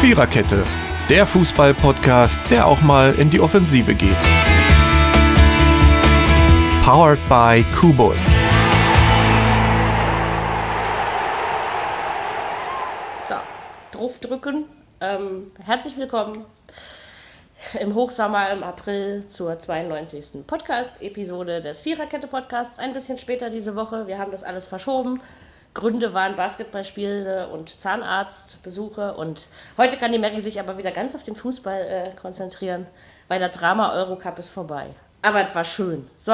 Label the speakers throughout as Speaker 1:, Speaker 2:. Speaker 1: Viererkette, der Fußball-Podcast, der auch mal in die Offensive geht. Powered by Kubus.
Speaker 2: So, drauf drücken. Ähm, herzlich willkommen im Hochsommer im April zur 92. Podcast-Episode des Viererkette-Podcasts. Ein bisschen später diese Woche. Wir haben das alles verschoben. Gründe waren Basketballspiele und Zahnarztbesuche. Und heute kann die Mary sich aber wieder ganz auf den Fußball äh, konzentrieren, weil der Drama Eurocup ist vorbei. Aber es war schön. So,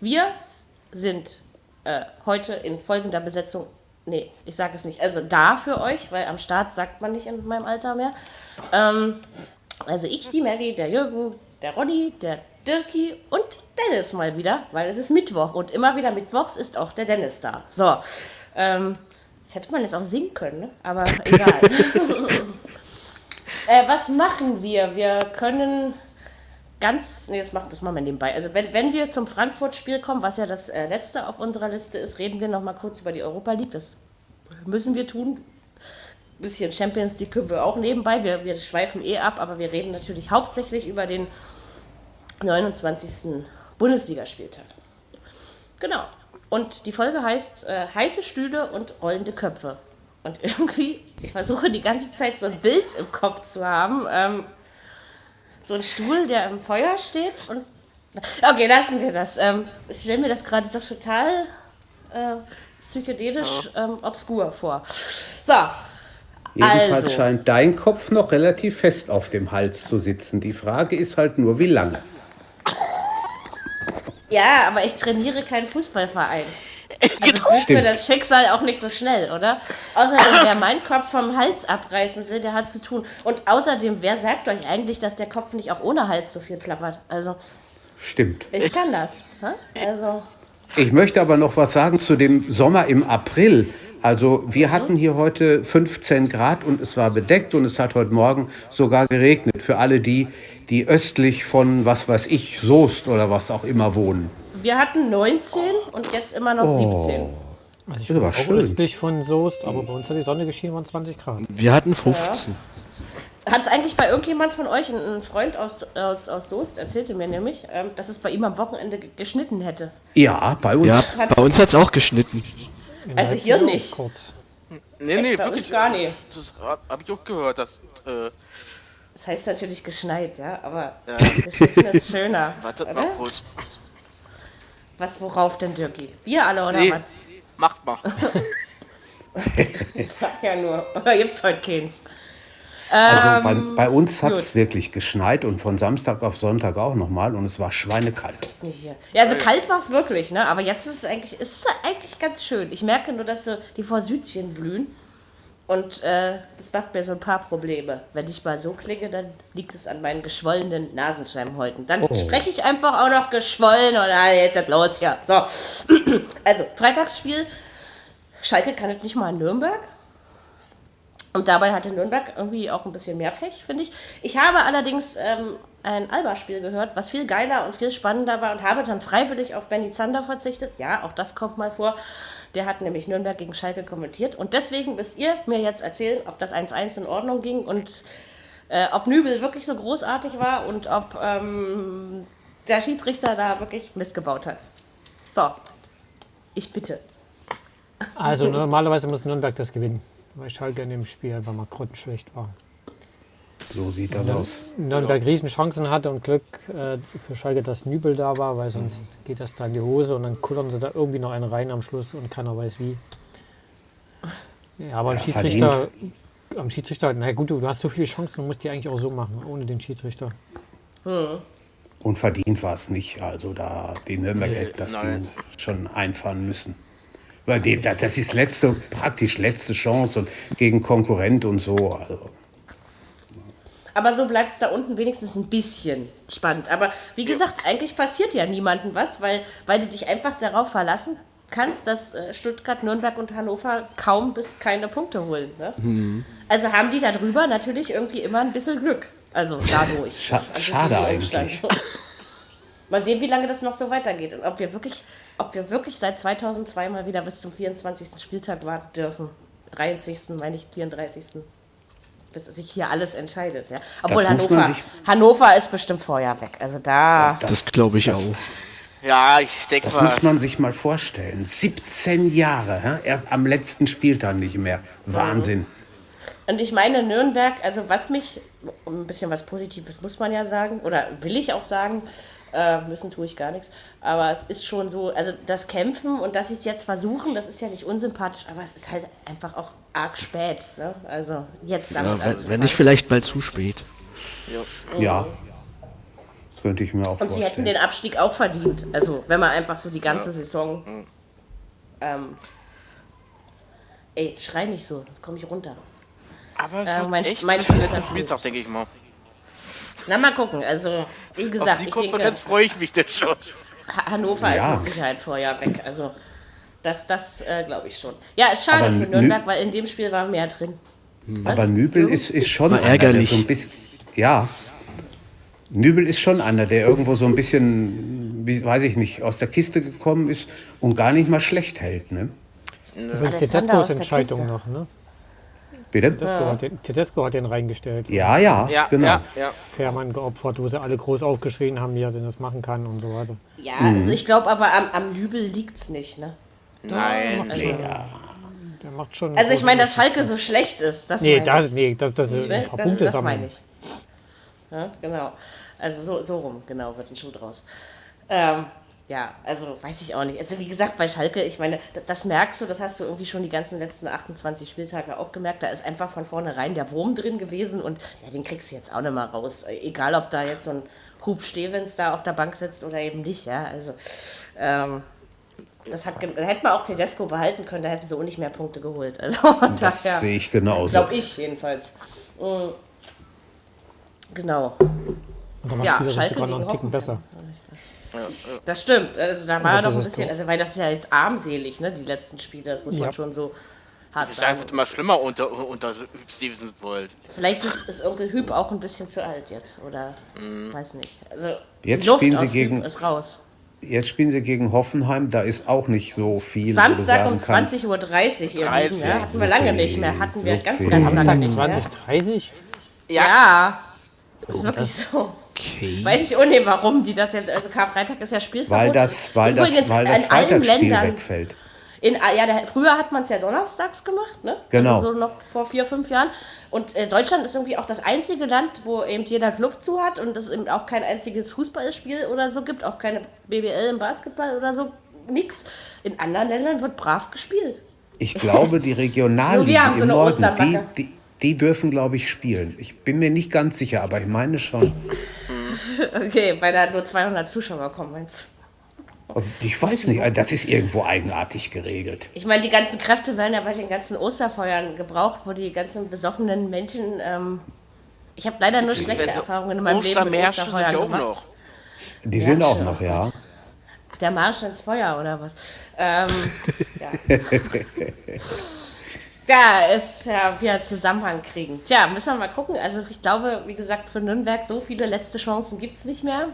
Speaker 2: wir sind äh, heute in folgender Besetzung. Nee, ich sage es nicht. Also da für euch, weil am Start sagt man nicht in meinem Alter mehr. Ähm, also ich, die Mary, der Jürgen, der Ronny, der Dirki und Dennis mal wieder, weil es ist Mittwoch und immer wieder Mittwochs ist auch der Dennis da. So, ähm, das hätte man jetzt auch singen können, ne? aber egal. äh, was machen wir? Wir können ganz, nee, das machen, das machen wir nebenbei. Also wenn, wenn wir zum Frankfurt-Spiel kommen, was ja das äh, letzte auf unserer Liste ist, reden wir nochmal kurz über die Europa League. Das müssen wir tun, bisschen Champions League können wir auch nebenbei. Wir, wir schweifen eh ab, aber wir reden natürlich hauptsächlich über den 29. Bundesligaspieltag. Genau. Und die Folge heißt äh, Heiße Stühle und rollende Köpfe. Und irgendwie, ich versuche die ganze Zeit so ein Bild im Kopf zu haben. Ähm, so ein Stuhl, der im Feuer steht und. Okay, lassen wir das. Ähm, ich stelle mir das gerade doch total äh, psychedelisch ähm, obskur vor. So,
Speaker 3: Jedenfalls
Speaker 2: Also.
Speaker 3: scheint dein Kopf noch relativ fest auf dem Hals zu sitzen. Die Frage ist halt nur, wie lange.
Speaker 2: Ja, aber ich trainiere keinen Fußballverein. Also bringt mir
Speaker 3: Stimmt.
Speaker 2: das Schicksal auch nicht so schnell, oder? Außerdem, wer meinen Kopf vom Hals abreißen will, der hat zu tun. Und außerdem, wer sagt euch eigentlich, dass der Kopf nicht auch ohne Hals so viel plappert? Also,
Speaker 3: Stimmt.
Speaker 2: ich kann das. hä? Also,
Speaker 3: Ich möchte aber noch was sagen zu dem Sommer im April. Also
Speaker 2: Mhm.
Speaker 3: wir hatten hier heute 15 Grad und es war bedeckt und es hat heute Morgen sogar geregnet. Für alle die, die östlich von, was weiß ich, Soest oder was auch immer wohnen.
Speaker 2: wir hatten 19 und jetzt immer noch 17.
Speaker 4: Also ich
Speaker 3: Das
Speaker 4: bin
Speaker 3: war
Speaker 4: auch
Speaker 3: schön. Mhm.
Speaker 4: östlich von Soest, aber bei uns hat die Sonne geschienen, waren 20 Grad.
Speaker 5: Wir hatten 15.
Speaker 2: Hat es eigentlich bei irgendjemand von euch, ein ein Freund aus, aus, aus Soest, erzählte mir nämlich, ähm, dass es bei ihm am Wochenende ge- geschnitten hätte.
Speaker 3: Ja, bei uns.
Speaker 5: Ja,
Speaker 2: Hat's-
Speaker 5: bei uns hat's auch geschnitten.
Speaker 4: In
Speaker 2: Also
Speaker 4: Leipzig
Speaker 2: hier
Speaker 4: auch
Speaker 2: nicht.
Speaker 4: Kurz.
Speaker 6: Nee,
Speaker 2: Echt,
Speaker 6: nee,
Speaker 2: bei uns
Speaker 6: wirklich. äh,
Speaker 2: gar nicht.
Speaker 6: Das hab, hab ich auch gehört, dass. Äh,
Speaker 2: Das heißt natürlich geschneit, ja, aber
Speaker 6: Ja.
Speaker 2: geschnitten ist schöner.
Speaker 6: wartet
Speaker 2: oder?
Speaker 6: mal kurz.
Speaker 2: Was, worauf denn, Dirki? Wir alle, oder
Speaker 6: Nee,
Speaker 2: was?
Speaker 6: macht mal.
Speaker 2: Ja, nur. Oder gibt's heute keins?
Speaker 3: Also bei, bei uns hat
Speaker 2: Ähm,
Speaker 3: es
Speaker 2: gut.
Speaker 3: wirklich geschneit und von Samstag auf Sonntag auch nochmal und es war schweinekalt.
Speaker 2: Nicht hier. Ja, also kalt war es wirklich, ne? Aber jetzt ist es eigentlich, es ist eigentlich ganz schön. Ich merke nur, dass so die Vorsüdchen blühen. Und äh, das macht mir so ein paar Probleme. Wenn ich mal so klinge, dann liegt es an meinen geschwollenen Nasenscheibenhäuten. Dann spreche ich einfach auch noch geschwollen und dann geht das los hier. So. Also, Freitagsspiel. Schalke kann es nicht mal in Nürnberg. Und dabei hatte Nürnberg irgendwie auch ein bisschen mehr Pech, finde ich. Ich habe allerdings ähm, ein Alba-Spiel gehört, was viel geiler und viel spannender war und habe dann freiwillig auf Benny Zander verzichtet. Ja, auch das kommt mal vor. Der hat nämlich Nürnberg gegen Schalke kommentiert. Und deswegen müsst ihr mir jetzt erzählen, ob das 1-1 in Ordnung ging und äh, ob Nübel wirklich so großartig war und ob ähm, der Schiedsrichter da wirklich Mist gebaut hat. So, ich bitte.
Speaker 4: Also normalerweise muss Nürnberg das gewinnen, weil Schalke in dem Spiel einfach mal grottenschlecht war.
Speaker 3: So sieht
Speaker 2: Mhm.
Speaker 3: das aus.
Speaker 4: Nürnberg
Speaker 2: Genau.
Speaker 4: Riesenchancen hatte und Glück äh, für Schalke, dass Nübel da war, weil sonst
Speaker 2: Mhm.
Speaker 4: geht das da in die Hose und dann kullern sie da irgendwie noch einen rein am Schluss und keiner weiß wie. Ja, aber am Schiedsrichter, am Schiedsrichter, na gut, du hast so viele Chancen, du musst die eigentlich auch so machen, ohne den Schiedsrichter.
Speaker 3: Und verdient war es nicht. Also da die Nürnberg hätten das Ding schon einfahren müssen. Weil die, da- das ist letzte, praktisch letzte Chance und gegen Konkurrent und so. Also,
Speaker 2: Aber so bleibt es da unten wenigstens ein bisschen spannend. Aber wie gesagt, eigentlich passiert ja niemandem was, weil, weil du dich einfach darauf verlassen kannst, dass äh, Stuttgart, Nürnberg und Hannover kaum bis keine Punkte holen. Ne?
Speaker 3: Mhm.
Speaker 2: Also haben die da drüber natürlich irgendwie immer ein bisschen Glück. Also dadurch. Also
Speaker 3: Scha-
Speaker 2: durch
Speaker 3: schade
Speaker 2: diesen
Speaker 3: eigentlich.
Speaker 2: Umstand. Mal sehen, wie lange das noch so weitergeht und ob wir wirklich, ob wir wirklich seit 2002 mal wieder bis zum 24. Spieltag warten dürfen. 30. meine ich, 34. bis sich hier alles entscheidet. Ja? Obwohl
Speaker 3: muss man
Speaker 2: Hannover,
Speaker 3: sich-
Speaker 2: Hannover ist bestimmt vorher weg. Also da.
Speaker 5: Das glaube ich auch.
Speaker 6: Ja, ich denke
Speaker 3: Das
Speaker 6: mal.
Speaker 3: muss man sich mal vorstellen. 17 Jahre, hä? erst am letzten Spieltag nicht mehr. Wahnsinn.
Speaker 2: Und ich meine, Nürnberg, also was mich, ein bisschen was Positives muss man ja sagen, oder will ich auch sagen, äh, müssen tue ich gar nichts, aber es ist schon so, also das Kämpfen und dass sie es jetzt versuchen, das ist ja nicht unsympathisch, aber es ist halt einfach auch arg spät. Ne? Also jetzt damit
Speaker 5: Ja, wenn,
Speaker 2: anzufangen.
Speaker 5: wenn nicht vielleicht mal zu spät.
Speaker 3: Ja. Das könnte ich mir auch
Speaker 2: und sie hätten
Speaker 3: vorstellen.
Speaker 2: den Abstieg auch verdient. Also wenn man einfach so die ganze
Speaker 6: Mhm.
Speaker 2: Saison. Ähm, ey, schrei nicht so, sonst komme ich runter.
Speaker 6: Aber es
Speaker 2: Ja,
Speaker 6: wird
Speaker 2: Äh, mein-
Speaker 6: echt
Speaker 2: mein
Speaker 6: mein der
Speaker 2: Spieltag
Speaker 6: letzte Spieltag,
Speaker 2: ist-
Speaker 6: denke ich mal.
Speaker 2: Na mal gucken, also wie
Speaker 6: Auf
Speaker 2: gesagt,
Speaker 6: die
Speaker 2: ich
Speaker 6: Konferenz
Speaker 2: denke.
Speaker 6: freue ich mich denn schon.
Speaker 2: Ha- Hannover
Speaker 3: Ja.
Speaker 2: ist mit Sicherheit vorher weg. Also das, das äh, glaube ich schon. Ja, ist schade
Speaker 3: Aber
Speaker 2: für
Speaker 3: Nü-
Speaker 2: Nürnberg, weil in dem Spiel war mehr drin. Also
Speaker 3: Aber Nübel ist, ist schon
Speaker 5: War
Speaker 3: einer, der
Speaker 5: ärgerlich.
Speaker 3: So ein bisschen, ja. Nübel ist schon einer, der irgendwo so ein bisschen, wie, weiß ich nicht, aus der Kiste gekommen ist und gar nicht mal schlecht hält. Ne?
Speaker 4: Übrigens
Speaker 2: Alexander aus
Speaker 4: Tedescos
Speaker 2: der
Speaker 4: Entscheidung
Speaker 2: Kiste.
Speaker 4: noch, ne?
Speaker 3: Bitte?
Speaker 4: Tedesco, hat den, Tedesco hat den reingestellt.
Speaker 3: Ja, ja,
Speaker 6: Ja,
Speaker 3: genau.
Speaker 6: ja, ja.
Speaker 4: Fährmann geopfert, wo sie alle groß aufgeschrien haben, wie er denn das machen kann und so weiter.
Speaker 2: Ja,
Speaker 3: Mhm.
Speaker 2: also ich glaube aber am, am Nübel liegt es nicht. Ne?
Speaker 6: Nein.
Speaker 2: Also,
Speaker 4: Der macht schon.
Speaker 2: also ich meine, dass Schalke so schlecht ist. Das
Speaker 4: Nee,
Speaker 2: meine
Speaker 4: das,
Speaker 2: ich.
Speaker 4: nee, das, das,
Speaker 2: Ne?
Speaker 4: ein paar
Speaker 2: das,
Speaker 4: Punkte
Speaker 2: das
Speaker 4: sammeln.
Speaker 2: meine ich. Ja, genau. Also so, so rum, genau, wird ein Schuh draus. Ähm, ja, also weiß ich auch nicht. Also wie gesagt, bei Schalke, ich meine, d- das merkst du, das hast du irgendwie schon die ganzen letzten 28 Spieltage auch gemerkt, da ist einfach von vornherein der Wurm drin gewesen und ja, den kriegst du jetzt auch nicht mal raus. Äh, Egal, ob da jetzt so ein Hub Stevens da auf der Bank sitzt oder eben nicht, ja, also ähm, das hat, ge- da hätte man auch Tedesco behalten können, da hätten sie auch nicht mehr Punkte geholt. Also von
Speaker 3: Das
Speaker 2: daher.
Speaker 3: sehe ich genauso.
Speaker 2: Glaube ich jedenfalls. Mm. Genau,
Speaker 4: Und dann
Speaker 2: Ja,
Speaker 4: ja,
Speaker 2: Schalke
Speaker 4: sogar noch einen
Speaker 2: gegen
Speaker 4: Ticken besser.
Speaker 2: das stimmt. Also da war
Speaker 4: Ja,
Speaker 2: doch
Speaker 4: das
Speaker 2: ein
Speaker 4: ist
Speaker 2: bisschen,
Speaker 4: so.
Speaker 2: also weil das ist ja jetzt armselig, ne? Die letzten Spiele, das muss man schon so hart
Speaker 6: Das ist einfach
Speaker 2: sagen.
Speaker 6: immer schlimmer unter, unter Stevenson World.
Speaker 2: Vielleicht ist, ist irgendwie Hüb auch ein bisschen zu alt jetzt, oder?
Speaker 6: Mm.
Speaker 2: Weiß nicht. Also
Speaker 3: Jetzt
Speaker 2: die Luft
Speaker 3: spielen sie
Speaker 2: aus
Speaker 3: gegen-
Speaker 2: Hüb ist raus.
Speaker 3: Jetzt spielen sie gegen Hoffenheim, da ist auch nicht so viel.
Speaker 2: Samstag
Speaker 3: wo
Speaker 2: um
Speaker 3: du sagen
Speaker 2: 20.30 Uhr, ihr Lieben,
Speaker 6: 30,
Speaker 2: ja? Hatten wir lange nicht mehr, hatten wir ganz, ganz lange
Speaker 4: Samstag
Speaker 2: nicht mehr.
Speaker 4: 2030?
Speaker 2: Ja,
Speaker 3: Oh,
Speaker 2: ist wirklich so.
Speaker 5: Okay.
Speaker 2: Weiß ich auch nicht, warum die das jetzt, also Karfreitag ist ja Spielverbot.
Speaker 3: Weil das, weil das,
Speaker 2: Übrigens,
Speaker 3: weil das
Speaker 2: in allen
Speaker 3: Freitagsspiel
Speaker 2: Ländern,
Speaker 3: wegfällt.
Speaker 2: in, ah, ja, der, früher hat man es ja donnerstags gemacht, ne?
Speaker 3: Genau.
Speaker 2: Also so noch vor vier, fünf Jahren. Und äh, Deutschland ist irgendwie auch das einzige Land, wo eben jeder Club zu hat und es eben auch kein einziges Fußballspiel oder so gibt, auch keine BBL im Basketball oder so, nix. In anderen Ländern wird brav gespielt.
Speaker 3: Ich glaube, die
Speaker 2: Nur wir haben
Speaker 3: Regionalligen
Speaker 2: so
Speaker 3: im
Speaker 2: eine
Speaker 3: Norden, die,
Speaker 2: Osterbacke.
Speaker 3: die, die dürfen, glaube ich, spielen. Ich bin mir nicht ganz sicher, aber ich meine schon.
Speaker 2: Okay, weil da nur 200 Zuschauer kommen, meinst du?
Speaker 3: Und Ich weiß nicht, das ist irgendwo eigenartig geregelt.
Speaker 2: Ich meine, die ganzen Kräfte werden ja bei den ganzen Osterfeuern gebraucht, wo die ganzen besoffenen Menschen. Ähm, ich habe leider nur schlechte
Speaker 6: Also,
Speaker 2: Erfahrungen in meinem Leben mit
Speaker 6: Ostermärsche sind
Speaker 2: Osterfeuern
Speaker 6: ja auch
Speaker 2: gemacht.
Speaker 6: noch.
Speaker 3: Die sind auch
Speaker 2: schön,
Speaker 3: noch,
Speaker 2: oh
Speaker 3: ja.
Speaker 2: Der Marsch ins Feuer oder was? Ähm, ja. Da ist ja wieder Zusammenhang kriegen. Tja, müssen wir mal gucken. Also ich glaube, wie gesagt, für Nürnberg so viele letzte Chancen gibt es nicht mehr.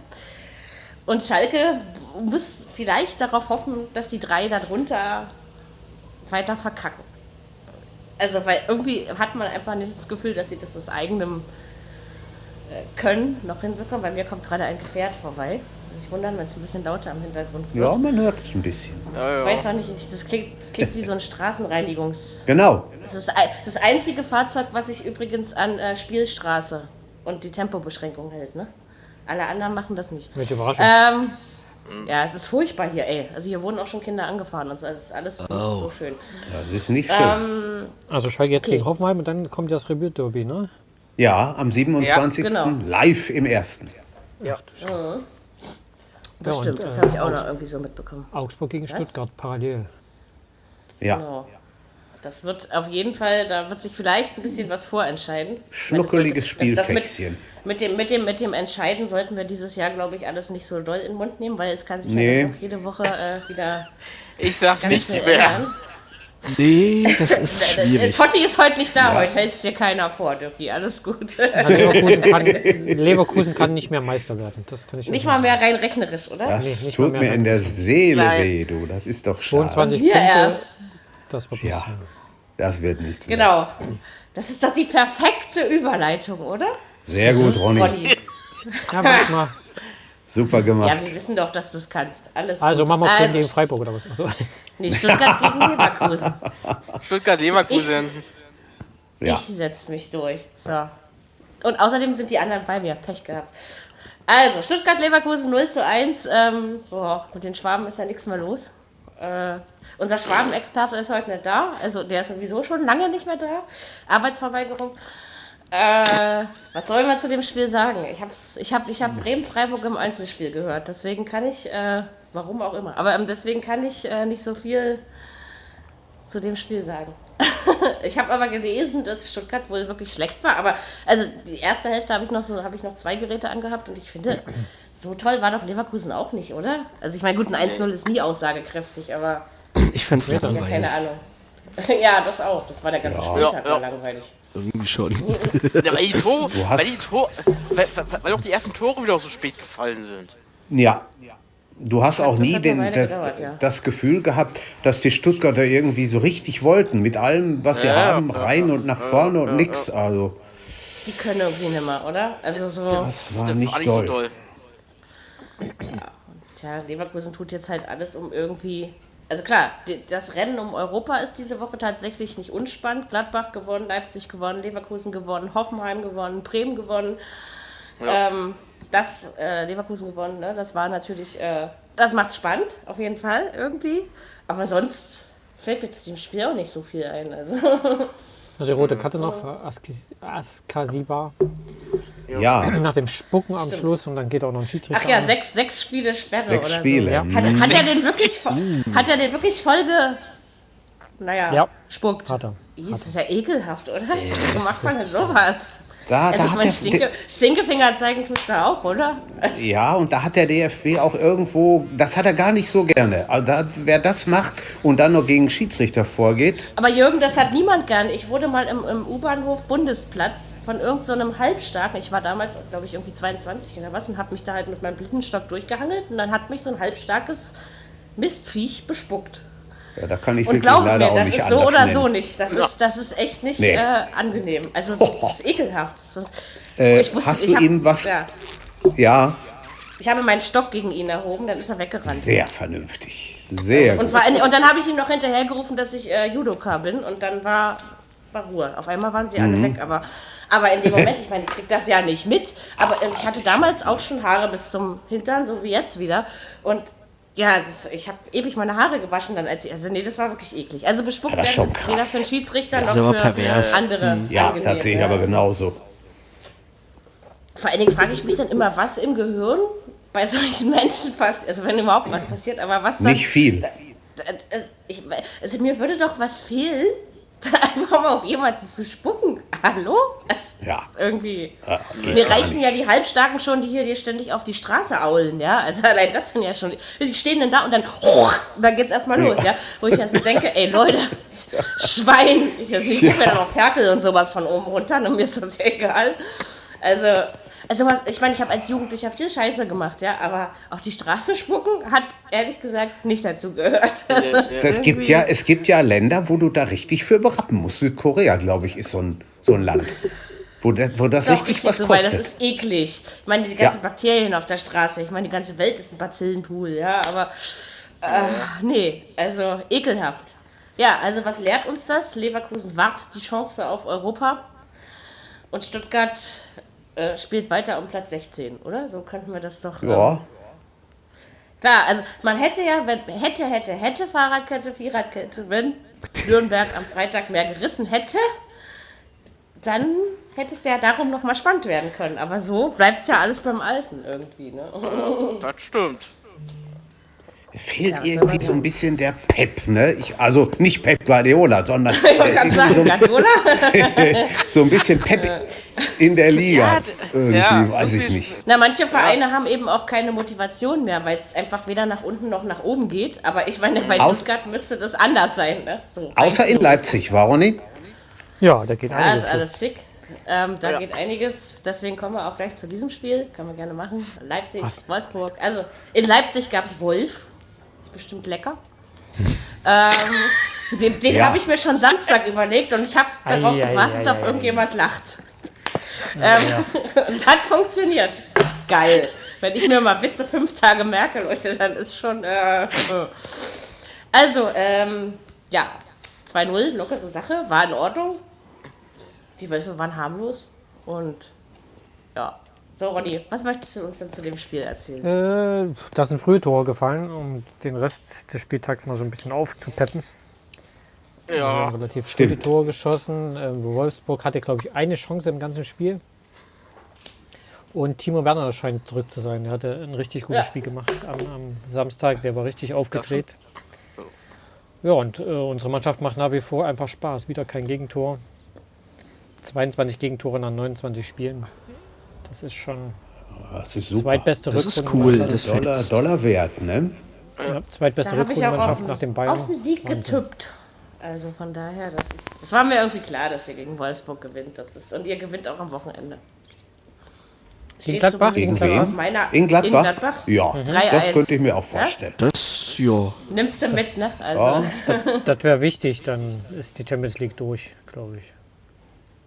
Speaker 2: Und Schalke muss vielleicht darauf hoffen, dass die drei darunter weiter verkacken. Also weil irgendwie hat man einfach nicht das Gefühl, dass sie das aus eigenem äh, Können noch hinbekommen. Bei mir kommt gerade ein Gefährt vorbei. Ich wundere, wenn es ein bisschen lauter im Hintergrund wird.
Speaker 3: Ja, man hört es ein bisschen.
Speaker 2: Ich weiß auch nicht, ich- das klingt, klingt wie so ein Straßenreinigungs...
Speaker 3: Genau.
Speaker 2: Das ist ei- das einzige Fahrzeug, was sich übrigens an äh, Spielstraße und die Tempobeschränkung hält, ne? Alle anderen machen das nicht.
Speaker 4: Welche Überraschung.
Speaker 2: Ähm,
Speaker 3: Mhm.
Speaker 2: ja, es ist furchtbar hier, ey. Also hier wurden auch schon Kinder angefahren und so. Also es ist alles nicht
Speaker 3: Oh.
Speaker 2: so schön.
Speaker 3: Das ist nicht schön.
Speaker 2: Ähm,
Speaker 4: also Schalke jetzt
Speaker 2: okay.
Speaker 4: gegen Hoffenheim und dann kommt das Rebüt-Derby, ne?
Speaker 3: Ja, am 27.
Speaker 2: Ja, genau.
Speaker 3: live im ersten.
Speaker 2: Das
Speaker 4: Ja, und,
Speaker 2: stimmt, das
Speaker 4: äh,
Speaker 2: habe ich auch noch
Speaker 4: Augs-
Speaker 2: irgendwie so mitbekommen.
Speaker 4: Augsburg gegen Stuttgart parallel.
Speaker 3: Ja.
Speaker 2: Genau. Das wird auf jeden Fall, da wird sich vielleicht ein bisschen was vorentscheiden.
Speaker 3: Schnuckeliges
Speaker 2: Das sollte- das- das mit-
Speaker 3: Spielkästchen.
Speaker 2: Mit dem, mit, dem, mit dem Entscheiden sollten wir dieses Jahr, glaube ich, alles nicht so doll in den Mund nehmen, weil es kann sich
Speaker 3: Nee.
Speaker 2: ja doch noch jede Woche äh, wieder
Speaker 6: Ich sag
Speaker 2: ganz
Speaker 6: nichts
Speaker 2: schnell
Speaker 6: mehr.
Speaker 2: ändern.
Speaker 5: Nee, das ist
Speaker 2: Äh,
Speaker 5: schwierig.
Speaker 2: Totti ist heute nicht da, heute hält's dir keiner vor, Dirki. Alles gut.
Speaker 4: Ja, Also Leverkusen, kann, Leverkusen kann nicht mehr Meister werden. Das kann ich schon
Speaker 2: nicht mal
Speaker 4: sagen.
Speaker 2: mehr rein rechnerisch, oder?
Speaker 3: Das
Speaker 4: Nee, nicht mal
Speaker 3: tut
Speaker 4: mehr
Speaker 3: mir in der Seele
Speaker 6: Nein.
Speaker 3: weh, du. Das ist doch schade.
Speaker 4: 22
Speaker 2: Hier
Speaker 4: Punkte.
Speaker 2: erst.
Speaker 4: Das wird
Speaker 3: Ja.
Speaker 4: ja.
Speaker 3: Das wird nichts. Mehr.
Speaker 2: Genau. Das ist doch die perfekte Überleitung, oder?
Speaker 3: Sehr gut, Ronny.
Speaker 2: Ronny.
Speaker 4: Ja, mach mal.
Speaker 3: Super
Speaker 2: Ja,
Speaker 3: gemacht.
Speaker 2: wir wissen doch, dass du es kannst. Alles
Speaker 4: Also
Speaker 2: gut.
Speaker 4: machen wir Köln gegen
Speaker 2: also,
Speaker 4: Freiburg oder was? Achso.
Speaker 2: nee, Stuttgart gegen Leverkusen.
Speaker 6: Stuttgart-Leverkusen.
Speaker 3: Ja.
Speaker 2: Ich setze mich durch. So. Und außerdem sind die anderen bei mir. Pech gehabt. Also, Stuttgart-Leverkusen 0 zu 1. Ähm, boah, mit den Schwaben ist ja nichts mehr los. Äh, unser Schwabenexperte ist heute nicht da. Also, der ist sowieso schon lange nicht mehr da. Arbeitsverweigerung. Äh, was soll man zu dem Spiel sagen? Ich habe ich hab, ich hab Bremen-Freiburg im Einzelspiel gehört. Deswegen kann ich, äh, warum auch immer, aber ähm, deswegen kann ich äh, nicht so viel zu dem Spiel sagen. ich habe aber gelesen, dass Stuttgart wohl wirklich schlecht war. Aber also die erste Hälfte habe ich noch so, habe ich noch zwei Geräte angehabt und ich finde, so toll war doch Leverkusen auch nicht, oder? Also ich meine, gut, ein 1-0 ist nie aussagekräftig, aber
Speaker 5: Ich fand's
Speaker 2: ja,
Speaker 5: langweilig.
Speaker 2: keine Ahnung. ja, das auch. Das war der ganze Spieltag
Speaker 6: Ja, ja.
Speaker 2: war langweilig.
Speaker 5: Irgendwie schon.
Speaker 6: Ja, weil die Tore,
Speaker 3: hast-
Speaker 6: weil die Tore, weil, weil, weil auch die ersten Tore wieder so spät gefallen sind.
Speaker 3: Ja. Du hast auch
Speaker 2: das
Speaker 3: nie
Speaker 2: hat eine
Speaker 3: den,
Speaker 2: Weile
Speaker 3: das,
Speaker 2: gedauert, ja.
Speaker 3: das Gefühl gehabt, dass die Stuttgarter irgendwie so richtig wollten, mit allem, was sie
Speaker 6: Ja, ja,
Speaker 3: haben,
Speaker 6: ja,
Speaker 3: rein und nach vorne und nix. Also,
Speaker 2: Die können irgendwie nimmer, oder? Also so.
Speaker 3: das war
Speaker 6: Das
Speaker 3: nicht doll.
Speaker 2: Tja, Leverkusen tut jetzt halt alles, um irgendwie. Also klar, die- das Rennen um Europa ist diese Woche tatsächlich nicht unspannend. Gladbach gewonnen, Leipzig gewonnen, Leverkusen gewonnen, Hoffenheim gewonnen, Bremen gewonnen.
Speaker 6: Ja.
Speaker 2: Ähm, das äh, Leverkusen gewonnen, ne? das war natürlich, äh, das macht's spannend, auf jeden Fall irgendwie. Aber sonst fällt mir zu dem Spiel auch nicht so viel ein. Also.
Speaker 4: Die rote Karte noch für Askis- Askasiba.
Speaker 3: Ja,
Speaker 4: Nach dem Spucken am Schluss und dann geht auch noch ein Schiedsrichter.
Speaker 2: Ach ja,
Speaker 4: an.
Speaker 2: sechs, sechs Spiele Sperre
Speaker 3: sechs
Speaker 2: oder
Speaker 3: Spiele.
Speaker 2: so.
Speaker 4: ja.
Speaker 2: Hat, hat er den wirklich, vo- hat er den wirklich Folge, naja,
Speaker 4: Ja.
Speaker 2: spuckt?
Speaker 4: Hat er.
Speaker 2: Ih, Das ist ja ekelhaft, oder? Wieso macht man denn
Speaker 3: Ah,
Speaker 2: sowas?
Speaker 3: Da,
Speaker 2: Also
Speaker 3: da
Speaker 2: ich meine,
Speaker 3: hat der,
Speaker 2: Stinke, Stinkefinger zeigen tut's ja auch, oder? Also,
Speaker 3: Ja, und da hat der DFB auch irgendwo, das hat er gar nicht so gerne. Also da, wer das macht und dann noch gegen Schiedsrichter vorgeht,
Speaker 2: Aber Jürgen, das hat niemand gern. Ich wurde mal im, im U-Bahnhof Bundesplatz von irgendeinem so einem Halbstarken, ich war damals, glaube ich, irgendwie 22 oder was, und habe mich da halt mit meinem Blindenstock durchgehangelt und dann hat mich so ein halbstarkes Mistviech bespuckt.
Speaker 3: ja, da kann ich
Speaker 2: Und
Speaker 3: wirklich
Speaker 2: glaub
Speaker 3: leider
Speaker 2: mir,
Speaker 3: auch
Speaker 2: das
Speaker 3: nicht
Speaker 2: ist so
Speaker 3: anders
Speaker 2: oder
Speaker 3: nennen.
Speaker 2: so nicht. Das ist, das ist echt nicht
Speaker 3: Nee.
Speaker 2: äh, angenehm. Also das ist ekelhaft. Das ist,
Speaker 3: Äh, hast du
Speaker 2: hab-
Speaker 3: ihm was-
Speaker 2: Ja,
Speaker 3: Ja,
Speaker 2: ich habe meinen Stock gegen ihn erhoben, dann ist er weggerannt.
Speaker 3: sehr vernünftig. Sehr
Speaker 2: Und,
Speaker 3: gut.
Speaker 2: war, und dann habe ich ihm noch hinterhergerufen, dass ich äh, Judoka bin und dann war, war Ruhe. Auf einmal waren sie
Speaker 3: Mhm.
Speaker 2: alle weg, aber, aber in dem Moment, ich meine, ich krieg das ja nicht mit, aber und ich hatte damals auch schon Haare bis zum Hintern, so wie jetzt wieder und ja, das, ich habe ewig meine Haare gewaschen dann, als ich, also nee, das war wirklich eklig. Also bespuckt
Speaker 3: Ja, das ist
Speaker 2: werden
Speaker 3: schon
Speaker 2: ist weder
Speaker 3: krass. Mhm.
Speaker 2: für einen Schiedsrichter
Speaker 5: Das ist
Speaker 2: noch
Speaker 5: aber
Speaker 2: für
Speaker 5: pervers.
Speaker 2: andere
Speaker 3: Ja,
Speaker 2: angenehm,
Speaker 3: das sehe ich
Speaker 2: ja.
Speaker 3: aber genauso.
Speaker 2: Vor allen Dingen frage ich mich dann immer, was im Gehirn bei solchen Menschen passiert, also wenn überhaupt was passiert, aber was dann,
Speaker 3: Nicht viel.
Speaker 2: Das- ich, also mir würde doch was fehlen, da einfach mal auf jemanden zu spucken. Hallo? Das
Speaker 3: Ja.
Speaker 2: ist irgendwie.
Speaker 3: Ja, geht
Speaker 2: Mir
Speaker 3: gar
Speaker 2: reichen
Speaker 3: nicht.
Speaker 2: ja die Halbstarken schon, die hier dir ständig auf die Straße aulen, ja. Also allein das finde ich ja schon. Die stehen dann da und dann, dann geht's erstmal los, ja. Wo ich dann so denke, ey Leute, Schwein. Ich, also ich gucke mir dann auch Ferkel und sowas von oben runter und mir ist das egal. Also, also was, ich meine, ich habe als Jugendlicher viel Scheiße gemacht, ja, aber auf die Straße spucken hat ehrlich gesagt nicht dazu gehört. Also,
Speaker 3: Das gibt ja, es gibt ja Länder, wo du da richtig für berappen musst. Südkorea, glaube ich, ist so ein, so ein Land, wo, da, wo das
Speaker 2: ist auch
Speaker 3: richtig was
Speaker 2: so, weil das
Speaker 3: kostet.
Speaker 2: ist eklig. Ich meine, die ganzen
Speaker 3: Ja.
Speaker 2: Bakterien auf der Straße, ich meine, die ganze Welt ist ein Bazillenpool, ja, aber äh, nee, also ekelhaft. Ja, also was lehrt uns das? Leverkusen wagt die Chance auf Europa und Stuttgart äh, spielt weiter um Platz 16, oder? So könnten wir das doch. ähm,
Speaker 3: Ja,
Speaker 2: Klar, also man hätte ja, wenn hätte, hätte, hätte Fahrradkette, Vierradkette, wenn Nürnberg am Freitag mehr gerissen hätte, dann hätte es ja darum nochmal spannend werden können. Aber so bleibt es ja alles beim Alten irgendwie. Ne?
Speaker 6: Das stimmt.
Speaker 3: fehlt
Speaker 2: Ja, was soll
Speaker 3: irgendwie
Speaker 2: man
Speaker 3: so ein
Speaker 2: sagen?
Speaker 3: bisschen der Pep, ne? Ich, also nicht Pep Guardiola, sondern
Speaker 2: Ich wollte gerade Äh, sagen, Guardiola.
Speaker 3: so ein bisschen Pep in der Liga.
Speaker 6: Ja, d-
Speaker 3: Irgendwie,
Speaker 6: ja,
Speaker 3: weiß ich
Speaker 6: irgendwie-
Speaker 3: nicht.
Speaker 2: Na, manche Vereine haben eben auch keine Motivation mehr, weil es einfach weder nach unten noch nach oben geht. Aber ich meine, bei
Speaker 3: Aus-
Speaker 2: Stuttgart müsste das anders sein. Ne? So,
Speaker 3: Außer in Leipzig, warum nicht?
Speaker 4: Ja, da geht
Speaker 2: Ja, ist
Speaker 4: einiges.
Speaker 2: alles schick. Ähm, da
Speaker 6: Ja.
Speaker 2: geht einiges. Deswegen kommen wir auch gleich zu diesem Spiel. Können wir gerne machen. Leipzig, Wolfsburg. Also in Leipzig gab es Wolf. Ist bestimmt lecker. ähm, Den, den
Speaker 3: Ja.
Speaker 2: habe ich mir schon Samstag überlegt und ich habe darauf
Speaker 4: Ei, ei,
Speaker 2: gewartet,
Speaker 4: ei,
Speaker 2: ob
Speaker 4: ei,
Speaker 2: irgendjemand lacht. Ähm, es hat funktioniert. Geil. Wenn ich mir mal Witze fünf Tage merke, Leute, dann ist schon. Äh, äh. also, ähm, ja, 2-0, lockere Sache, war in Ordnung. Die Wölfe waren harmlos und ja. So, Ronny, was möchtest du uns denn zu dem Spiel erzählen?
Speaker 4: Äh, da sind frühe Tore gefallen, um den Rest des Spieltags mal so ein bisschen aufzupeppen. Wir
Speaker 5: Ah,
Speaker 4: haben
Speaker 6: Ja.
Speaker 4: relativ frühe
Speaker 3: Stimmt.
Speaker 4: Tore geschossen. Ähm, Wolfsburg hatte, glaube ich, eine Chance im ganzen Spiel. Und Timo Werner scheint zurück zu sein. Er hatte ein richtig gutes
Speaker 2: Ja.
Speaker 4: Spiel gemacht am, am Samstag. Der war richtig aufgedreht. Ja, und äh, unsere Mannschaft macht nach wie vor einfach Spaß. Wieder kein Gegentor. 22 Gegentore nach 29 Spielen. Das ist schon
Speaker 3: Das ist super.
Speaker 4: zweitbeste
Speaker 5: Das ist
Speaker 4: Rückrunde-
Speaker 5: cool, das
Speaker 3: Dollar,
Speaker 5: fällt.
Speaker 3: Dollar wert, ne?
Speaker 4: Ja,
Speaker 2: Da
Speaker 4: zweitbeste
Speaker 2: habe ich auch auf,
Speaker 4: Rückrundenmannschaft nach dem Bayern.
Speaker 2: auf den Sieg
Speaker 4: Wahnsinn.
Speaker 2: getippt. Also von daher, das ist. Das war mir irgendwie klar, dass ihr gegen Wolfsburg gewinnt. Das ist, und ihr gewinnt auch am Wochenende. Steht
Speaker 4: Gladbach?
Speaker 2: zumindest
Speaker 3: Gegen
Speaker 2: auf
Speaker 3: wen?
Speaker 2: meiner
Speaker 3: In Gladbach?
Speaker 2: In Gladbach? Mhm.
Speaker 3: Ja,
Speaker 2: 3-1.
Speaker 3: das könnte ich mir auch vorstellen.
Speaker 5: Das, ja.
Speaker 2: Ja? Nimmst du mit, ne? Also,
Speaker 3: Ja.
Speaker 4: Das wäre wichtig, dann ist die Champions League durch, glaube ich.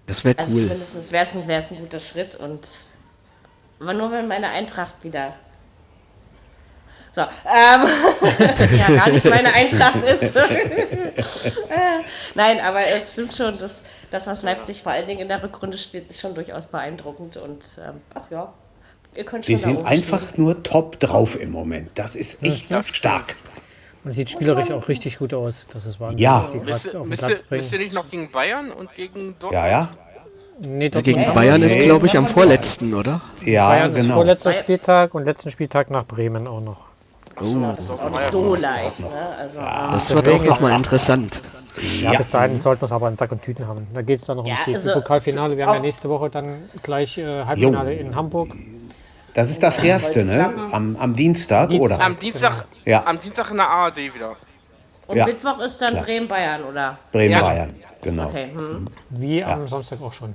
Speaker 5: Das wäre
Speaker 2: also
Speaker 5: cool.
Speaker 2: zumindest wäre es ein, wär's ein guter Schritt. Und, aber nur wenn meine Eintracht wieder. So, ähm, ja, gar nicht meine Eintracht ist. Äh, Nein, aber es stimmt schon, dass das, was Leipzig vor allen Dingen in der Rückrunde spielt, ist schon durchaus beeindruckend. Und ähm, ach ja, ihr könnt schon
Speaker 3: Die
Speaker 2: da
Speaker 3: sind
Speaker 2: oben
Speaker 3: einfach
Speaker 2: stehen.
Speaker 3: nur top drauf im Moment. Das ist echt stark.
Speaker 4: Und sieht spielerisch auch richtig gut aus. Das ist Wahnsinn,
Speaker 3: Ja.
Speaker 4: was die
Speaker 6: Müsst ihr-
Speaker 4: gerade auf den
Speaker 6: müsst
Speaker 4: Platz
Speaker 6: ihr müsst ihr
Speaker 4: bringen.
Speaker 6: nicht noch gegen Bayern und gegen Dortmund?
Speaker 3: Ja, ja.
Speaker 4: Nee,
Speaker 5: Ja,
Speaker 4: Dortmund
Speaker 5: gegen
Speaker 4: haben-
Speaker 5: Bayern ist,
Speaker 3: Nee.
Speaker 5: glaube ich, am vorletzten, oder?
Speaker 3: Ja,
Speaker 4: Bayern ist
Speaker 3: genau.
Speaker 4: vorletzter Spieltag und letzten Spieltag nach Bremen auch noch.
Speaker 5: Oh,
Speaker 2: Auch nicht so leicht. Ne? Also, ähm,
Speaker 5: das wird
Speaker 4: Deswegen
Speaker 5: auch
Speaker 4: ist-
Speaker 5: nochmal interessant.
Speaker 4: Ja, bis dahin sollten wir es aber in Sack und Tüten haben. Da geht es dann noch
Speaker 2: Ja,
Speaker 4: ums
Speaker 2: also-
Speaker 4: DFB-Pokalfinale. Wir haben ja
Speaker 2: auch-
Speaker 4: nächste Woche dann gleich äh, Halbfinale in Hamburg.
Speaker 3: Das ist das erste, ne? Am, am Dienstag, oder?
Speaker 6: Am Dienstag,
Speaker 3: Ja.
Speaker 6: am Dienstag in der ARD wieder.
Speaker 2: und
Speaker 3: ja.
Speaker 2: Mittwoch ist dann
Speaker 3: Klar.
Speaker 2: Bremen-Bayern, oder?
Speaker 6: Ja.
Speaker 3: Bremen-Bayern, genau.
Speaker 2: Okay, hm.
Speaker 4: Wie am Samstag auch schon.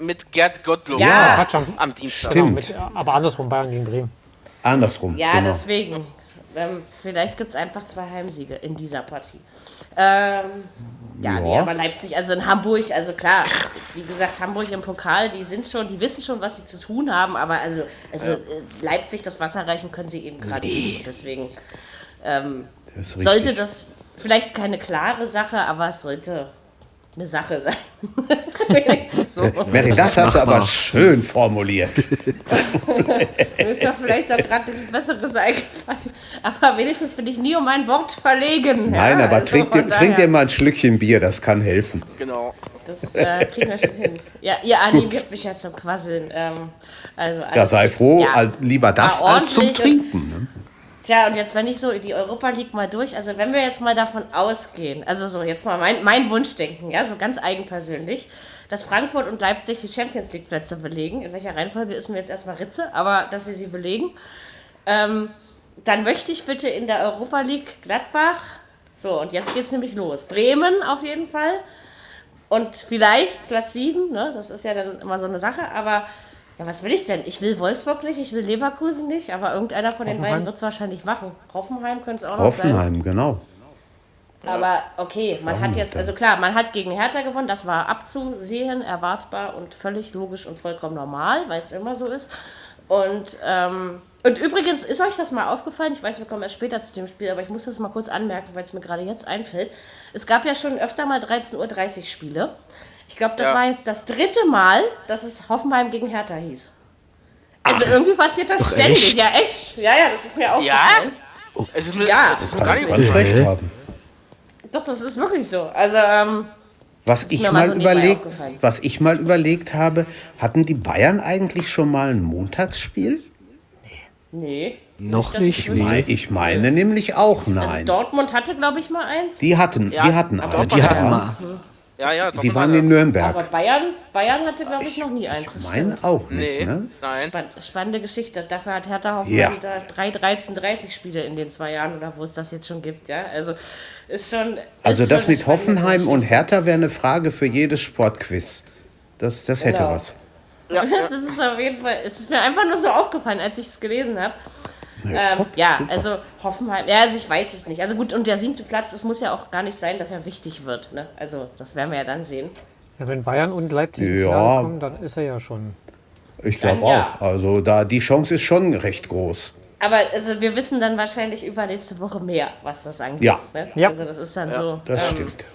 Speaker 6: Mit Gerd Gottlob.
Speaker 2: Ja.
Speaker 4: Quatsch, am,
Speaker 6: Am Dienstag.
Speaker 4: genau,
Speaker 3: Stimmt.
Speaker 4: mit, aber andersrum, Bayern gegen Bremen.
Speaker 3: Andersrum.
Speaker 2: Ja,
Speaker 3: genau.
Speaker 2: deswegen. Ähm, vielleicht gibt es einfach zwei Heimsiege in dieser Partie. Ähm, ja,
Speaker 3: Ja.
Speaker 2: Nee, aber Leipzig, also in Hamburg, also klar, wie gesagt, Hamburg im Pokal, die sind schon, die wissen schon, was sie zu tun haben, aber also, also äh, Leipzig das Wasser reichen können sie eben gerade nicht. Und deswegen ähm,
Speaker 3: Das ist richtig.
Speaker 2: sollte das vielleicht keine klare Sache, aber es sollte eine Sache sein. Wenigstens so.
Speaker 3: Mary, das hast du aber
Speaker 5: machbar.
Speaker 3: schön formuliert.
Speaker 2: Mir ist doch vielleicht auch gerade nichts Besseres eingefallen. Aber wenigstens bin ich nie um mein Wort verlegen.
Speaker 3: Nein,
Speaker 2: ja?
Speaker 3: aber
Speaker 2: Also
Speaker 3: trink,
Speaker 2: von
Speaker 3: dir, trink dir
Speaker 2: daher,
Speaker 3: mal ein Schlückchen Bier, das kann helfen.
Speaker 2: Also,
Speaker 6: Genau.
Speaker 2: Das äh, kriegen wir schon hin. Ja, ihr animiert mich ja zum Quasseln. Ähm, also
Speaker 3: Ja,
Speaker 2: alles-
Speaker 3: sei froh,
Speaker 2: Ja.
Speaker 3: al- lieber das
Speaker 2: War
Speaker 3: als zum
Speaker 2: ordentlich und- Oh,
Speaker 3: Trinken. Ne?
Speaker 2: Tja, und jetzt, wenn ich so die Europa League mal durch, also wenn wir jetzt mal davon ausgehen, also so jetzt mal mein, mein Wunschdenken, ja, so ganz eigenpersönlich, dass Frankfurt und Leipzig die Champions League Plätze belegen, in welcher Reihenfolge ist mir jetzt erstmal Ritze, aber dass sie sie belegen, ähm, dann möchte ich bitte in der Europa League Gladbach, so und jetzt geht's nämlich los, Bremen auf jeden Fall und vielleicht Platz 7, ne, das ist ja dann immer so eine Sache, aber. Ja, was will ich denn? Ich will Wolfsburg nicht, ich will Leverkusen nicht, aber irgendeiner von den beiden
Speaker 4: Hoffenheim?
Speaker 2: wird es wahrscheinlich machen. Hoffenheim könnte es auch noch sein.
Speaker 3: Hoffenheim, genau.
Speaker 2: Aber okay, man hat jetzt, also klar, man hat gegen Hertha gewonnen, das war abzusehen, erwartbar und völlig logisch und vollkommen normal, weil es immer so ist. Und, ähm, und übrigens, ist euch das mal aufgefallen? Ich weiß, wir kommen erst später zu dem Spiel, aber ich muss das mal kurz anmerken, weil es mir gerade jetzt einfällt. Es gab ja schon öfter mal 13.30 Uhr Spiele. Ich glaube, das
Speaker 6: Ja.
Speaker 2: war jetzt das dritte Mal, dass es Hoffenheim gegen Hertha hieß. Also irgendwie passiert das ständig.
Speaker 5: echt?
Speaker 2: Ja, echt. Ja, ja, das ist mir auch
Speaker 6: Ja? Es ist mir,
Speaker 2: Ja.
Speaker 6: es ist mir
Speaker 3: Kann
Speaker 6: gar
Speaker 3: ich
Speaker 6: nicht
Speaker 3: ganz
Speaker 6: aufgefallen.
Speaker 3: recht haben.
Speaker 2: Doch, das ist wirklich so. Also, ähm,
Speaker 3: Was ich,
Speaker 2: mir
Speaker 3: mal
Speaker 2: mal so nebenbei
Speaker 3: überlegt,
Speaker 2: aufgefallen.
Speaker 3: was ich mal überlegt habe, hatten die Bayern eigentlich schon mal ein Montagsspiel?
Speaker 2: nee.
Speaker 5: Noch
Speaker 2: dass ich
Speaker 5: nicht?
Speaker 2: wüsste.
Speaker 5: Nee.
Speaker 3: Nein, ich meine nämlich auch
Speaker 2: Also
Speaker 3: nein.
Speaker 2: Dortmund hatte, glaube ich, mal eins.
Speaker 3: die hatten,
Speaker 6: Ja,
Speaker 3: die hatten
Speaker 6: aber
Speaker 3: eine.
Speaker 5: Die
Speaker 6: Ja.
Speaker 5: hatten mal.
Speaker 6: Ja, ja,
Speaker 3: Die
Speaker 6: Dortmund
Speaker 3: waren
Speaker 6: hat-
Speaker 3: in Nürnberg.
Speaker 2: aber Bayern, Bayern hatte, glaube ich, noch nie eins.
Speaker 3: ich
Speaker 2: Das
Speaker 3: meine auch nicht,
Speaker 6: Nee,
Speaker 3: ne?
Speaker 6: nein.
Speaker 2: stimmt. Spann- Spannende Geschichte. Dafür hat Hertha
Speaker 3: Ja.
Speaker 2: Hoffmann da drei 13, 30 Spiele in den zwei Jahren oder wo es das jetzt schon gibt. Ja, also ist schon.
Speaker 3: Also
Speaker 2: ist
Speaker 3: das
Speaker 2: schon eine
Speaker 3: mit
Speaker 2: spannende
Speaker 3: Hoffenheim und
Speaker 2: Geschichte.
Speaker 3: Hertha wäre eine Frage für jedes Sportquiz. Das, das hätte
Speaker 2: Genau.
Speaker 3: was.
Speaker 6: Ja, ja.
Speaker 2: Das ist auf jeden Fall. Es ist mir einfach nur so aufgefallen, als ich es gelesen habe.
Speaker 3: ist
Speaker 2: ähm,
Speaker 3: top,
Speaker 2: ja,
Speaker 3: super.
Speaker 2: also Hoffenheim, ja, also ich weiß es nicht. Also gut, und der siebte Platz, es muss ja auch gar nicht sein, dass er wichtig wird. Ne? Also das werden wir ja dann sehen.
Speaker 4: Ja, wenn Bayern und Leipzig ins
Speaker 3: Ja.
Speaker 4: Finale kommen, dann ist er ja schon.
Speaker 3: Ich glaube
Speaker 2: Dann ja.
Speaker 3: auch. Also da die Chance ist schon recht groß.
Speaker 2: Aber also wir wissen dann wahrscheinlich übernächste Woche mehr, was das angeht.
Speaker 3: Ja.
Speaker 2: Ne?
Speaker 4: Ja.
Speaker 2: Also das ist dann so.
Speaker 3: Das
Speaker 2: ähm,
Speaker 3: stimmt.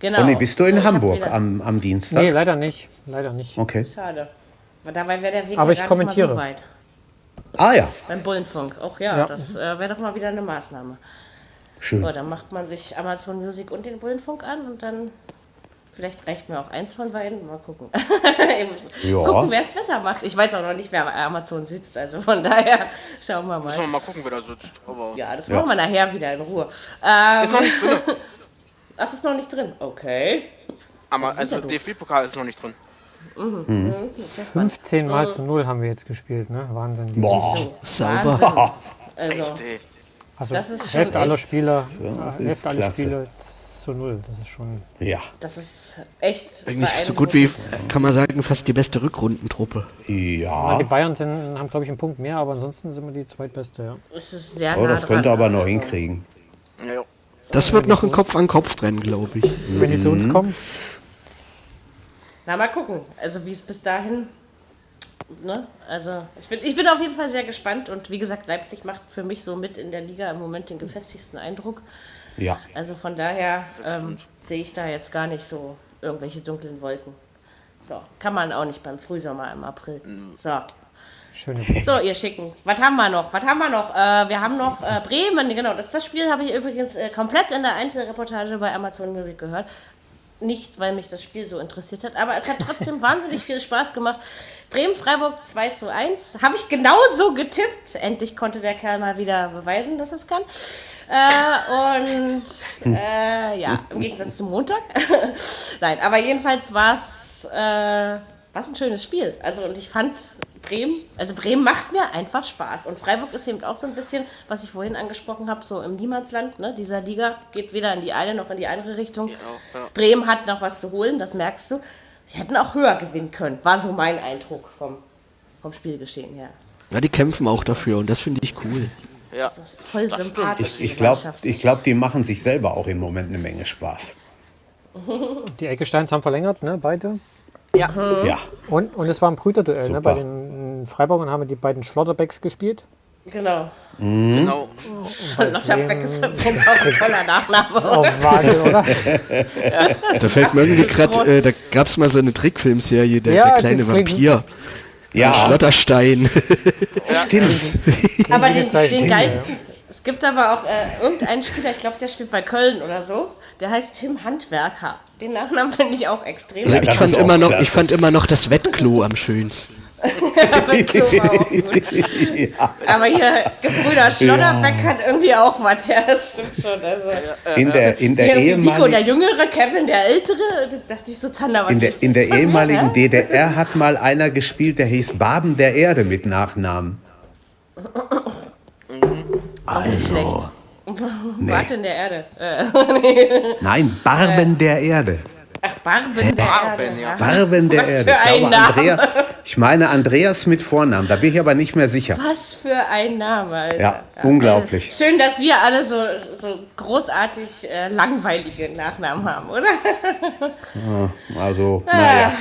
Speaker 2: Genau.
Speaker 3: Ronny, bist du
Speaker 2: So,
Speaker 3: in
Speaker 2: ich hab
Speaker 3: Hamburg
Speaker 2: wieder-
Speaker 3: am, am Dienstag?
Speaker 4: Nee, leider nicht. Leider nicht.
Speaker 3: Okay.
Speaker 2: Schade. Aber dabei wäre der Weg ja
Speaker 4: Aber ich
Speaker 2: gar nicht
Speaker 4: kommentiere.
Speaker 2: Mal so weit.
Speaker 3: Ah ja,
Speaker 2: Beim Bullenfunk. Auch ja,
Speaker 4: Ja.
Speaker 2: das äh, wäre doch mal wieder eine Maßnahme.
Speaker 3: schön.
Speaker 2: So, dann macht man sich Amazon Music und den Bullenfunk an und dann vielleicht reicht mir auch eins von beiden. Mal gucken.
Speaker 3: Ja.
Speaker 2: Gucken, wer es besser macht. Ich weiß auch noch nicht, wer bei Amazon sitzt. Also von daher schauen wir
Speaker 6: Müssen wir
Speaker 2: mal.
Speaker 6: mal gucken, wer da sitzt. Aber
Speaker 2: Ja, das machen wir nachher wieder in Ruhe. Ähm,
Speaker 6: ist noch nicht drin.
Speaker 2: das ist noch nicht drin. Okay.
Speaker 6: Aber
Speaker 2: Das ist
Speaker 6: also
Speaker 2: ja doof.
Speaker 6: DFB-Pokal ist noch nicht drin.
Speaker 4: 15
Speaker 2: Mhm.
Speaker 4: Mal zu Null haben wir jetzt gespielt, ne? Wahnsinn. Die-
Speaker 3: Boah,
Speaker 5: Sauber.
Speaker 2: Wahnsinn. Also,
Speaker 6: Ey,
Speaker 4: Also
Speaker 2: Das ist schon
Speaker 4: Hälfte aller
Speaker 2: echt-
Speaker 4: Spiele,
Speaker 3: das
Speaker 4: äh,
Speaker 3: ist
Speaker 4: Hälfte aller
Speaker 3: klasse.
Speaker 4: Spiele zu Null. Das ist schon.
Speaker 3: ja,
Speaker 2: das ist echt
Speaker 5: Eigentlich so gut wie,
Speaker 2: beeindruckend.
Speaker 5: kann man sagen, fast die beste Rückrundentruppe.
Speaker 4: Na,
Speaker 3: ja.
Speaker 4: die Bayern sind, haben, glaube ich, einen Punkt mehr, aber ansonsten sind wir die zweitbeste. Ja.
Speaker 2: Es ist sehr
Speaker 3: Oh,
Speaker 2: nah
Speaker 3: das könnte
Speaker 2: dran.
Speaker 3: aber noch
Speaker 2: Also,
Speaker 3: hinkriegen.
Speaker 6: Ja, ja.
Speaker 5: Das wird noch ein Kopf-an-Kopf-Rennen, glaube ich.
Speaker 4: Wenn die zu
Speaker 3: Mhm.
Speaker 4: uns kommen,
Speaker 2: Na, mal gucken. Also, wie es bis dahin. Ne? Also, ich bin, ich bin auf jeden Fall sehr gespannt. Und wie gesagt, Leipzig macht für mich so mit in der Liga im Moment den gefestigsten Eindruck.
Speaker 3: Ja,
Speaker 2: Also, von daher ähm, sehe ich da jetzt gar nicht so irgendwelche dunklen Wolken. So, kann man auch nicht beim Frühsommer im April. So.
Speaker 4: schöne.
Speaker 2: So, ihr Schicken. Was haben wir noch? Was haben wir noch? Äh, wir haben noch äh, Bremen, genau. Das, das Spiel habe ich übrigens äh, komplett in der Einzelreportage bei Amazon Music gehört. Nicht, weil mich das Spiel so interessiert hat, aber es hat trotzdem wahnsinnig viel Spaß gemacht. Bremen-Freiburg 2 zu 1. Habe ich genauso getippt. Endlich konnte der Kerl mal wieder beweisen, dass es kann. Äh, und äh, ja, im Gegensatz zum Montag. Nein, aber jedenfalls war es äh, war's ein schönes Spiel. Also, und ich fand Bremen, also Bremen macht mir einfach Spaß. Und Freiburg ist eben auch so ein bisschen, was ich vorhin angesprochen habe, so im Niemandsland, ne? dieser Liga geht weder in die eine noch in die andere Richtung.
Speaker 6: ja.
Speaker 2: Bremen hat noch was zu holen, das merkst du. Sie hätten auch höher gewinnen können, war so mein Eindruck vom, vom Spielgeschehen her.
Speaker 5: Ja, die kämpfen auch dafür und das finde ich cool.
Speaker 6: ja.
Speaker 2: Voll
Speaker 6: Das stimmt.
Speaker 2: sympathisch.
Speaker 3: ich,
Speaker 2: diese
Speaker 3: ich glaube,
Speaker 2: Mannschaft.
Speaker 3: ich glaub, die machen sich selber auch im Moment eine Menge Spaß.
Speaker 4: Die Eckesteins haben verlängert, ne? Beide.
Speaker 2: Mhm.
Speaker 3: Ja,
Speaker 4: Und, und es war ein Brüterduell, ne? Bei
Speaker 3: Super.
Speaker 4: den Freiburgern haben wir die beiden Schlotterbacks gespielt.
Speaker 2: Genau.
Speaker 6: Genau.
Speaker 2: Und noch Schabbeck ist übrigens auch ein toller Nachname.
Speaker 4: Auf Wagel, Oh, oder?
Speaker 5: Da fällt mir irgendwie gerade, äh, da gab es mal so eine Trickfilmserie, der,
Speaker 4: Ja,
Speaker 5: der
Speaker 4: die
Speaker 5: kleine
Speaker 4: Trick-
Speaker 5: Vampir, also
Speaker 3: ja
Speaker 5: Schlotterstein.
Speaker 3: stimmt.
Speaker 2: Aber den,
Speaker 4: Zeit
Speaker 2: den
Speaker 4: Tim,
Speaker 2: geilsten. Es gibt aber auch äh, irgendeinen Spieler, ich glaube, der spielt bei Köln oder so. Der heißt Tim Handwerker. Den Nachnamen finde ich auch extrem.
Speaker 5: Also
Speaker 3: das
Speaker 5: ich,
Speaker 3: ist
Speaker 5: fand
Speaker 3: auch
Speaker 5: immer noch,
Speaker 3: klasse.
Speaker 5: ich fand immer noch das Wettklo am schönsten.
Speaker 2: aber hier, Gebrüder Schlotterbeck hat irgendwie auch was. Ja, das stimmt schon. Also,
Speaker 3: In der, in der
Speaker 2: Hier, Nico, der
Speaker 3: ehemaligen.
Speaker 2: Jüngere, Kevin, der Ältere. Da dachte ich so, Zander, was
Speaker 3: In der,
Speaker 2: willst du
Speaker 3: in der
Speaker 2: von mir,
Speaker 3: ehemaligen
Speaker 2: ne?
Speaker 3: DDR hat mal einer gespielt, der hieß Baben der Erde mit Nachnamen.
Speaker 2: Schlecht.
Speaker 3: Also,
Speaker 2: Warte Äh, in der Erde. Äh,
Speaker 3: nein, Barben der Erde.
Speaker 2: Barben der Erde.
Speaker 6: Barben, ja.
Speaker 3: Barben der
Speaker 2: Was für
Speaker 3: Erde. Ich,
Speaker 2: ein
Speaker 3: glaube,
Speaker 2: Name.
Speaker 3: Andrea, ich meine Andreas mit Vornamen, da bin ich aber nicht mehr sicher.
Speaker 2: Was für ein Name, Alter.
Speaker 3: Ja, unglaublich.
Speaker 2: Schön, dass wir alle so, so großartig äh, langweilige Nachnamen haben, oder? Ah.
Speaker 3: Also, naja.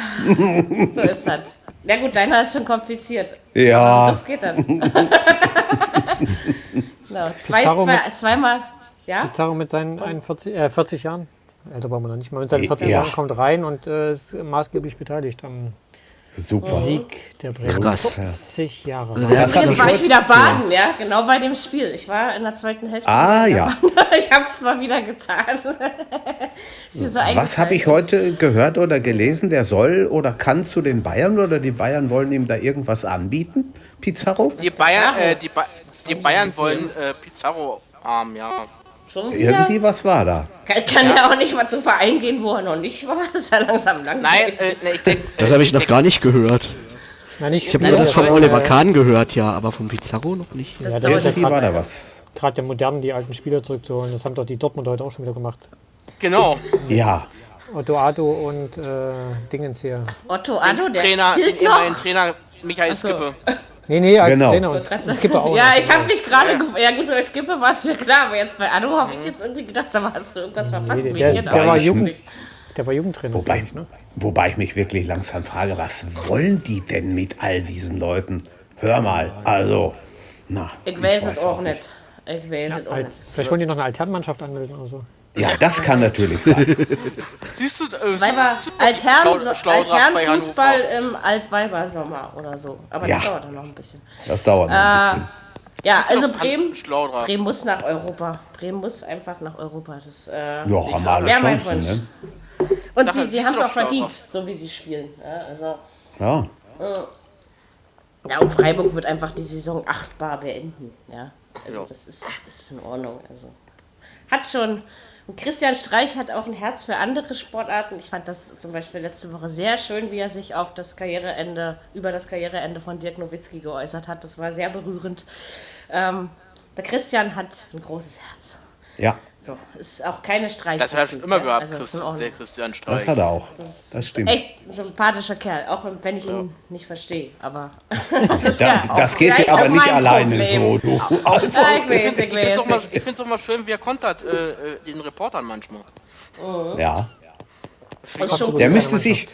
Speaker 2: So ist das. Na gut, deiner ist schon kompliziert.
Speaker 3: Ja,
Speaker 2: So geht das. genau. Zwei,
Speaker 4: Pizarro
Speaker 2: zwei,
Speaker 4: mit-
Speaker 2: zweimal. Ja?
Speaker 4: Pizarro mit seinen 41, äh, 40 Jahren, älter war man noch nicht mal, mit seinen 40
Speaker 3: Äh, Ja.
Speaker 4: Jahren kommt rein und äh, ist maßgeblich beteiligt am
Speaker 2: Oh.
Speaker 3: super.
Speaker 4: Sieg der Bremen.
Speaker 5: Krass.
Speaker 4: 40 Jahre.
Speaker 5: Also wer hat's
Speaker 2: Jetzt
Speaker 5: noch-
Speaker 2: war ich wieder baden, ja, genau bei dem Spiel. Ich war in der zweiten Hälfte.
Speaker 3: Ah ja,
Speaker 2: Ich habe es mal wieder getan. Ist mir so
Speaker 3: was
Speaker 2: eingefallen.
Speaker 3: habe ich heute gehört oder gelesen? Der soll oder kann zu den Bayern oder die Bayern wollen ihm da irgendwas anbieten? Pizarro?
Speaker 6: Die Bayern, äh, die, ba die Bayern wollen äh, Pizarro arm, ja.
Speaker 2: Schon wieder?
Speaker 3: Irgendwie was war da.
Speaker 2: Kann, kann ja. auch nicht mal zum Verein gehen, wo er noch nicht war. Das ist ja langsam
Speaker 6: Nein,
Speaker 2: langweilig.
Speaker 6: äh, nee, ich denke.
Speaker 5: Das habe ich noch gar nicht gehört.
Speaker 4: Na, nicht,
Speaker 5: Ich habe
Speaker 4: ja,
Speaker 5: nur das
Speaker 4: ja,
Speaker 5: von
Speaker 4: ja,
Speaker 5: Oliver Kahn gehört, ja, aber vom Pizarro noch nicht.
Speaker 4: Ja, das ist ja
Speaker 3: Irgendwie war da
Speaker 4: gerade
Speaker 3: was.
Speaker 4: gerade der Modernen, die alten Spieler zurückzuholen. Das haben doch die Dortmund heute auch schon wieder gemacht.
Speaker 6: Genau.
Speaker 3: Ja,
Speaker 4: Otto Addo und äh, Dingens hier.
Speaker 2: Otto Addo, der
Speaker 6: Trainer, den
Speaker 2: spielt
Speaker 6: ehemaligen
Speaker 2: noch.
Speaker 6: Trainer Michael Skippe.
Speaker 4: Nee, nee, als
Speaker 3: Genau.
Speaker 4: Trainer und Skipper auch.
Speaker 2: ja,
Speaker 4: noch.
Speaker 2: ich habe mich gerade. ge- Ja, gut, bei Skipper war es mir klar, aber jetzt bei Anno
Speaker 6: Mhm.
Speaker 2: habe ich jetzt irgendwie gedacht, sag mal, hast du irgendwas verpasst?
Speaker 4: der-
Speaker 2: Mich
Speaker 4: der-
Speaker 2: jetzt
Speaker 4: der
Speaker 2: auch
Speaker 3: war
Speaker 2: nicht.
Speaker 3: jung.
Speaker 4: Der war Jugendtrainer.
Speaker 3: Wobei,
Speaker 4: glaub ich, ne?
Speaker 3: wobei ich mich wirklich langsam frage, was wollen die denn mit all diesen Leuten? Hör mal, also, na.
Speaker 2: Ich weiß es auch nicht. Ich weiß es auch
Speaker 4: Alt,
Speaker 2: nicht.
Speaker 4: vielleicht wollen die noch eine Alternmannschaft anmelden oder so.
Speaker 3: Ja, das kann natürlich sein.
Speaker 6: Siehst du, äh,
Speaker 2: Weiber,
Speaker 6: siehst du-
Speaker 2: Altherren,
Speaker 6: Schlau- Schlaudraff bei
Speaker 2: Altherrenfußball
Speaker 6: Hannover.
Speaker 2: im Altweibersommer oder so. Aber das
Speaker 3: Ja.
Speaker 2: dauert dann noch ein bisschen.
Speaker 3: Das dauert noch
Speaker 2: Ah,
Speaker 3: ein bisschen.
Speaker 2: Ja, also Bremen,
Speaker 6: Schlaudraff.
Speaker 2: Bremen muss nach Europa. Bremen muss einfach nach Europa. Das, äh,
Speaker 3: Ja, haben wir alle
Speaker 2: Ja, mein
Speaker 3: Chancen,
Speaker 2: Wunsch.
Speaker 3: ne?
Speaker 2: und
Speaker 6: Sache,
Speaker 2: sie, sie
Speaker 6: das
Speaker 2: haben es
Speaker 6: ist
Speaker 2: auch
Speaker 6: doch schlau
Speaker 2: verdient,
Speaker 6: drauf.
Speaker 2: so wie sie spielen. Ja, also,
Speaker 3: ne? Ja.
Speaker 2: ja, und Freiburg wird einfach die Saison achtbar beenden. Ja, also
Speaker 6: Ja.
Speaker 2: das ist, ist in Ordnung. Also. Hat schon. Und Christian Streich hat auch ein Herz für andere Sportarten. Ich fand das zum Beispiel letzte Woche sehr schön, wie er sich auf das Karriereende, über das Karriereende von Dirk Nowitzki geäußert hat. Das war sehr berührend. Ähm, der Christian hat ein großes Herz.
Speaker 3: Ja,
Speaker 2: So, ist auch keine Streich.
Speaker 6: Das hat er schon immer gehabt,
Speaker 2: Also, ist in
Speaker 6: Christian, der
Speaker 2: Ordnung.
Speaker 6: Christian Streich.
Speaker 3: das hat er auch. Das stimmt.
Speaker 2: Echt ein sympathischer Kerl, auch wenn- wenn ich ihn nicht verstehe. Aber das ist
Speaker 3: Da,
Speaker 2: ja auch
Speaker 3: das geht
Speaker 2: gleich
Speaker 3: dir aber
Speaker 2: auch
Speaker 3: nicht
Speaker 2: mein
Speaker 3: alleine
Speaker 2: Problem.
Speaker 3: so, du.
Speaker 2: Also, ich
Speaker 6: Ich
Speaker 2: weiß, ich
Speaker 6: finde es auch, mal-
Speaker 2: weiß.
Speaker 6: ich find's auch mal schön, wie er kontert äh, äh, den Reportern manchmal.
Speaker 3: Also, Ja.
Speaker 2: Ist schon
Speaker 3: Der müsste sich,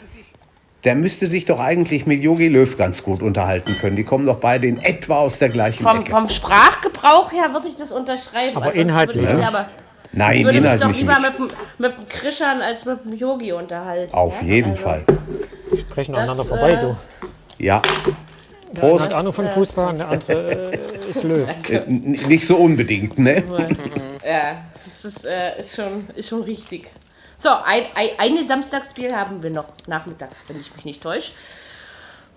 Speaker 3: der müsste sich doch eigentlich mit Yogi Löw ganz gut unterhalten können. Die kommen doch beide in etwa aus der gleichen
Speaker 2: vom,
Speaker 3: Ecke.
Speaker 2: vom Sprachgebrauch her würde ich das unterschreiben.
Speaker 4: Aber
Speaker 2: ansonsten
Speaker 4: inhaltlich,
Speaker 2: Würde ich,
Speaker 4: ne?
Speaker 2: mich aber,
Speaker 3: Nein,
Speaker 2: würde mich doch
Speaker 3: inhaltlich
Speaker 2: lieber
Speaker 3: nicht.
Speaker 2: mit, dem- mit dem Krischern als mit dem Yogi unterhalten.
Speaker 3: Auf
Speaker 2: ja?
Speaker 3: jeden
Speaker 2: Also,
Speaker 3: Fall.
Speaker 4: Sprechen
Speaker 2: Das,
Speaker 4: aneinander vorbei,
Speaker 2: äh,
Speaker 4: du.
Speaker 3: Ja.
Speaker 4: Der eine hat
Speaker 3: Prost.
Speaker 4: Ahnung von Fußball und der andere äh, ist Löw.
Speaker 3: N- Nicht so unbedingt, ne?
Speaker 2: also Ja, das ist, äh, ist, schon, ist schon richtig. So, ein, ein eine Samstagsspiel haben wir noch Nachmittag, wenn ich mich nicht täusche.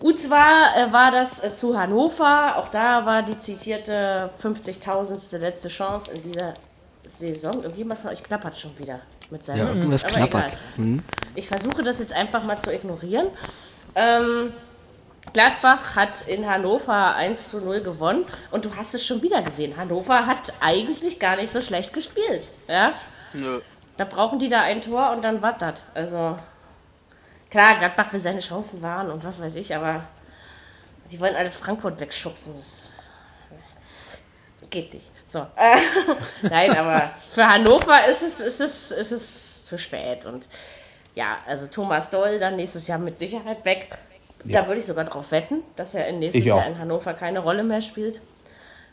Speaker 2: Und zwar äh, war das äh, zu Hannover. Auch da war die zitierte 50.000. letzte Chance in dieser Saison. Irgendjemand von euch klappert schon wieder mit seinem
Speaker 5: Ja,
Speaker 2: Sitz.
Speaker 5: irgendwas Hm?
Speaker 2: Aber
Speaker 5: klappert.
Speaker 2: egal. Ich versuche das jetzt einfach mal zu ignorieren. Ähm, Gladbach hat in Hannover 1 zu 0 gewonnen und du hast es schon wieder gesehen. Hannover hat eigentlich gar nicht so schlecht gespielt. Ja?
Speaker 6: Nö.
Speaker 2: Da brauchen die da ein Tor und dann war das. Also klar, Gladbach will seine Chancen wahren und was weiß ich, aber die wollen alle Frankfurt wegschubsen. Das geht nicht. So. Äh, Nein, aber für Hannover ist es, ist, es, ist es zu spät. Und ja, also Thomas Doll dann nächstes Jahr mit Sicherheit weg. Da würde ich sogar drauf wetten, dass er in nächstes
Speaker 3: Ich auch.
Speaker 2: Jahr in Hannover keine Rolle mehr spielt.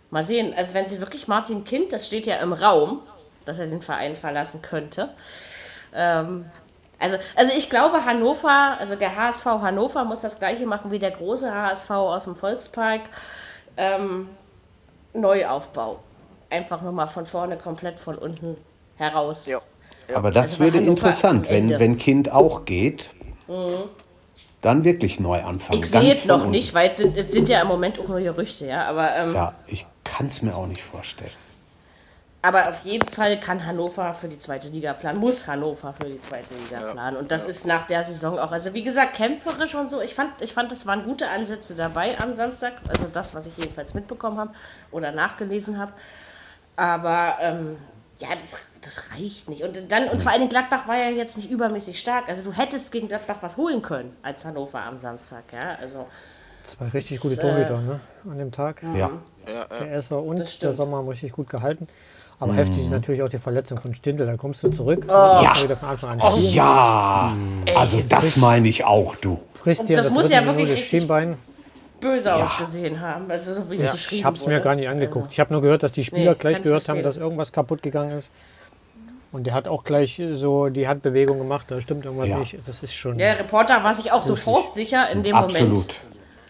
Speaker 2: Mal sehen, also wenn sie wirklich Martin Kind, das steht ja im Raum, dass er den Verein verlassen könnte. Ähm, also, also ich glaube, Hannover, also der HSV Hannover muss das gleiche machen wie der große HSV aus dem Volkspark. Ähm, Neuaufbau. Einfach nochmal von vorne komplett von unten heraus.
Speaker 6: Ja.
Speaker 3: Aber das
Speaker 2: Also bei
Speaker 3: würde
Speaker 2: Hannover
Speaker 3: interessant,
Speaker 2: zum
Speaker 3: wenn,
Speaker 2: Ende. Mhm.
Speaker 3: wenn Kind auch geht, dann wirklich neu anfangen.
Speaker 2: Ich
Speaker 3: Ganz
Speaker 2: sehe es
Speaker 3: von
Speaker 2: noch
Speaker 3: unten.
Speaker 2: nicht, weil es sind, es sind ja im Moment auch nur Gerüchte, ja. Aber, ähm,
Speaker 3: Ja, ich kann es mir auch nicht vorstellen.
Speaker 2: aber auf jeden Fall kann Hannover für die zweite Liga planen, muss Hannover für die zweite Liga planen. Und das ist nach der Saison auch. Also wie gesagt, kämpferisch und so. Ich fand, ich fand, es waren gute Ansätze dabei am Samstag. Also das, was ich jedenfalls mitbekommen habe oder nachgelesen habe. Aber ähm, ja, das, das reicht nicht. Und dann, und vor allem Gladbach war ja jetzt nicht übermäßig stark. Also du hättest gegen Gladbach was holen können als Hannover am Samstag, ja. Also.
Speaker 4: Zwei richtig gute
Speaker 2: ist, äh,
Speaker 4: Torhüter ne? an dem Tag.
Speaker 2: Mhm.
Speaker 3: Ja.
Speaker 4: Der Esser und der
Speaker 2: stimmt.
Speaker 4: Sommer haben richtig gut gehalten. Aber
Speaker 3: Mhm.
Speaker 4: heftig ist natürlich auch die Verletzung von Stindl. Da kommst du
Speaker 2: Oh.
Speaker 4: zurück. Ja. Wieder von Anfang an spielen.
Speaker 3: Ja, also das meine ich auch, du.
Speaker 4: Frisst dir
Speaker 2: Das
Speaker 4: das
Speaker 2: muss
Speaker 4: dritte
Speaker 2: ja
Speaker 4: Minute
Speaker 2: wirklich richtig-
Speaker 4: Schienbein.
Speaker 2: böse ausgesehen haben. Also so wie es beschrieben
Speaker 4: Ich habe es mir
Speaker 2: wurde. Also,
Speaker 4: gar nicht angeguckt. Ich habe nur gehört, dass die Spieler
Speaker 2: Nee,
Speaker 4: gleich
Speaker 2: kann ich
Speaker 4: gehört haben,
Speaker 2: verstehen.
Speaker 4: dass irgendwas kaputt gegangen ist. Und der hat auch gleich äh, so die Handbewegung gemacht. Da stimmt irgendwas
Speaker 3: Ja.
Speaker 4: nicht. Das ist schon.
Speaker 2: Der Reporter war sich auch sofort sicher in dem Moment,
Speaker 3: Absolut.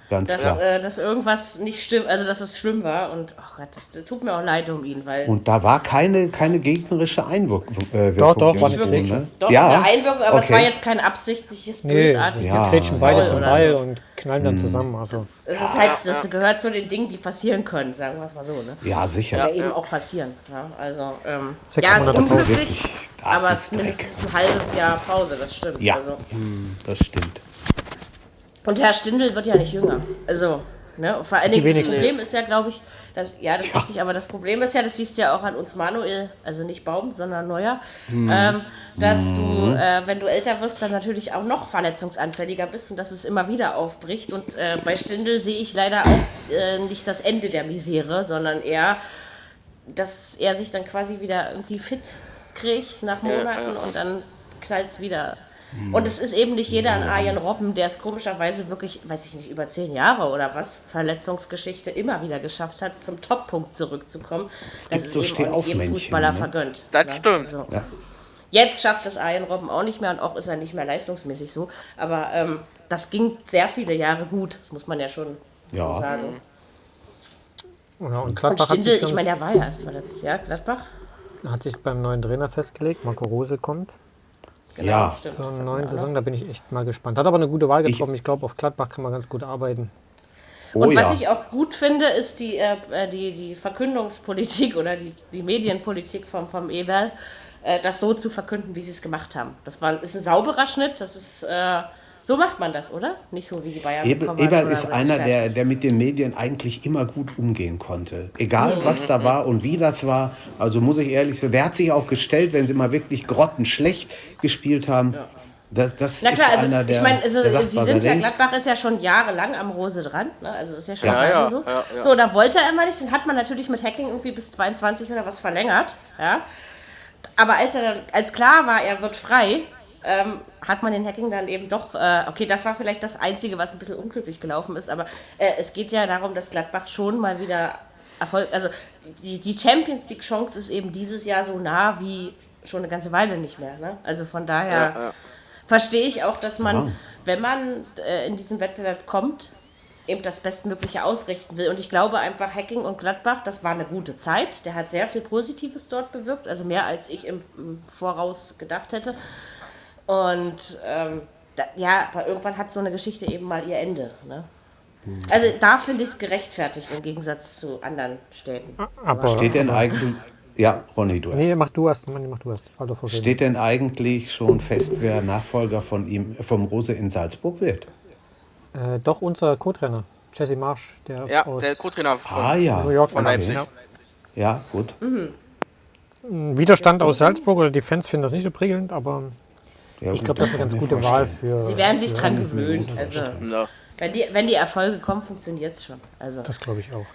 Speaker 3: Ganz
Speaker 2: dass,
Speaker 3: klar.
Speaker 2: äh, dass irgendwas nicht stimmt, also dass es schlimm war. Und oh Gott, das, das tut mir auch leid um ihn, weil
Speaker 3: Und da war keine, keine gegnerische Einwirkung. Äh,
Speaker 4: Doch, doch, war
Speaker 3: war
Speaker 4: eine
Speaker 3: ne?
Speaker 2: doch
Speaker 3: ja?
Speaker 2: eine Einwirkung, aber es
Speaker 3: okay.
Speaker 2: war jetzt kein absichtliches,
Speaker 4: Nee,
Speaker 2: bösartiges.
Speaker 4: die kriechen
Speaker 2: Foul
Speaker 4: beide zum
Speaker 2: oder
Speaker 4: Ball
Speaker 2: so.
Speaker 4: und knallen
Speaker 3: Mhm.
Speaker 4: dann zusammen. Also,
Speaker 2: Es ist halt, das gehört zu den Dingen, die passieren können, sagen wir es mal so, ne?
Speaker 3: Ja, sicher.
Speaker 2: Oder eben auch passieren. Ja, also, ähm,
Speaker 4: Sechs
Speaker 2: ja, ist
Speaker 4: Monate Pause.
Speaker 2: unglücklich,
Speaker 3: Das
Speaker 2: aber es
Speaker 3: ist
Speaker 2: ist
Speaker 3: Dreck.
Speaker 2: mindestens ein halbes Jahr Pause, das stimmt.
Speaker 3: Ja,
Speaker 2: Also,
Speaker 3: hm, das stimmt.
Speaker 2: Und Herr Stindl wird ja nicht jünger. Also, Ne? Und vor allen
Speaker 4: Die
Speaker 2: Dingen, das
Speaker 4: wenigsten.
Speaker 2: Problem ist ja, glaube ich, dass, ja, das ist richtig, aber das Problem ist ja, das siehst du ja auch an uns Manuel, also nicht Baum, sondern Neuer, ähm, dass du, äh, wenn du älter wirst, dann natürlich auch noch verletzungsanfälliger bist und dass es immer wieder aufbricht. Und äh, bei Stindl sehe ich leider auch äh, nicht das Ende der Misere, sondern eher, dass er sich dann quasi wieder irgendwie fit kriegt nach Monaten und dann knallt es wieder.
Speaker 3: Hm.
Speaker 2: Und es ist eben nicht jeder ein Arjen Robben, der es komischerweise wirklich, weiß ich nicht, über zehn Jahre oder was, Verletzungsgeschichte immer wieder geschafft hat, zum Toppunkt zurückzukommen.
Speaker 3: gibt so Stehaufmännchen,
Speaker 2: Fußballer
Speaker 3: ne?
Speaker 2: vergönnt.
Speaker 6: Das stimmt.
Speaker 2: So. Jetzt schafft das Arjen Robben auch nicht mehr und auch ist er nicht mehr leistungsmäßig so. Aber ähm, das ging sehr viele Jahre gut, das muss man ja schon
Speaker 3: Ja.
Speaker 2: so sagen.
Speaker 4: Ja, und
Speaker 2: Und
Speaker 4: Gladbach Mhm. hat
Speaker 2: Stindl,
Speaker 4: sich,
Speaker 2: ich
Speaker 4: schon,
Speaker 2: meine, der war ja erst verletzt, ja, Gladbach.
Speaker 4: hat sich beim neuen Trainer festgelegt. Marco Rose kommt
Speaker 3: ja,
Speaker 2: Genau, Stimmt,
Speaker 4: zur
Speaker 2: das hat
Speaker 4: neuen
Speaker 2: man auch noch.
Speaker 4: Saison. Da bin ich echt mal gespannt. Hat aber eine gute Wahl getroffen. Ich, glaube, auf Gladbach kann man ganz gut arbeiten.
Speaker 3: oh
Speaker 2: Und
Speaker 3: ja.
Speaker 2: was ich auch gut finde, ist die, äh, äh, die, die Verkündungspolitik oder die, die Medienpolitik vom, vom Ewerl, äh, das so zu verkünden, wie sie es gemacht haben. Das war, ist ein sauberer Schnitt, das ist, äh, so macht man das, oder? Nicht so wie die Bayern.
Speaker 3: Eber,
Speaker 2: Kovac
Speaker 3: Eberl
Speaker 2: oder
Speaker 3: ist
Speaker 2: so
Speaker 3: einer,
Speaker 2: Scherz.
Speaker 3: der, der mit den Medien eigentlich immer gut umgehen konnte. Egal,
Speaker 2: Mhm,
Speaker 3: was da war und wie das war. Also muss ich ehrlich sagen, der hat sich auch gestellt, wenn sie mal wirklich grottenschlecht gespielt haben. Das, das
Speaker 2: Na klar,
Speaker 3: ist
Speaker 2: also
Speaker 3: einer, der,
Speaker 2: ich meine, also,
Speaker 3: der sagt,
Speaker 2: sie
Speaker 3: was er
Speaker 2: sind ja,
Speaker 3: denkt.
Speaker 2: Gladbach ist ja schon jahrelang am Rose dran, ne? also ist ja schon
Speaker 3: Ja,
Speaker 2: lange
Speaker 6: ja,
Speaker 2: so.
Speaker 6: ja, ja.
Speaker 2: So, da wollte er immer nicht, dann hat man natürlich mit Hacking irgendwie bis 22 oder was verlängert, ja. Aber als er dann, als klar war, er wird frei, ähm, hat man den Hacking dann eben doch, äh, okay, das war vielleicht das Einzige, was ein bisschen unglücklich gelaufen ist, aber äh, es geht ja darum, dass Gladbach schon mal wieder Erfolg, also die, die Champions League Chance ist eben dieses Jahr so nah wie schon eine ganze Weile nicht mehr, ne? Also von daher verstehe ich auch, dass man, wenn man äh, in diesen Wettbewerb kommt, eben das Bestmögliche ausrichten will. Und ich glaube einfach, Hacking und Gladbach, das war eine gute Zeit. Der hat sehr viel Positives dort bewirkt, also mehr als ich im, im Voraus gedacht hätte. Und ähm, da, ja, aber irgendwann hat so eine Geschichte eben mal ihr Ende. Ne? Also da finde ich es gerechtfertigt im Gegensatz zu anderen Städten.
Speaker 4: Aber,
Speaker 3: Steht denn eigentlich. Ja, Ronny, du hast.
Speaker 4: Nee, mach du erst. Nee, mach du erst. Alter, Vorrede.
Speaker 3: Steht denn eigentlich schon fest, wer Nachfolger von ihm, vom Rose in Salzburg wird?
Speaker 4: Äh, doch unser Co-Trainer, Jesse Marsch, der
Speaker 6: Ja,
Speaker 4: aus
Speaker 6: der Co-Trainer
Speaker 3: Ah
Speaker 6: von
Speaker 3: ja.
Speaker 4: New York
Speaker 6: von
Speaker 4: kommt.
Speaker 6: Leipzig.
Speaker 3: Ja. Ja, gut.
Speaker 4: Widerstand aus Salzburg oder die Fans finden das nicht so prickelnd, aber
Speaker 3: Ja,
Speaker 4: ich
Speaker 3: gut,
Speaker 4: glaube, das ist
Speaker 3: kann
Speaker 4: eine ganz
Speaker 3: ich mir
Speaker 4: gute Wahl
Speaker 3: vorstellen.
Speaker 4: für.
Speaker 2: Sie werden sich
Speaker 4: für-
Speaker 2: dran gewöhnen. Also,
Speaker 6: Ja.
Speaker 2: wenn die, wenn die Erfolge kommen, funktioniert es schon. Also.
Speaker 4: Das glaube ich auch.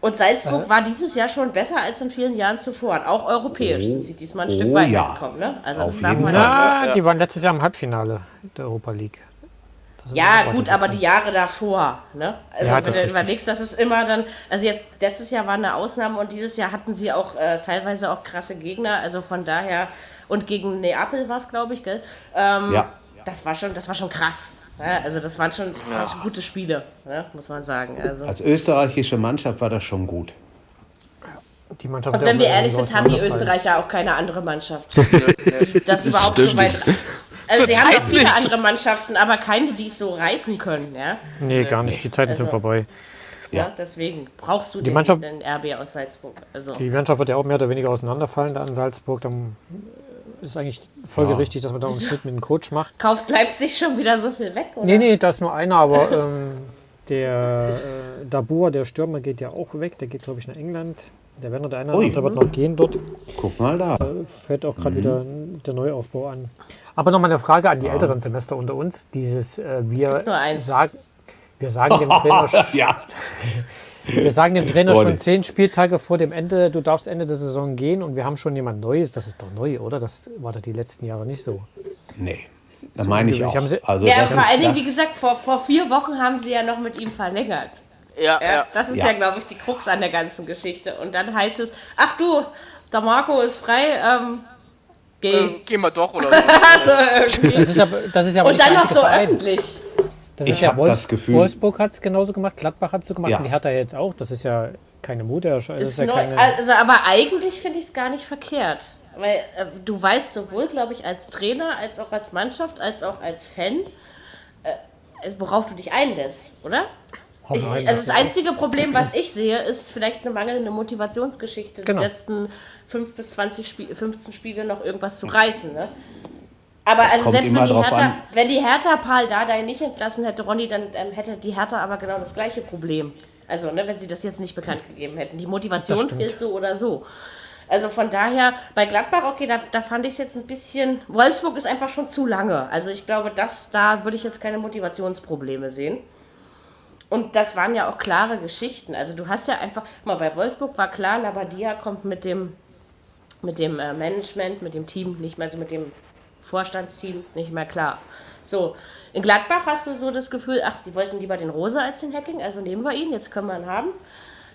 Speaker 2: Und Salzburg war dieses Jahr schon besser als in vielen Jahren zuvor. Und auch europäisch sind sie diesmal ein Stück
Speaker 3: oh ja.
Speaker 2: weitergekommen. Ne? Also
Speaker 3: Auf
Speaker 2: das darf
Speaker 3: jeden
Speaker 2: man
Speaker 3: Fall.
Speaker 2: ja.
Speaker 4: Ah, die waren letztes Jahr im Halbfinale der Europa League. Das ist
Speaker 2: Ja,
Speaker 4: auch
Speaker 2: gut,
Speaker 4: weiter-
Speaker 2: aber die Jahre davor. Ne? Also
Speaker 4: Ja,
Speaker 2: wenn
Speaker 4: das
Speaker 2: du
Speaker 4: ist richtig.
Speaker 2: überlegst, das ist immer dann. Also jetzt letztes Jahr war eine Ausnahme und dieses Jahr hatten sie auch äh, teilweise auch krasse Gegner. Also von daher und gegen Neapel war es, glaube ich, gell? Ähm,
Speaker 3: Ja.
Speaker 2: Das war schon, das war schon krass. Ne? Also das waren schon, das waren schon gute Spiele, ne? muss man sagen. Also.
Speaker 3: Als österreichische Mannschaft war das schon gut.
Speaker 4: die Mannschaft
Speaker 2: Und
Speaker 4: der
Speaker 2: wenn wir
Speaker 4: Europa
Speaker 2: ehrlich
Speaker 4: League
Speaker 2: sind, haben die
Speaker 4: auseinanderfallen.
Speaker 2: Österreicher auch keine andere Mannschaft, die das überhaupt so weit. Also sie haben
Speaker 6: Zurzeit
Speaker 2: doch viele
Speaker 6: nicht.
Speaker 2: andere Mannschaften, aber keine, die es so reißen können, ja.
Speaker 4: Nee, gar nicht. Die Zeiten sind
Speaker 2: Also-
Speaker 4: vorbei.
Speaker 2: ja. Deswegen brauchst du den,
Speaker 4: Mannschaft-
Speaker 2: den RB aus Salzburg. Also
Speaker 4: Die Mannschaft wird ja auch mehr oder weniger auseinanderfallen da in Salzburg. Dann ist eigentlich folgerichtig, dass man da einen Schnitt mit dem Coach macht.
Speaker 2: kauft Leipzig schon wieder so viel weg, oder?
Speaker 4: Nee, nee, da ist nur einer, aber ähm, der äh, Dabur, der Stürmer, geht ja auch weg. Der geht, glaube ich, nach England. Der Werner, der eine oder
Speaker 3: Ui.
Speaker 4: andere wird noch gehen dort.
Speaker 3: Guck mal da.
Speaker 4: Fällt auch gerade wieder
Speaker 3: Mhm.
Speaker 4: der Neuaufbau an. Aber nochmal eine Frage an die älteren Semester unter uns. Dieses, äh, wir,
Speaker 2: gibt nur eins.
Speaker 4: sagen- wir sagen dem Trainer,
Speaker 3: Ja.
Speaker 4: wir sagen dem Trainer schon
Speaker 3: Goldig.
Speaker 4: zehn Spieltage vor dem Ende, du darfst Ende der Saison gehen und wir haben schon jemand Neues. Das ist doch neu, oder? Das war doch die letzten Jahre nicht so.
Speaker 3: Nee. Da meine ich
Speaker 4: ungewöhnlich.
Speaker 3: auch.
Speaker 4: Haben Sie-
Speaker 3: Also
Speaker 2: Ja,
Speaker 3: das
Speaker 2: vor
Speaker 3: ist
Speaker 2: allen Dingen,
Speaker 3: das-
Speaker 2: wie gesagt, vor, vor vier Wochen haben sie ja noch mit ihm verlängert.
Speaker 6: Ja,
Speaker 2: Ja,
Speaker 6: ja.
Speaker 2: Das ist ja,
Speaker 3: Ja.
Speaker 2: glaube ich, die Krux an der ganzen Geschichte. Und dann heißt es, ach du, der Marco ist frei, ähm, geh.
Speaker 6: Äh, Geh mal doch oder so.
Speaker 2: Also irgendwie.
Speaker 4: Das ist aber, das ist ja aber
Speaker 2: Und
Speaker 4: nicht
Speaker 2: dann
Speaker 4: der
Speaker 2: noch so
Speaker 4: einzige Verein.
Speaker 2: öffentlich.
Speaker 4: Das
Speaker 3: Ich
Speaker 4: ist ja
Speaker 3: hab
Speaker 4: Wolf
Speaker 3: das Gefühl-
Speaker 4: Wolfsburg hat es genauso gemacht, Gladbach hat es so gemacht
Speaker 3: Ja.
Speaker 4: und die hat er jetzt auch. Das ist ja keine Mode. Das ist,
Speaker 2: Ist
Speaker 4: ja
Speaker 2: neu,
Speaker 4: keine,
Speaker 2: also, aber eigentlich finde ich es gar nicht verkehrt. Weil äh, du weißt sowohl, glaube ich, als Trainer, als auch als Mannschaft, als auch als Fan, äh, worauf du dich einlässt, oder? Ich,
Speaker 4: nein,
Speaker 2: also
Speaker 4: das
Speaker 2: das einzige Problem, was ich sehe, ist vielleicht eine mangelnde Motivationsgeschichte,
Speaker 4: Genau.
Speaker 2: die letzten 5 bis 20 Spie 15 Spiele noch irgendwas zu reißen. Ne? Aber also
Speaker 3: kommt
Speaker 2: selbst
Speaker 3: immer
Speaker 2: wenn die,
Speaker 3: drauf
Speaker 2: Hertha,
Speaker 3: an.
Speaker 2: wenn die Hertha Paul Dardai nicht entlassen hätte, Ronny, dann ähm, hätte die Hertha aber genau das gleiche Problem. Also, ne, wenn sie das jetzt nicht bekannt gegeben hätten. Die Motivation
Speaker 4: Das stimmt.
Speaker 2: fehlt so oder so. Also von daher, bei Gladbach, okay, da, da fand ich es jetzt ein bisschen. Wolfsburg ist einfach schon zu lange. Also ich glaube, das, da würde ich jetzt keine Motivationsprobleme sehen. Und das waren ja auch klare Geschichten. Also du hast ja einfach, guck mal, bei Wolfsburg war klar, Labadia kommt mit dem, mit dem äh, Management, mit dem Team nicht mehr, also mit dem Vorstandsteam nicht mehr klar. So, in Gladbach hast du so das Gefühl, ach, die wollten lieber den Rosa als den Hacking, also nehmen wir ihn, jetzt können wir ihn haben.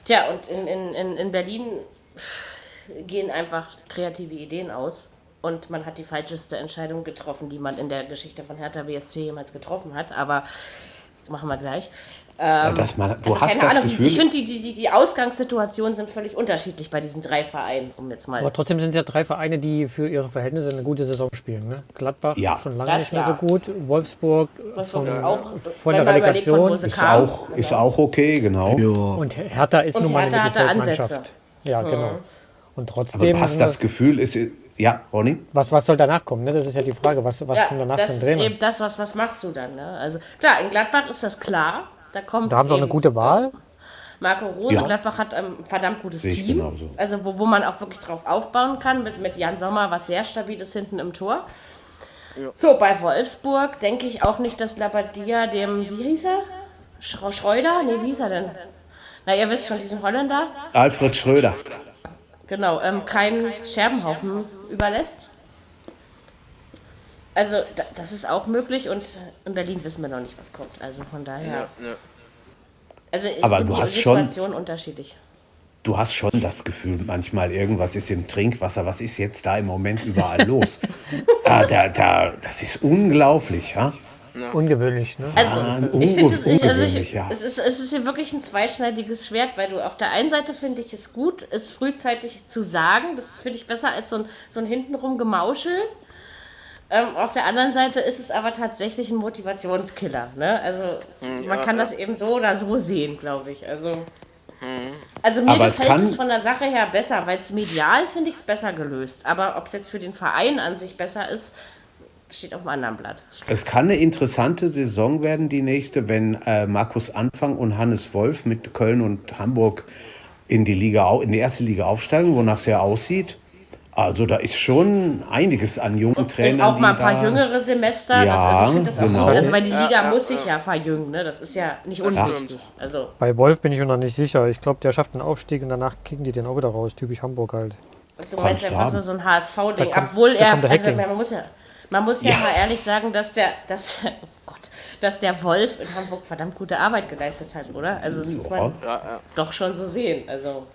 Speaker 2: Tja, und in, in, in, in Berlin pff, gehen einfach kreative Ideen aus. Und man hat die falscheste Entscheidung getroffen, die man in der Geschichte von Hertha BSC jemals getroffen hat. Aber machen wir gleich.
Speaker 3: Ja, dass man, du
Speaker 2: Also
Speaker 3: hast
Speaker 2: keine
Speaker 3: das
Speaker 2: Ahnung, die,
Speaker 3: Gefühl,
Speaker 2: ich finde, die, die, die, die Ausgangssituationen sind völlig unterschiedlich bei diesen drei Vereinen, um jetzt mal.
Speaker 4: Aber trotzdem sind es ja drei Vereine, die für ihre Verhältnisse eine gute Saison spielen. Ne? Gladbach
Speaker 3: Ja.
Speaker 4: schon lange
Speaker 2: Das
Speaker 4: nicht mehr
Speaker 2: ja.
Speaker 4: so gut. Wolfsburg,
Speaker 2: Wolfsburg
Speaker 4: vom,
Speaker 2: ist auch-
Speaker 4: von
Speaker 2: wenn
Speaker 4: der
Speaker 2: man überlegt, von wo
Speaker 4: Relegation.
Speaker 2: sie
Speaker 3: ist
Speaker 2: kam.
Speaker 3: auch, ist auch okay, genau.
Speaker 5: Ja.
Speaker 4: Und Hertha ist
Speaker 2: Und
Speaker 4: nun mal eine
Speaker 2: Hertha hatte
Speaker 4: Mittelfeldmannschaft.
Speaker 2: Ansätze. Mhm.
Speaker 4: Ja, genau. Und
Speaker 3: Aber
Speaker 4: trotzdem,
Speaker 3: du hast
Speaker 4: sind
Speaker 3: das
Speaker 4: das,
Speaker 3: Gefühl, es ist, ja, Ronny?
Speaker 4: was, was soll danach kommen? Ne? Das ist ja die Frage, was, was
Speaker 2: Ja,
Speaker 4: kommt danach
Speaker 2: das
Speaker 4: für
Speaker 2: ist
Speaker 4: den Trainer?
Speaker 2: eben das, was, was machst du dann? Ne? Also klar, in Gladbach ist das klar. Da, kommt
Speaker 4: Da haben sie auch eine
Speaker 2: eben
Speaker 4: gute Wahl.
Speaker 2: Marco Rose,
Speaker 3: Ja.
Speaker 2: Gladbach hat ähm, ein verdammt gutes
Speaker 3: Sehe ich
Speaker 2: Team.
Speaker 3: genauso.
Speaker 2: Also wo, wo man auch wirklich drauf aufbauen kann, mit, mit Jan Sommer, was sehr stabil ist hinten im Tor. So, bei Wolfsburg denke ich auch nicht, dass Labadia dem, wie hieß er? Schro- Schreuder? Nee, wie hieß er denn? Na, ihr wisst schon, diesen Holländer.
Speaker 3: Alfred Schröder.
Speaker 2: Genau, ähm, keinen Scherbenhaufen überlässt. Also, da, das ist auch möglich und in Berlin wissen wir noch nicht, was kommt. Also von daher.
Speaker 6: Nö,
Speaker 2: Also,
Speaker 3: Aber
Speaker 2: sind
Speaker 3: du
Speaker 2: die
Speaker 3: hast schon-
Speaker 2: Situation unterschiedlich.
Speaker 3: Du hast schon das Gefühl, manchmal irgendwas ist im Trinkwasser. Was ist jetzt da im Moment überall los? ah, da, da, das ist unglaublich, ja?
Speaker 4: Ungewöhnlich. Ne?
Speaker 2: Also,
Speaker 3: Wahnsinn.
Speaker 2: ich finde es, ich, also
Speaker 3: Ungewöhnlich,
Speaker 2: ich,
Speaker 3: ja.
Speaker 2: es, ist, es ist hier wirklich ein zweischneidiges Schwert, weil du auf der einen Seite finde ich es gut, es frühzeitig zu sagen. Das finde ich besser als so ein, so ein hintenrum Gemauschel. Ähm, auf der anderen Seite ist es aber tatsächlich ein Motivationskiller. Ne? Also, man kann das eben so oder so sehen, glaube ich. Also, also mir
Speaker 3: Aber es
Speaker 2: gefällt
Speaker 3: kann-
Speaker 2: es von der Sache her besser, weil es medial finde ich es besser gelöst. Aber ob es jetzt für den Verein an sich besser ist, steht auf einem anderen Blatt.
Speaker 3: Es kann eine interessante Saison werden, die nächste, wenn äh, Markus Anfang und Hannes Wolf mit Köln und Hamburg in die Liga, au- in die erste Liga aufsteigen, wonach es ja aussieht. Also da ist schon einiges an jungen
Speaker 2: Und
Speaker 3: Trainern.
Speaker 2: auch mal ein
Speaker 3: die
Speaker 2: paar
Speaker 3: da-
Speaker 2: jüngere Semester. das, also ich
Speaker 3: Ja,
Speaker 2: finde das auch
Speaker 3: genau.
Speaker 2: gut. Also, weil die Liga
Speaker 6: Ja, ja,
Speaker 2: muss sich ja verjüngen. Ne? Das ist ja nicht unwichtig. Also,
Speaker 4: Bei Wolf bin ich mir noch nicht sicher. Ich glaube, der schafft einen Aufstieg und danach kicken die den auch wieder raus. Typisch Hamburg halt.
Speaker 2: du meinst
Speaker 3: da
Speaker 2: einfach so,
Speaker 3: haben.
Speaker 2: so ein HSV-Ding.
Speaker 4: Da kommt-
Speaker 2: Obwohl
Speaker 4: da
Speaker 2: er,
Speaker 4: kommt der
Speaker 2: also,
Speaker 4: Hacking.
Speaker 2: man muss ja, man muss ja, mal ehrlich sagen, dass der, dass, oh Gott, dass der Wolf in Hamburg verdammt gute Arbeit geleistet hat, oder? Also, das muss man doch schon so sehen. Also.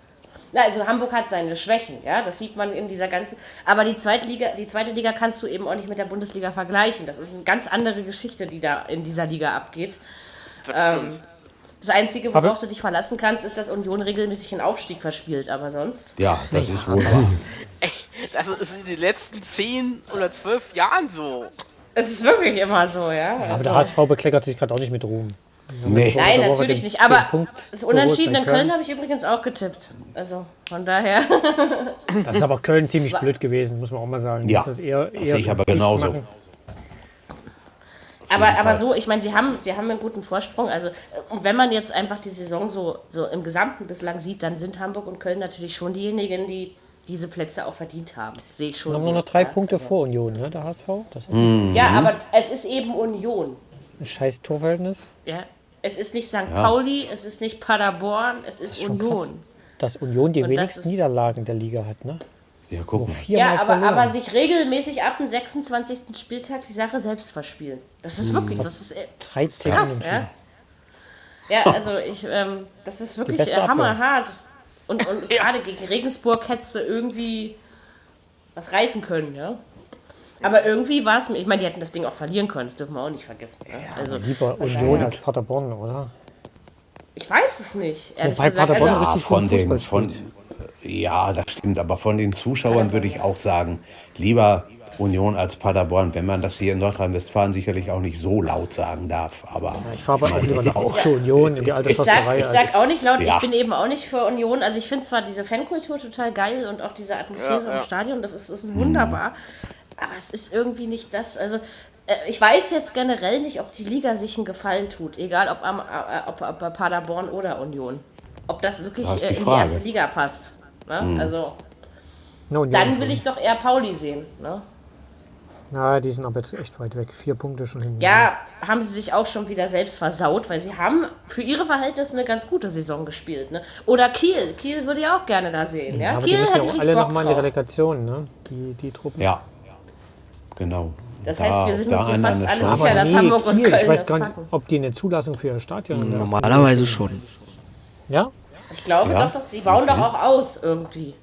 Speaker 2: Na, also Hamburg hat seine Schwächen, ja, das sieht man in dieser ganzen. Aber die zweite Liga, die zweite Liga kannst du eben auch nicht mit der Bundesliga vergleichen. Das ist eine ganz andere Geschichte, die da in dieser Liga abgeht.
Speaker 6: das
Speaker 2: Ähm.
Speaker 6: stimmt.
Speaker 2: Das Einzige, worauf
Speaker 4: Aber-
Speaker 2: du dich verlassen kannst, ist, dass Union regelmäßig den Aufstieg verspielt, aber sonst.
Speaker 3: Ja, das ist wohl wahr.
Speaker 6: Das ist in den letzten 10 oder 12 Jahren so.
Speaker 2: Es ist wirklich immer so, ja.
Speaker 4: Aber
Speaker 2: Also-
Speaker 4: der HSV bekleckert sich gerade auch nicht mit Ruhm.
Speaker 3: Nee.
Speaker 2: Nein,
Speaker 4: Woche
Speaker 2: natürlich
Speaker 4: den-
Speaker 2: nicht. Aber
Speaker 4: den Punkt
Speaker 2: das Unentschieden in
Speaker 4: geholt bei
Speaker 2: Köln
Speaker 4: Köln.
Speaker 2: habe ich übrigens auch getippt. Also von daher.
Speaker 4: Das ist aber Köln ziemlich blöd gewesen, muss man auch mal sagen.
Speaker 3: Ja,
Speaker 4: das ist eher,
Speaker 3: das sehe ich
Speaker 4: schon
Speaker 3: aber
Speaker 4: dicht
Speaker 3: genauso.
Speaker 4: machen.
Speaker 2: Aber, aber
Speaker 3: Fall.
Speaker 2: so, ich meine, sie haben, sie haben einen guten Vorsprung. Also, äh, und wenn man jetzt einfach die Saison so, so im Gesamten bislang sieht, dann sind Hamburg und Köln natürlich schon diejenigen, die diese Plätze auch verdient haben. Sehe ich schon.
Speaker 4: Wir haben
Speaker 2: so.
Speaker 4: nur noch drei
Speaker 2: Ja,
Speaker 4: Punkte Mhm.
Speaker 2: also.
Speaker 4: vor Union, ne? der HSV. Das ist
Speaker 3: Mhm.
Speaker 2: Ja, aber es ist eben Union.
Speaker 4: ein scheiß Torverhältnis.
Speaker 2: Ja. Es ist nicht St. Pauli, es ist nicht Paderborn, es ist,
Speaker 4: schon krass.
Speaker 2: Union.
Speaker 4: Dass Union die
Speaker 2: Und das
Speaker 4: wenigsten
Speaker 2: ist-
Speaker 4: Niederlagen der Liga hat. Ne?
Speaker 3: Ja, guck mal.
Speaker 4: Viermal
Speaker 2: Ja, aber,
Speaker 4: Genau, verloren.
Speaker 2: aber sich regelmäßig ab dem 26. Spieltag die Sache selbst verspielen. Das
Speaker 4: Mhm.
Speaker 2: ist wirklich, das ist äh,
Speaker 4: 13
Speaker 2: krass, ne?
Speaker 4: Unentschieden.
Speaker 2: ja. Ja, also ich, ähm, das ist wirklich äh,
Speaker 4: beste Abwehr.
Speaker 2: hammerhart. Und, und gerade gegen Regensburg hättest du irgendwie was reißen können, ja. Aber irgendwie war es mir, ich meine, die hätten das Ding auch verlieren können, das dürfen wir auch nicht vergessen. ne? also,
Speaker 4: Lieber Union als Paderborn, oder?
Speaker 2: ich weiß es nicht, ehrlich
Speaker 4: Wobei
Speaker 2: gesagt.
Speaker 4: Paderborn
Speaker 2: Also,
Speaker 4: richtig
Speaker 3: von
Speaker 4: guten
Speaker 3: den,
Speaker 4: Fußball
Speaker 3: von, ja, das stimmt, aber von den Zuschauern würde ich auch sagen, lieber Union als Paderborn, wenn man das hier in Nordrhein-Westfalen sicherlich auch nicht so laut sagen darf, aber
Speaker 4: Ich fahre aber auch
Speaker 3: das
Speaker 4: lieber nach
Speaker 3: auch.
Speaker 4: zur Union in die alte
Speaker 2: Ich sag,
Speaker 4: Schlosserei.
Speaker 2: ich sag auch nicht laut,
Speaker 3: Ja.
Speaker 2: ich bin eben auch nicht für Union. Also
Speaker 3: Mhm.
Speaker 2: ich finde zwar diese Fankultur total geil und auch diese Atmosphäre im Stadion, das ist, ist wunderbar. Aber es ist irgendwie nicht das. Also, äh, ich weiß jetzt generell nicht, ob die Liga sich einen Gefallen tut. Egal, ob, am, äh, ob, ob bei Paderborn oder Union. Ob das wirklich
Speaker 3: Da ist die
Speaker 2: äh, in die
Speaker 3: Frage. Mhm.
Speaker 2: erste Liga passt. Ne? Also,
Speaker 4: Na, Union
Speaker 2: dann
Speaker 4: schon.
Speaker 2: will ich doch eher Pauli sehen. Ne?
Speaker 4: Na, die sind aber jetzt echt weit weg. Vier Punkte schon hinten.
Speaker 2: Ja, haben sie sich auch schon wieder selbst versaut, weil sie haben für ihre Verhältnisse eine ganz gute Saison gespielt. Ne? Oder Kiel. Kiel würde ich auch gerne da sehen. Ja,
Speaker 4: aber die
Speaker 2: Kiel
Speaker 4: müssen ja
Speaker 2: hätte
Speaker 4: auch
Speaker 2: richtig
Speaker 4: alle
Speaker 2: Bock
Speaker 4: nochmal in die
Speaker 2: drauf.
Speaker 4: Relegation, ne? Die, die Truppen.
Speaker 3: Ja. Genau.
Speaker 2: Das heißt, wir sind
Speaker 3: da
Speaker 2: uns hier
Speaker 3: an
Speaker 2: fast
Speaker 3: eine
Speaker 2: alle
Speaker 3: Chance.
Speaker 2: sicher, dass Hamburg und
Speaker 4: Kiel,
Speaker 2: Köln
Speaker 4: ich weiß
Speaker 2: das
Speaker 4: gar nicht,
Speaker 2: packen.
Speaker 4: ob die eine Zulassung für ihr
Speaker 3: Mhm,
Speaker 4: Stadion haben.
Speaker 5: Normalerweise schon.
Speaker 4: Ja?
Speaker 2: Ich glaube
Speaker 3: Ja.
Speaker 2: doch, dass die bauen doch auch aus irgendwie.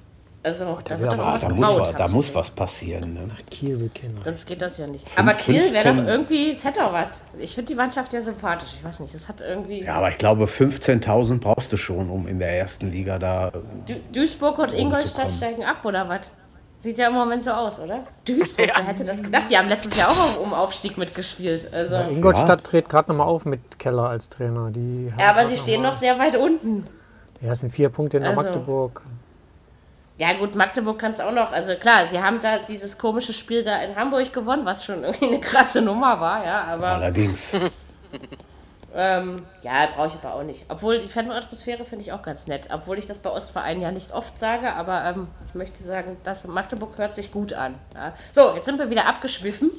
Speaker 2: Also, da wird doch auch
Speaker 3: Ah,
Speaker 2: was
Speaker 3: da, muss
Speaker 2: gebaut.
Speaker 3: was, da muss was passieren. Ne?
Speaker 4: Kiel will keiner.
Speaker 2: Sonst geht das ja nicht. Aber Kiel wäre
Speaker 3: 15.
Speaker 2: doch irgendwie, es hätte auch was. Ich finde die Mannschaft ja sympathisch. Ich weiß nicht, es hat irgendwie.
Speaker 3: Ja, aber ich glaube, 15.000 brauchst du schon, um in der ersten Liga da.
Speaker 2: Du Duisburg und Ingolstadt steigen ab, oder was? Sieht ja im Moment so aus, oder? Duisburg, wer hätte das gedacht? Die haben letztes Jahr auch um Aufstieg mitgespielt. Also,
Speaker 4: Ingolstadt dreht gerade nochmal auf mit Keller als Trainer. Die haben
Speaker 2: aber
Speaker 4: grad
Speaker 2: sie
Speaker 4: noch
Speaker 2: stehen
Speaker 4: mal-
Speaker 2: noch sehr weit unten.
Speaker 4: Ja, es sind vier Punkte in der
Speaker 2: Also-
Speaker 4: Magdeburg.
Speaker 2: Ja gut, Magdeburg kann es auch noch. Also klar, sie haben da dieses komische Spiel da in Hamburg gewonnen, was schon irgendwie eine krasse Nummer war, ja. Aber
Speaker 3: Allerdings.
Speaker 2: ähm, ja, brauche ich aber auch nicht. Obwohl die Fanatmosphäre finde ich auch ganz nett. Obwohl ich das bei Ostvereinen ja nicht oft sage, aber ähm, ich möchte sagen, das in Magdeburg hört sich gut an. Ja. So, jetzt sind wir wieder abgeschwiffen,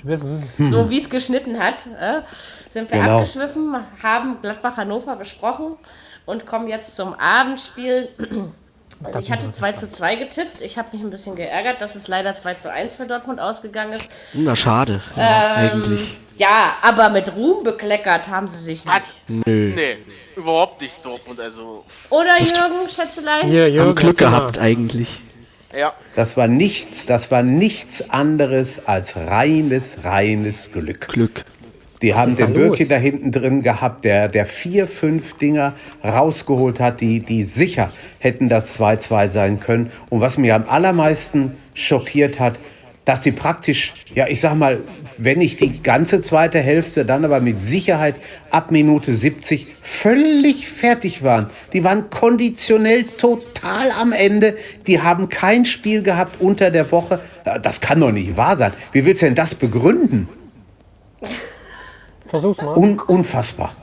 Speaker 4: Schwiffen.
Speaker 2: so wie es geschnitten hat. Äh, sind wir
Speaker 3: Mhm. Genau.
Speaker 2: abgeschwiffen, haben Gladbach Hannover besprochen und kommen jetzt zum Abendspiel Also ich hatte 2 zu 2 getippt. Ich habe mich ein bisschen geärgert, dass es leider 2 zu 1 für Dortmund ausgegangen ist.
Speaker 5: Na, schade. Ja, eigentlich.
Speaker 2: Ja, aber mit Ruhm bekleckert haben sie sich
Speaker 6: Hat,
Speaker 2: nicht.
Speaker 5: Nö.
Speaker 6: nee, überhaupt nicht Dortmund, also,
Speaker 2: Oder Jürgen, Schätzelein?
Speaker 4: Hier, Jürgen,
Speaker 5: Haben Glück
Speaker 4: erzähl mal.
Speaker 5: gehabt, eigentlich.
Speaker 6: ja.
Speaker 3: Das war nichts, das war nichts anderes als reines, reines Glück.
Speaker 5: Glück.
Speaker 3: Die haben
Speaker 4: ist da
Speaker 3: den
Speaker 4: los?
Speaker 3: Birki da hinten drin gehabt, der, der vier, fünf Dinger rausgeholt hat, die, die sicher hätten das 2-2 sein können. Und was mich am allermeisten schockiert hat, dass die praktisch, ja, ich sag mal, wenn nicht die ganze zweite Hälfte, dann aber mit Sicherheit ab Minute 70 völlig fertig waren. Die waren konditionell total am Ende. Die haben kein Spiel gehabt unter der Woche. Äh, Das kann doch nicht wahr sein. Wie willst du denn das begründen?
Speaker 4: Versuch's mal.
Speaker 3: Un unfassbar.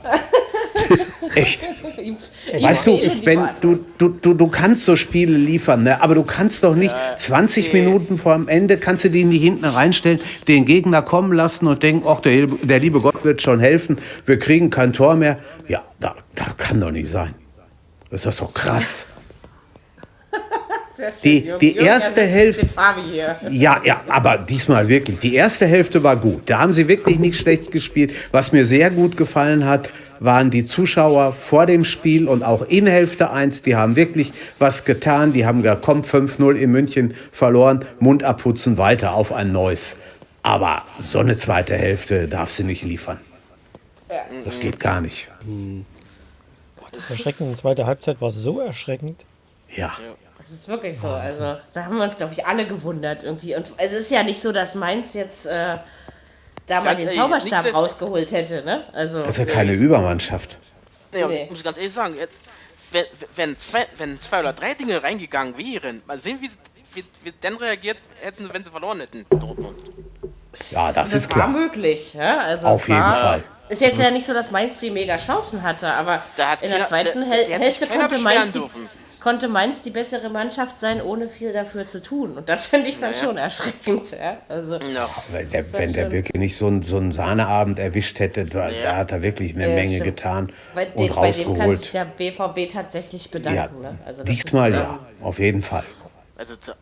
Speaker 3: Echt.
Speaker 2: Ich
Speaker 3: Weißt du,
Speaker 2: wähle die
Speaker 3: wenn
Speaker 2: Wahl.
Speaker 3: du, du, du, du kannst so Spiele liefern, ne? aber du kannst doch nicht 20 Minuten vor dem Ende, kannst du die nicht hinten reinstellen, den Gegner kommen lassen und denken, ach, der, der liebe Gott wird schon helfen, wir kriegen kein Tor mehr. Ja, da, da kann doch nicht sein. Das ist doch krass.
Speaker 2: Sehr schön,
Speaker 3: die- die erste
Speaker 2: ersetzt
Speaker 3: Hälfte-
Speaker 2: den Fabi hier.
Speaker 3: Ja, ja, aber diesmal wirklich. Die erste Hälfte war gut. Da haben sie wirklich nicht schlecht gespielt. Was mir sehr gut gefallen hat, waren die Zuschauer vor dem Spiel und auch in Hälfte 1. Die haben wirklich was getan. Die haben gesagt, komm, 5-0 in München verloren, Mund abputzen, weiter auf ein neues. Aber so eine zweite Hälfte darf sie nicht liefern. Das geht gar nicht.
Speaker 4: Erschreckend. Die zweite Halbzeit war so erschreckend.
Speaker 3: Ja.
Speaker 2: Das ist wirklich so. Also, da haben wir uns, glaube ich, alle gewundert irgendwie. Und es ist ja nicht so, dass Mainz jetzt äh, da mal
Speaker 6: Ganz
Speaker 2: den
Speaker 6: ehrlich,
Speaker 2: Zauberstab
Speaker 6: nicht, dass-
Speaker 2: rausgeholt hätte, ne? Also,
Speaker 3: Das ist ja keine Übermannschaft.
Speaker 6: Ja,
Speaker 2: Nee.
Speaker 6: muss ich ganz ehrlich sagen, jetzt, wenn, wenn, zwei, wenn zwei oder drei Dinge reingegangen wären, mal sehen, wie, sie- wie, wie dann reagiert hätten, wenn sie verloren hätten, Dortmund.
Speaker 3: Ja, das
Speaker 2: das
Speaker 3: ist
Speaker 2: war
Speaker 3: klar.
Speaker 2: möglich. Ja? Also,
Speaker 3: Auf
Speaker 2: es
Speaker 3: jeden
Speaker 2: war,
Speaker 3: Fall.
Speaker 2: Ist jetzt ja nicht so, dass Mainz die mega Chancen hatte, aber
Speaker 6: Da hat
Speaker 2: in der
Speaker 6: keiner-
Speaker 2: zweiten
Speaker 6: da-
Speaker 2: Häl-
Speaker 6: die hat sich
Speaker 2: Hälfte
Speaker 6: keiner
Speaker 2: konnte Mainz,
Speaker 6: beschweren
Speaker 2: die,
Speaker 6: dürfen.
Speaker 2: konnte Mainz die bessere Mannschaft sein, ohne viel dafür zu tun. Und das finde ich dann
Speaker 6: Naja.
Speaker 2: schon erschreckend. Ja? Also,
Speaker 6: Ja.
Speaker 3: Wenn der, wenn der
Speaker 2: schön.
Speaker 3: Birke nicht so einen, so einen Sahneabend erwischt hätte, da, da
Speaker 6: Ja.
Speaker 3: hat er wirklich eine
Speaker 2: Ja,
Speaker 3: Menge
Speaker 2: stimmt.
Speaker 3: getan
Speaker 2: bei,
Speaker 3: und
Speaker 2: dem, bei dem kann sich
Speaker 3: rausgeholt.
Speaker 2: der BVB tatsächlich
Speaker 3: Ja,
Speaker 2: bedanken. ne? also, das ist,
Speaker 3: diesmal
Speaker 2: ähm,
Speaker 3: ja, auf jeden Fall.
Speaker 6: Also, zu-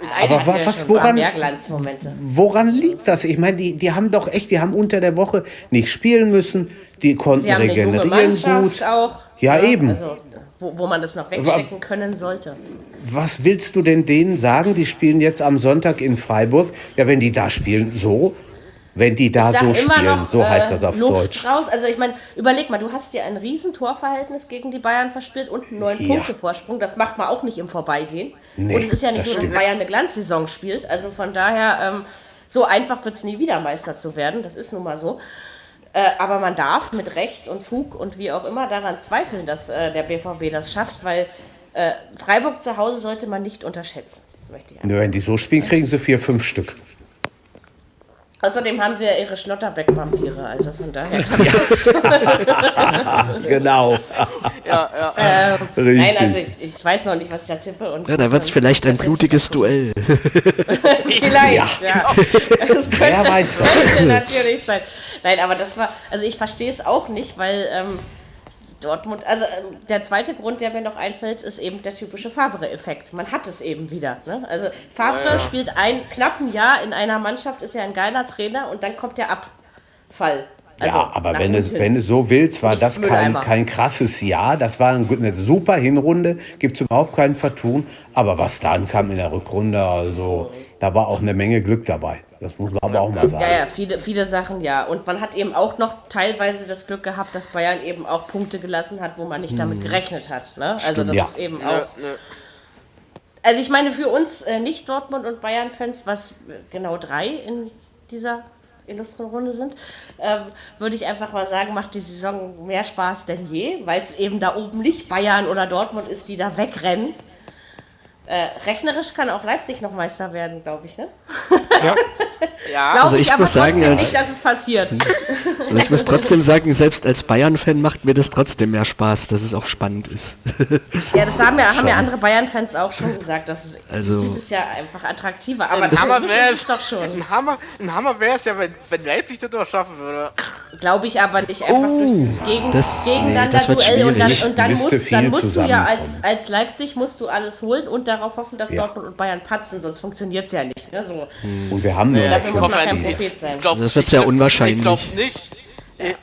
Speaker 6: in
Speaker 2: Ah.
Speaker 3: Aber
Speaker 6: einem,
Speaker 3: wa-
Speaker 2: äh, ja
Speaker 3: was,
Speaker 2: schon
Speaker 3: woran-
Speaker 2: Mehr Glanzmomente.
Speaker 3: Woran liegt das? Ich meine, die, die haben doch echt, die haben unter der Woche nicht spielen müssen, die konnten
Speaker 2: Sie haben eine junge
Speaker 3: regenerieren
Speaker 2: Mannschaft
Speaker 3: gut.
Speaker 2: auch.
Speaker 3: Ja, eben.
Speaker 2: Also, wo, wo man das noch wegstecken können sollte.
Speaker 3: Was willst du denn denen sagen? Die spielen jetzt am Sonntag in Freiburg. Ja, wenn die da spielen, so. Wenn die da
Speaker 2: Ich sag
Speaker 3: Ah,
Speaker 2: äh,
Speaker 3: so spielen, so heißt das auf
Speaker 2: Luft
Speaker 3: Deutsch.
Speaker 2: raus. Also ich meine, überleg mal, du hast dir ein riesen Torverhältnis gegen die Bayern verspielt und einen neun
Speaker 3: Ja.
Speaker 2: Punkte Vorsprung. Das macht man auch nicht im Vorbeigehen.
Speaker 3: Nee,
Speaker 2: und es ist ja nicht
Speaker 3: das
Speaker 2: so, dass
Speaker 3: stimmt.
Speaker 2: Bayern eine Glanzsaison spielt. Also von daher, ähm, so einfach wird es nie wieder Meister zu werden. Das ist nun mal so. Äh, aber man darf mit Recht und Fug und wie auch immer daran zweifeln, dass äh, der BVB das schafft, weil Äh, Freiburg zu Hause sollte man nicht unterschätzen, möchte ich
Speaker 3: Nö, wenn die so spielen, kriegen sie vier, fünf Stück.
Speaker 2: Außerdem haben sie ja ihre Schlotterbeck-Vampire, also von daher.
Speaker 3: Genau.
Speaker 6: Ja,
Speaker 2: Äh,
Speaker 6: ja.
Speaker 3: Richtig.
Speaker 2: Nein, also ich, ich weiß noch nicht, was ich da tippe. Und
Speaker 5: Ja, da wird's vielleicht ein blutiges Duell.
Speaker 2: Vielleicht, ja. Das könnte,
Speaker 3: Wer weiß das?
Speaker 2: könnte natürlich sein. Nein, aber das war, also ich verstehe es auch nicht, weil ähm, Dortmund, also ähm, der zweite Grund, der mir noch einfällt, ist eben der typische Favre-Effekt. Man hat es eben wieder. Ne? Also Favre spielt ein knappen Jahr in einer Mannschaft, ist ja ein geiler Trainer und dann kommt der Abfall. Also
Speaker 3: ja, aber
Speaker 2: nach
Speaker 3: wenn du,
Speaker 2: unten.
Speaker 3: wenn du so willst, war
Speaker 2: Nichts
Speaker 3: das kein,
Speaker 2: Mülleimer.
Speaker 3: kein krasses Jahr. Das war ein gut- eine super Hinrunde, gibt es überhaupt keinen Vertun. Aber was da ankam in der Rückrunde, also da war auch eine Menge Glück dabei. Das muss man aber auch mal sagen.
Speaker 2: Ja, ja, viele, viele Sachen, ja. Und man hat eben auch noch teilweise das Glück gehabt, dass Bayern eben auch Punkte gelassen hat, wo man nicht damit
Speaker 5: Mhm.
Speaker 2: gerechnet hat. Ne? Also das
Speaker 3: ja.
Speaker 2: ist eben auch.
Speaker 6: ähm, Nö, nö.
Speaker 2: Also ich meine, für uns äh, nicht Dortmund und Bayern-Fans, was äh, genau drei in dieser illustren Runde sind, ähm, würde ich einfach mal sagen, macht die Saison mehr Spaß denn je, weil es eben da oben nicht Bayern oder Dortmund ist, die da wegrennen. Äh, rechnerisch kann auch Leipzig noch Meister werden, glaube ich, ne?
Speaker 4: Ja,
Speaker 6: Ja,
Speaker 2: Glaube
Speaker 5: Also ich
Speaker 2: ich, aber
Speaker 5: muss sagen,
Speaker 2: trotzdem
Speaker 5: als-
Speaker 2: nicht, dass es passiert.
Speaker 5: Also ich muss trotzdem sagen, selbst als Bayern-Fan macht mir das trotzdem mehr Spaß, dass es auch spannend ist.
Speaker 2: Ja, das haben ja, haben ja andere Bayern-Fans auch schon gesagt, dass es, es
Speaker 5: Also-
Speaker 2: ist dieses Jahr einfach attraktiver Aber
Speaker 6: ein Hammer
Speaker 2: natürlich
Speaker 6: wäre
Speaker 2: ist
Speaker 6: es
Speaker 2: es doch schon.
Speaker 6: Ein Hammer, ein Hammer wäre es ja, wenn, wenn Leipzig das doch schaffen würde.
Speaker 2: Glaube ich aber nicht einfach
Speaker 3: Oh,
Speaker 2: durch dieses Gegen
Speaker 5: das- nee, das
Speaker 2: Gegeneinander-Duell.
Speaker 5: wird
Speaker 2: und dann,
Speaker 5: schwierig.
Speaker 2: und dann,
Speaker 3: Müsste
Speaker 2: musst, dann
Speaker 3: viel
Speaker 2: musst du ja als,
Speaker 3: zusammenkommen.
Speaker 2: als Leipzig musst du alles holen und darauf hoffen, dass
Speaker 3: Ja.
Speaker 2: Dortmund und Bayern patzen, sonst funktioniert es ja nicht. Ne? So,
Speaker 3: Und wir haben nur
Speaker 6: Ja,
Speaker 3: noch
Speaker 2: dafür muss
Speaker 3: fünf
Speaker 2: man
Speaker 6: hoffe,
Speaker 2: kein
Speaker 6: ein-
Speaker 3: Spiele.
Speaker 2: Prophet sein.
Speaker 6: Ich glaub,
Speaker 5: Das wird's
Speaker 6: ich
Speaker 5: ja
Speaker 6: glaub-
Speaker 5: unwahrscheinlich.
Speaker 6: Ich glaube nicht.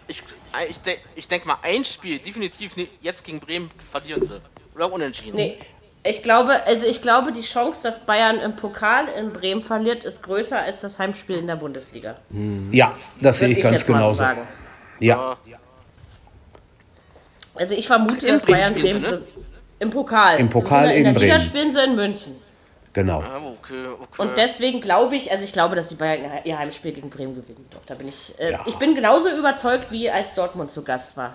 Speaker 6: Ich, äh, ich, denk, ich denke mal, ein Spiel, definitiv nicht. jetzt gegen Bremen verlieren sie. Oder unentschieden.
Speaker 2: Nee. Ich glaube, also ich glaube, die Chance, dass Bayern im Pokal in Bremen verliert, ist größer als das Heimspiel in der Bundesliga.
Speaker 3: Ja, das sehe
Speaker 2: Würde
Speaker 3: ich ganz
Speaker 2: jetzt mal so
Speaker 3: genauso.
Speaker 2: sagen.
Speaker 3: Ja,
Speaker 2: Also ich vermute,
Speaker 6: in
Speaker 2: dass
Speaker 6: Bremen
Speaker 2: Bayern
Speaker 6: spielen
Speaker 2: Bremen
Speaker 6: sie, ne?
Speaker 2: so- im Pokal. Also
Speaker 3: Im Pokal
Speaker 2: in, der-
Speaker 3: in
Speaker 2: in der Liga
Speaker 3: Bremen.
Speaker 2: spielen sie in München.
Speaker 3: genau.
Speaker 6: Ah, okay, okay.
Speaker 3: äh.
Speaker 2: Und deswegen glaube ich, also ich glaube, dass die Bayern ihr- ihr Heimspiel gegen Bremen gewinnen. Doch, da bin ich. Äh,
Speaker 3: Ja.
Speaker 2: Ich bin genauso überzeugt, wie als Dortmund zu Gast war.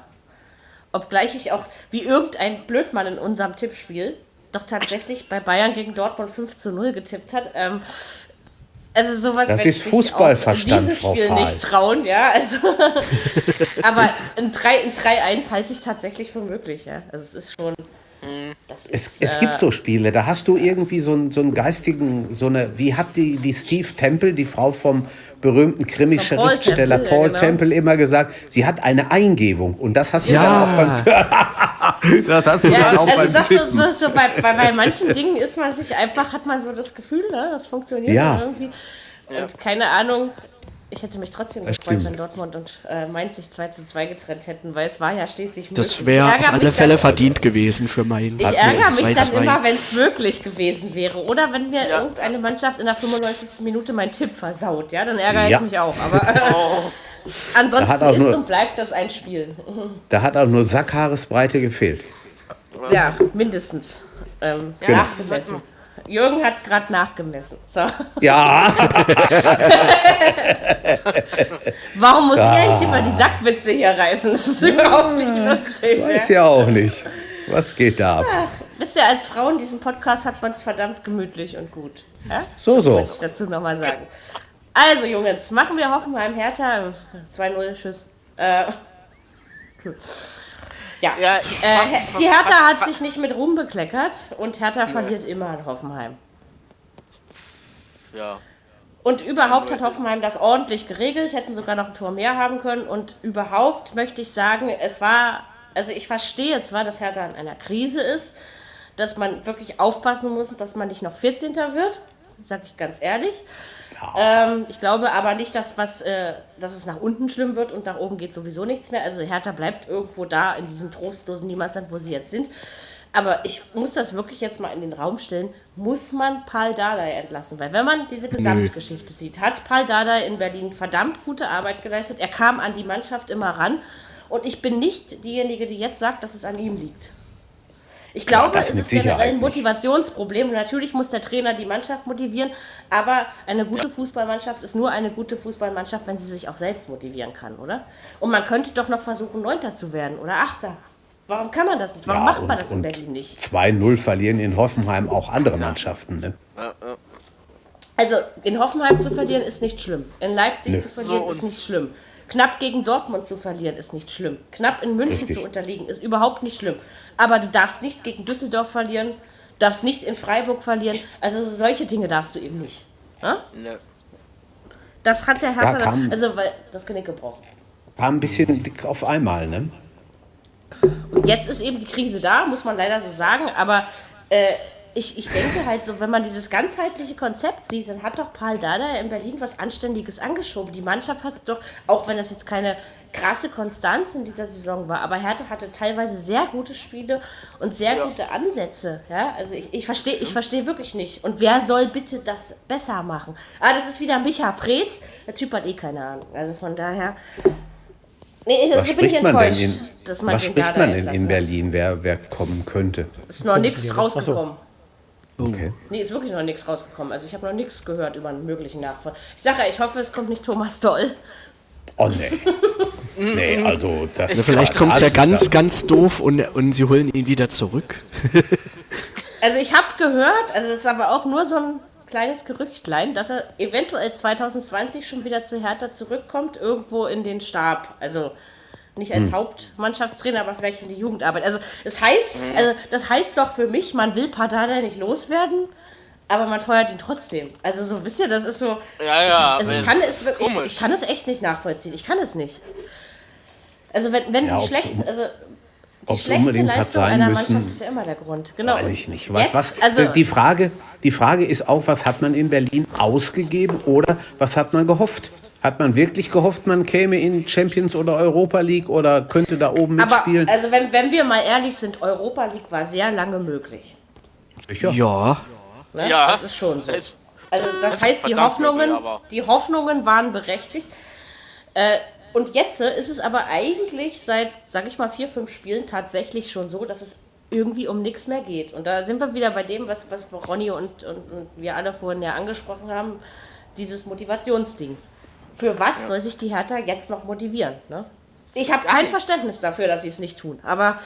Speaker 2: Obgleich ich auch, wie irgendein Blödmann in unserem Tippspiel, doch tatsächlich bei Bayern gegen Dortmund 5 zu 0 getippt hat. Ähm, also sowas
Speaker 3: Das
Speaker 2: werd
Speaker 3: ist
Speaker 2: ich mich auch in
Speaker 3: Fußballverstand,
Speaker 2: dieses
Speaker 3: Frau
Speaker 2: Spiel
Speaker 3: Fahl.
Speaker 2: nicht trauen, ja. Also, aber ein 3 ein 3-1 halte ich tatsächlich für möglich, ja. Also es ist schon. Das
Speaker 3: Es,
Speaker 2: ist,
Speaker 3: es gibt so Spiele, da hast du irgendwie so einen, so einen geistigen, so eine, wie hat die, die Steve Temple, die Frau vom berühmten Krimi-Schriftsteller
Speaker 2: Temple, ja,
Speaker 3: Paul Temple,
Speaker 2: genau.
Speaker 3: immer gesagt, sie hat eine Eingebung und das hast du dann auch beim
Speaker 5: Ja,
Speaker 3: Das hast du
Speaker 2: Ja,
Speaker 3: dann auch
Speaker 2: also
Speaker 3: beim
Speaker 2: das so,
Speaker 3: Tippen.
Speaker 2: so, so bei, bei, bei manchen Dingen ist man sich einfach, hat man so das Gefühl, ne, das funktioniert
Speaker 3: Ja.
Speaker 2: irgendwie. Und keine Ahnung, ich hätte mich trotzdem gefreut,
Speaker 3: stimmt.
Speaker 2: wenn Dortmund und äh, Mainz sich 2 zu 2 getrennt hätten, weil es war ja schließlich möglich.
Speaker 5: das wäre auf alle Fälle
Speaker 2: dann,
Speaker 5: verdient gewesen für meinen.
Speaker 2: Ich ärgere mich dann immer, wenn es möglich gewesen wäre. Oder wenn mir
Speaker 6: Ja.
Speaker 2: irgendeine Mannschaft in der 95. Minute meinen Tipp versaut, ja, dann ärgere
Speaker 3: Ja.
Speaker 2: ich mich auch. Aber äh, ansonsten
Speaker 3: auch
Speaker 2: ist
Speaker 3: nur-
Speaker 2: und bleibt das ein Spiel.
Speaker 3: Da hat auch nur Sackhaaresbreite gefehlt.
Speaker 2: Ja, mindestens. Ähm,
Speaker 3: Genau.
Speaker 2: Nachgemessen. Jürgen hat gerade nachgemessen. So.
Speaker 3: Ja,
Speaker 2: Warum muss ich eigentlich immer die Sackwitze hier reißen? Das ist überhaupt nicht lustig.
Speaker 3: weiß
Speaker 2: ja.
Speaker 3: ja auch nicht. Was geht da ab?
Speaker 2: Wisst ihr, als Frau in diesem Podcast hat man es verdammt gemütlich und gut. Ja?
Speaker 3: So, so.
Speaker 2: Wollte ich dazu nochmal sagen. Also, Jungs, machen wir Hoffenheim Hertha. 2-0, tschüss. Äh, ja.
Speaker 6: Ja, ich-
Speaker 2: äh, die Hertha hat sich nicht mit Ruhm bekleckert und Hertha verliert immer an Hoffenheim.
Speaker 6: ja.
Speaker 2: Und überhaupt hat Hoffenheim das ordentlich geregelt, hätten sogar noch ein Tor mehr haben können. Und überhaupt möchte ich sagen, es war, also ich verstehe zwar, dass Hertha in einer Krise ist, dass man wirklich aufpassen muss, dass man nicht noch 14. wird, sage ich ganz ehrlich. Ähm, ich glaube aber nicht, dass, was, äh, dass es nach unten schlimm wird und nach oben geht sowieso nichts mehr. Also Hertha bleibt irgendwo da in diesem trostlosen Niemandsland, wo sie jetzt sind. Aber ich muss das wirklich jetzt mal in den Raum stellen. Muss man Paul Dardai entlassen? Weil wenn man diese Gesamtgeschichte sieht, hat Paul Dardai in Berlin verdammt gute Arbeit geleistet. Er kam an die Mannschaft immer ran. Und ich bin nicht diejenige, die jetzt sagt, dass es an ihm liegt. Ich glaube,
Speaker 3: das
Speaker 2: es
Speaker 3: mit
Speaker 2: ist generell
Speaker 3: Sicherheit
Speaker 2: ein
Speaker 3: nicht.
Speaker 2: Motivationsproblem. Und Natürlich muss der Trainer die Mannschaft motivieren, aber eine gute Fußballmannschaft ist nur eine gute Fußballmannschaft, wenn sie sich auch selbst motivieren kann, oder? Und man könnte doch noch versuchen, Neunter zu werden oder Achter. Warum kann man das nicht? Warum
Speaker 3: Ja,
Speaker 2: macht man
Speaker 3: und-
Speaker 2: das in
Speaker 3: und
Speaker 2: Berlin nicht?
Speaker 3: 2-0 verlieren in Hoffenheim auch andere Mannschaften. Ne?
Speaker 2: Also in Hoffenheim zu verlieren ist nicht schlimm. In Leipzig
Speaker 3: Nö.
Speaker 2: zu verlieren
Speaker 6: So,
Speaker 2: ist
Speaker 6: und-
Speaker 2: nicht schlimm. Knapp gegen Dortmund zu verlieren ist nicht schlimm. Knapp in München
Speaker 3: Richtig.
Speaker 2: zu unterliegen ist überhaupt nicht schlimm. Aber du darfst nicht gegen Düsseldorf verlieren, darfst nicht in Freiburg verlieren. Also solche Dinge darfst du eben nicht. Ja?
Speaker 6: Ne.
Speaker 2: Das hat der Hertha,
Speaker 3: kam-
Speaker 2: also weil das Genick gebrochen.
Speaker 3: Kam ein bisschen dick auf einmal. Ne?
Speaker 2: Und jetzt ist eben die Krise da, muss man leider so sagen, aber äh, ich, ich denke halt so, wenn man dieses ganzheitliche Konzept sieht, dann hat doch Paul Dada in Berlin was Anständiges angeschoben. Die Mannschaft hat doch, auch wenn das jetzt keine krasse Konstanz in dieser Saison war, aber Hertha hatte teilweise sehr gute Spiele und sehr gute Ansätze. Ja? Also ich, ich verstehe ich versteh wirklich nicht. Und wer soll bitte das besser machen? Ah, das ist wieder Micha Preetz. Der Typ hat eh keine Ahnung. Also von daher... Nee, ich, also bin ich enttäuscht,
Speaker 3: in,
Speaker 2: dass man
Speaker 3: was
Speaker 2: den
Speaker 3: spricht
Speaker 2: Dardai
Speaker 3: man denn
Speaker 2: entlassen
Speaker 3: in
Speaker 2: hat.
Speaker 3: Berlin, wer, wer kommen könnte?
Speaker 2: Ist noch nichts rausgekommen.
Speaker 3: Okay.
Speaker 2: Nee, ist wirklich noch nichts rausgekommen. Also ich habe noch nichts gehört über einen möglichen Nachfolger. Ich sage ja, ich hoffe, es kommt nicht Thomas Doll.
Speaker 3: Oh nee. nee, also das
Speaker 5: Na, vielleicht
Speaker 3: das
Speaker 5: kommt es ja
Speaker 3: ist
Speaker 5: ganz,
Speaker 3: dann-
Speaker 5: ganz doof und, und sie holen ihn wieder zurück.
Speaker 2: Also ich habe gehört, also es ist aber auch nur so ein kleines Gerüchtlein, dass er eventuell 2020 schon wieder zu Hertha zurückkommt, irgendwo in den Stab. Also nicht als Hauptmannschaftstrainer, aber vielleicht in die Jugendarbeit. Also es heißt, also das heißt doch für mich, man will Pardada nicht loswerden, aber man feuert ihn trotzdem. Also so, wisst ihr, das ist so,
Speaker 6: Ja, ja,
Speaker 2: Also ich
Speaker 6: aber-
Speaker 2: kann es wirklich, ich,
Speaker 6: komisch.
Speaker 2: ich kann es echt nicht nachvollziehen. Ich kann es nicht. Also wenn, wenn
Speaker 3: Ja,
Speaker 2: die
Speaker 3: ob's- um-
Speaker 2: schlecht, also die
Speaker 3: ob's
Speaker 2: schlechte
Speaker 3: unbedingt hat
Speaker 2: Leistung
Speaker 3: sein
Speaker 2: einer
Speaker 3: müssen,
Speaker 2: Mannschaft ist ja immer der Grund. Genau.
Speaker 3: Weiß
Speaker 2: und
Speaker 3: ich nicht. Was,
Speaker 2: jetzt,
Speaker 3: was,
Speaker 2: also
Speaker 3: die, Frage, die Frage ist auch, was hat man in Berlin ausgegeben oder was hat man gehofft? Hat man wirklich gehofft, man käme in Champions oder Europa League oder könnte da oben
Speaker 2: aber
Speaker 3: mitspielen?
Speaker 2: also wenn, wenn wir mal ehrlich sind, Europa League war sehr lange möglich.
Speaker 3: Sicher.
Speaker 5: Ja,
Speaker 2: Ne?
Speaker 6: Ja.
Speaker 2: Das ist schon so.
Speaker 6: Es-
Speaker 2: Also das heißt, die
Speaker 6: verdammt
Speaker 2: Hoffnungen,
Speaker 6: möglich, aber-
Speaker 2: die Hoffnungen waren berechtigt. Äh, und jetzt ist es aber eigentlich seit, sag ich mal, vier, fünf Spielen tatsächlich schon so, dass es irgendwie um nichts mehr geht. Und da sind wir wieder bei dem, was, was Ronny und, und, und wir alle vorhin ja angesprochen haben, dieses Motivationsding. Für was soll sich die Hertha jetzt noch motivieren? Ne? Ich habe kein Verständnis dafür, dass sie es nicht tun. Aber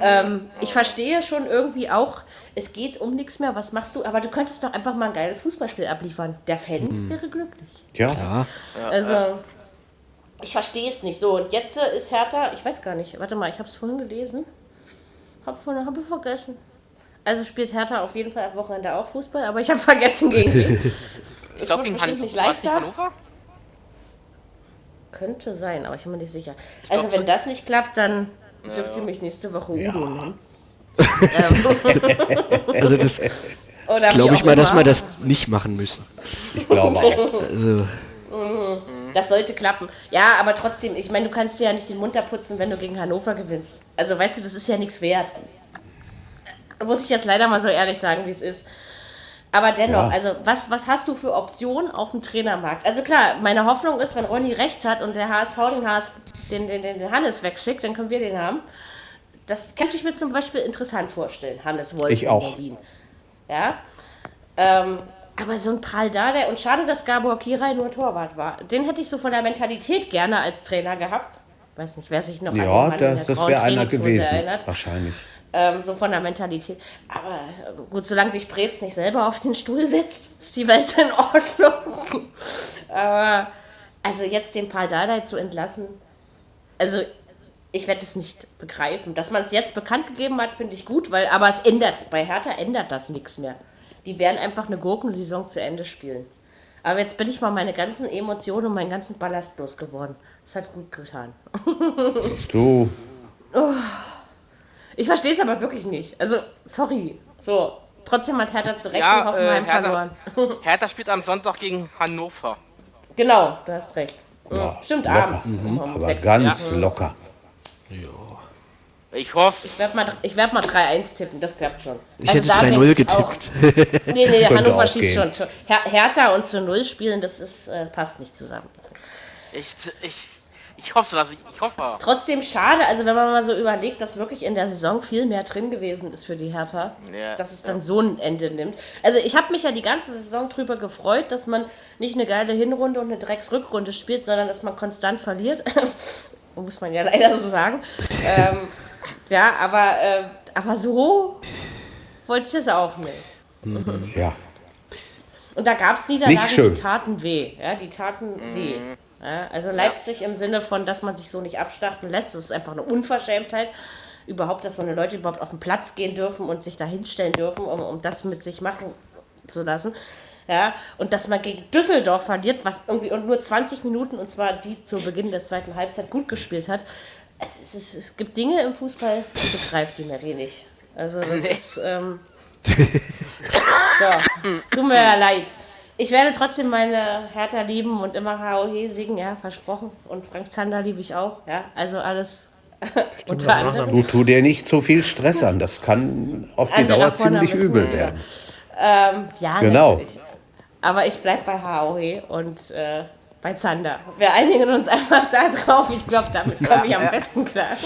Speaker 2: ähm, ich verstehe schon irgendwie auch, es geht um nichts mehr. Was machst du? Aber du könntest doch einfach mal ein geiles Fußballspiel abliefern. Der Fan
Speaker 6: Hm.
Speaker 2: wäre glücklich.
Speaker 3: Ja.
Speaker 2: Also, ich verstehe es nicht so. Und jetzt äh, ist Hertha, ich weiß gar nicht, warte mal, ich habe es vorhin gelesen. Hab vorhin, habe vergessen. Also spielt Hertha auf jeden Fall am Wochenende auch Fußball, aber ich habe vergessen gegen wen.
Speaker 6: Ich
Speaker 2: wird
Speaker 6: glaube, gegen
Speaker 2: bestimmt
Speaker 6: Han
Speaker 2: nicht
Speaker 6: war's
Speaker 2: leichter.
Speaker 6: Hannover?
Speaker 2: Könnte sein, aber ich bin mir nicht sicher.
Speaker 6: glaub
Speaker 2: Also wenn
Speaker 6: schon.
Speaker 2: das nicht klappt, dann dürft ihr mich nächste Woche Udo nennen.
Speaker 5: also das
Speaker 2: Oder wie
Speaker 5: glaube ich
Speaker 2: auch
Speaker 5: mal, dass
Speaker 2: immer.
Speaker 5: wir das nicht machen müssen.
Speaker 3: Ich glaube auch.
Speaker 5: Also,
Speaker 3: Mhm.
Speaker 2: Das sollte klappen. Ja, aber trotzdem, ich meine, du kannst dir ja nicht den Mund abputzen, wenn du gegen Hannover gewinnst. Also, weißt du, das ist ja nichts wert. Muss ich jetzt leider mal so ehrlich sagen, wie es ist. Aber dennoch,
Speaker 3: Ja.
Speaker 2: also, was, was hast du für Optionen auf dem Trainermarkt? Also, klar, meine Hoffnung ist, wenn Ronny recht hat und der HSV den, HS, den, den, den, den Hannes wegschickt, dann können wir den haben. Das könnte ich mir zum Beispiel interessant vorstellen. Hannes Wolf
Speaker 3: Ich
Speaker 2: in
Speaker 3: auch.
Speaker 2: Berlin. Ja. Ähm, aber so ein Pal Dardai, und schade, dass Gabor Kirai nur Torwart war. Den hätte ich so von der Mentalität gerne als Trainer gehabt. Weiß nicht, wer sich noch an den Mann
Speaker 3: Ja,
Speaker 2: also in
Speaker 3: da,
Speaker 2: der
Speaker 3: das
Speaker 2: grauen
Speaker 3: wäre einer
Speaker 2: Trainingshose
Speaker 3: gewesen.
Speaker 2: erinnert.
Speaker 3: Wahrscheinlich.
Speaker 2: Ähm, so von der Mentalität. Aber äh, gut, solange sich Brez nicht selber auf den Stuhl setzt, ist die Welt in Ordnung. Aber also jetzt den Pal Dardai zu entlassen, also ich werde es nicht begreifen. Dass man es jetzt bekannt gegeben hat, finde ich gut, weil aber es ändert, bei Hertha ändert das nichts mehr. Die werden einfach eine Gurkensaison zu Ende spielen. Aber jetzt bin ich mal meine ganzen Emotionen und meinen ganzen Ballast losgeworden. Das hat gut getan.
Speaker 3: Du,
Speaker 2: Ich verstehe es aber wirklich nicht. Also, sorry. So, trotzdem hat Hertha zu Recht in
Speaker 6: Ja, äh,
Speaker 2: Hoffenheim
Speaker 6: Hertha,
Speaker 2: verloren.
Speaker 6: Hertha spielt am Sonntag gegen Hannover.
Speaker 2: Genau, du hast recht.
Speaker 3: ja,
Speaker 2: Stimmt,
Speaker 3: locker.
Speaker 2: abends. um
Speaker 3: aber
Speaker 2: sechs.
Speaker 3: ganz locker.
Speaker 6: Ich hoffe.
Speaker 2: Ich werde mal, ich werd mal 3-1 tippen, das klappt schon. Also
Speaker 5: ich hätte
Speaker 2: da denke
Speaker 5: 3-0
Speaker 2: ich auch-
Speaker 5: getippt.
Speaker 2: Nee, nee,
Speaker 3: Könnte
Speaker 2: Hannover
Speaker 3: auch
Speaker 2: schießt
Speaker 3: gehen.
Speaker 2: schon. Tor. Her Hertha und zu Null spielen, das ist, äh, passt nicht zusammen.
Speaker 6: Ich, ich, ich hoffe, dass ich, ich hoffe.
Speaker 2: Trotzdem schade, also wenn man mal so überlegt, dass wirklich in der Saison viel mehr drin gewesen ist für die Hertha,
Speaker 6: Ja,
Speaker 2: dass es dann so ein Ende nimmt. Also ich habe mich ja die ganze Saison drüber gefreut, dass man nicht eine geile Hinrunde und eine Drecksrückrunde spielt, sondern dass man konstant verliert. Muss man ja leider so sagen. Ähm, Ja, aber, äh, aber so wollte ich das auch nicht.
Speaker 3: Ja.
Speaker 2: Und da gab es Niederlagen,
Speaker 3: schön.
Speaker 2: die taten weh. Ja, die taten weh. Ja, also Leipzig im Sinne von, dass man sich so nicht abstarten lässt, das ist einfach eine Unverschämtheit. Überhaupt, dass so eine Leute überhaupt auf den Platz gehen dürfen und sich da hinstellen dürfen, um, um das mit sich machen zu lassen. Ja, und dass man gegen Düsseldorf verliert, was irgendwie und nur 20 Minuten, und zwar die zu Beginn der zweiten Halbzeit gut gespielt hat. Es, ist- es, es gibt Dinge im Fußball, die begreift die Marie nicht. Also das
Speaker 6: Nee.
Speaker 2: ist... Ähm, so, tut mir ja leid. Ich werde trotzdem meine Hertha lieben und immer H.O.H. singen, ja, versprochen. Und Frank Zander liebe ich auch, ja. Also alles unter
Speaker 4: auch
Speaker 2: anderem.
Speaker 3: Du tu dir nicht so viel Stress an. Das kann auf die
Speaker 2: Andere
Speaker 3: Dauer
Speaker 2: nach Also vorne
Speaker 3: ziemlich
Speaker 2: müssen,
Speaker 3: übel
Speaker 2: ja.
Speaker 3: werden.
Speaker 2: Ähm, ja,
Speaker 3: Genau.
Speaker 2: natürlich. Aber ich bleibe bei H.O.H. und äh, bei Zander. Wir einigen uns einfach da drauf. Ich glaube, damit komme ich am besten klar.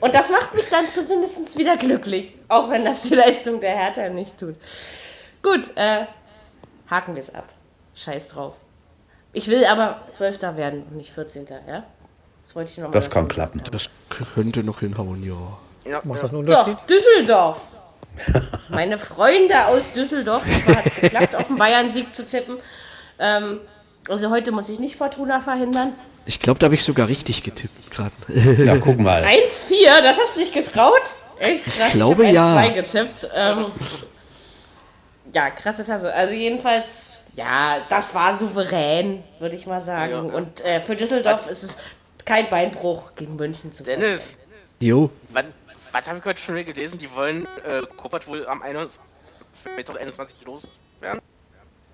Speaker 2: und das macht mich dann zumindest wieder glücklich, auch wenn das die Leistung der Hertha nicht tut. Gut, äh, haken wir es ab. Scheiß drauf. Ich will aber Zwölfter werden und nicht 14. Ja? Das wollte ich nochmal.
Speaker 3: Das kann klappen.
Speaker 5: Das könnte noch hinhauen, ja.
Speaker 6: Ja,
Speaker 4: Macht das einen
Speaker 2: So,
Speaker 4: Unterschied?
Speaker 2: Düsseldorf. Meine Freunde aus Düsseldorf, diesmal hat es geklappt, auf den Bayern-Sieg zu tippen. Ähm, also heute muss ich nicht Fortuna verhindern.
Speaker 5: Ich glaube, da habe ich sogar richtig getippt gerade.
Speaker 3: Na, guck mal.
Speaker 2: 1-4, das hast du nicht getraut? Echt krass. Ich
Speaker 5: glaube,
Speaker 2: hab
Speaker 5: ja.
Speaker 2: 1-2 getippt. Ähm, ja, krasse Tasse. Also jedenfalls, ja, das war souverän, würde ich mal sagen.
Speaker 6: Ja, ja.
Speaker 2: Und äh, für Düsseldorf ist es kein Beinbruch, gegen München zu verlieren.
Speaker 6: Dennis,
Speaker 5: Jo,
Speaker 6: was, was habe ich heute schon wieder gelesen? Die wollen äh, Kopert wohl am 21 2021 loswerden.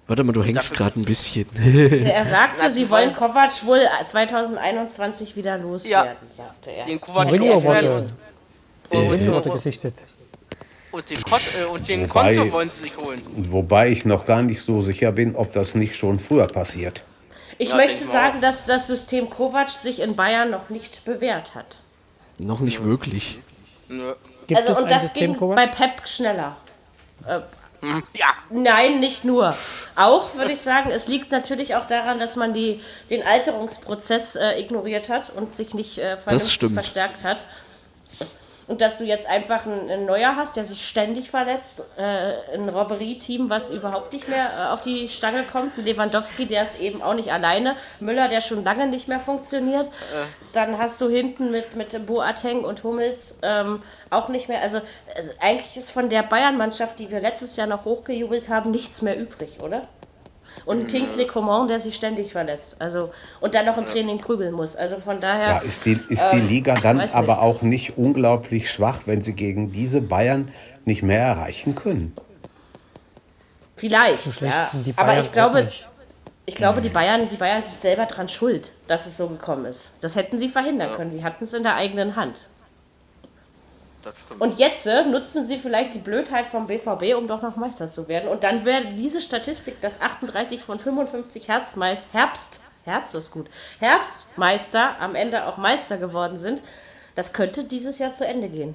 Speaker 5: warte mal, du hängst
Speaker 6: Dafür-
Speaker 5: gerade ein bisschen.
Speaker 2: Also Er sagte,
Speaker 6: Lass
Speaker 2: sie
Speaker 6: die
Speaker 2: wollen
Speaker 6: wollen-
Speaker 2: Kovac wohl 2021 wieder loswerden, sagte er.
Speaker 6: Den Kovac
Speaker 4: Mourinho
Speaker 6: loswerden
Speaker 4: wurde,
Speaker 6: und,
Speaker 4: Mourinho
Speaker 6: und,
Speaker 4: wurde
Speaker 6: und,
Speaker 4: gesichtet.
Speaker 6: und den, Kot, äh, und den
Speaker 3: Wobei-
Speaker 6: Konto wollen sie sich holen.
Speaker 3: Wobei ich noch gar nicht so sicher bin, ob das nicht schon früher passiert.
Speaker 2: Ich
Speaker 6: Ja,
Speaker 2: möchte
Speaker 6: denk mal
Speaker 2: sagen, dass das System Kovac sich in Bayern noch nicht bewährt hat.
Speaker 5: noch nicht wirklich.
Speaker 6: Nö.
Speaker 4: Gibt
Speaker 2: also
Speaker 4: es
Speaker 2: und
Speaker 4: ein
Speaker 2: das
Speaker 4: System,
Speaker 2: ging bei
Speaker 4: Kovac?
Speaker 2: Pep schneller.
Speaker 6: Ja,
Speaker 2: Nein, nicht nur. Auch würde ich sagen, es liegt natürlich auch daran, dass man die, den Alterungsprozess äh, ignoriert hat und sich nicht äh, vernünftig
Speaker 5: stimmt.
Speaker 2: verstärkt hat. Und dass du jetzt einfach einen, einen Neuer hast, der sich ständig verletzt, äh, ein Robberie-Team, was überhaupt nicht mehr äh, auf die Stange kommt, ein Lewandowski, der ist eben auch nicht alleine, Müller, der schon lange nicht mehr funktioniert, dann hast du hinten mit, mit Boateng und Hummels ähm, auch nicht mehr, also, also eigentlich ist von der Bayern-Mannschaft, die wir letztes Jahr noch hochgejubelt haben, nichts mehr übrig, oder? Und Kingsley Coman, der sich ständig verletzt, also und dann noch im Training prügeln muss, also von daher...
Speaker 3: Ja, ist die, ist die Liga dann
Speaker 2: Ähm, weiß nicht.
Speaker 3: aber auch nicht unglaublich schwach, wenn sie gegen diese Bayern nicht mehr erreichen können.
Speaker 2: Vielleicht,
Speaker 4: schlecht
Speaker 2: ja.
Speaker 4: sind die
Speaker 2: Aber
Speaker 4: Bayern
Speaker 2: ich glaube,
Speaker 4: auch nicht.
Speaker 2: ich glaube, die Bayern, die Bayern sind selber dran schuld, dass es so gekommen ist. Das hätten sie verhindern können. Sie hatten es in der eigenen Hand.
Speaker 6: das stimmt.
Speaker 2: Und jetzt äh, nutzen sie vielleicht die Blödheit vom BVB, um doch noch Meister zu werden. Und dann wäre diese Statistik, dass 38 von 55 Herbstmeis, Herbst, Herz ist gut, Herbstmeister am Ende auch Meister geworden sind, das könnte dieses Jahr zu Ende gehen.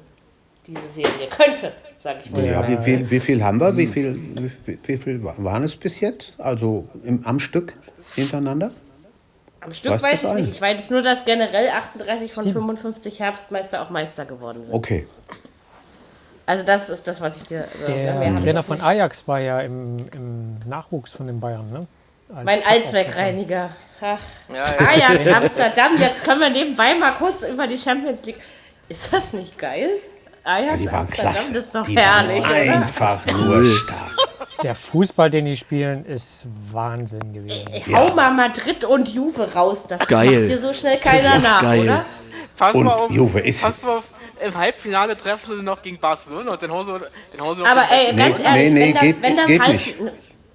Speaker 2: Diese Serie könnte, sag ich mal.
Speaker 3: Ja, wie viel, wie viel haben wir?
Speaker 2: Hm.
Speaker 3: Wie viel, wie, wie viel wa- waren es bis jetzt? Also im, am Stück hintereinander?
Speaker 2: Am Stück
Speaker 3: Weißt
Speaker 2: weiß
Speaker 3: du
Speaker 2: ich
Speaker 3: es
Speaker 2: nicht.
Speaker 3: ein?
Speaker 2: Ich weiß nur, dass generell 38 von 55 Herbstmeister auch Meister geworden sind.
Speaker 3: Okay.
Speaker 2: Also das ist das, was ich dir... Also mehr
Speaker 4: Der
Speaker 2: habe ich
Speaker 4: Trainer
Speaker 2: jetzt
Speaker 4: von
Speaker 2: nicht.
Speaker 4: Ajax war ja im, im Nachwuchs von den Bayern, ne? Als
Speaker 2: Mein
Speaker 4: Top-Aufsteiger.
Speaker 2: Allzweckreiniger. Ach,
Speaker 6: Ja, ja.
Speaker 2: Ajax Amsterdam, jetzt können wir nebenbei mal kurz über die Champions League... Ist das nicht geil? Ajax
Speaker 3: Die waren
Speaker 2: Amsterdam,
Speaker 3: klasse.
Speaker 2: das ist doch
Speaker 3: die
Speaker 2: herrlich,
Speaker 3: waren
Speaker 2: oder?
Speaker 3: einfach nur stark.
Speaker 4: Der Fußball, den die spielen, ist Wahnsinn gewesen.
Speaker 2: Hau mal Madrid und Juve raus, das
Speaker 5: Geil.
Speaker 2: macht dir so schnell keiner
Speaker 5: ist
Speaker 2: nach,
Speaker 5: geil.
Speaker 2: oder?
Speaker 6: Pass
Speaker 3: Und
Speaker 6: mal auf,
Speaker 3: Juve ist
Speaker 6: pass mal auf, im Halbfinale treffen sie noch gegen Barcelona und den Hause, den Hause
Speaker 2: Aber ey,
Speaker 3: Nee,
Speaker 2: ganz ehrlich,
Speaker 3: nee,
Speaker 2: wenn
Speaker 3: nee,
Speaker 2: das,
Speaker 3: geht-
Speaker 2: wenn das
Speaker 3: geht
Speaker 2: Halb-
Speaker 3: nicht.
Speaker 2: n-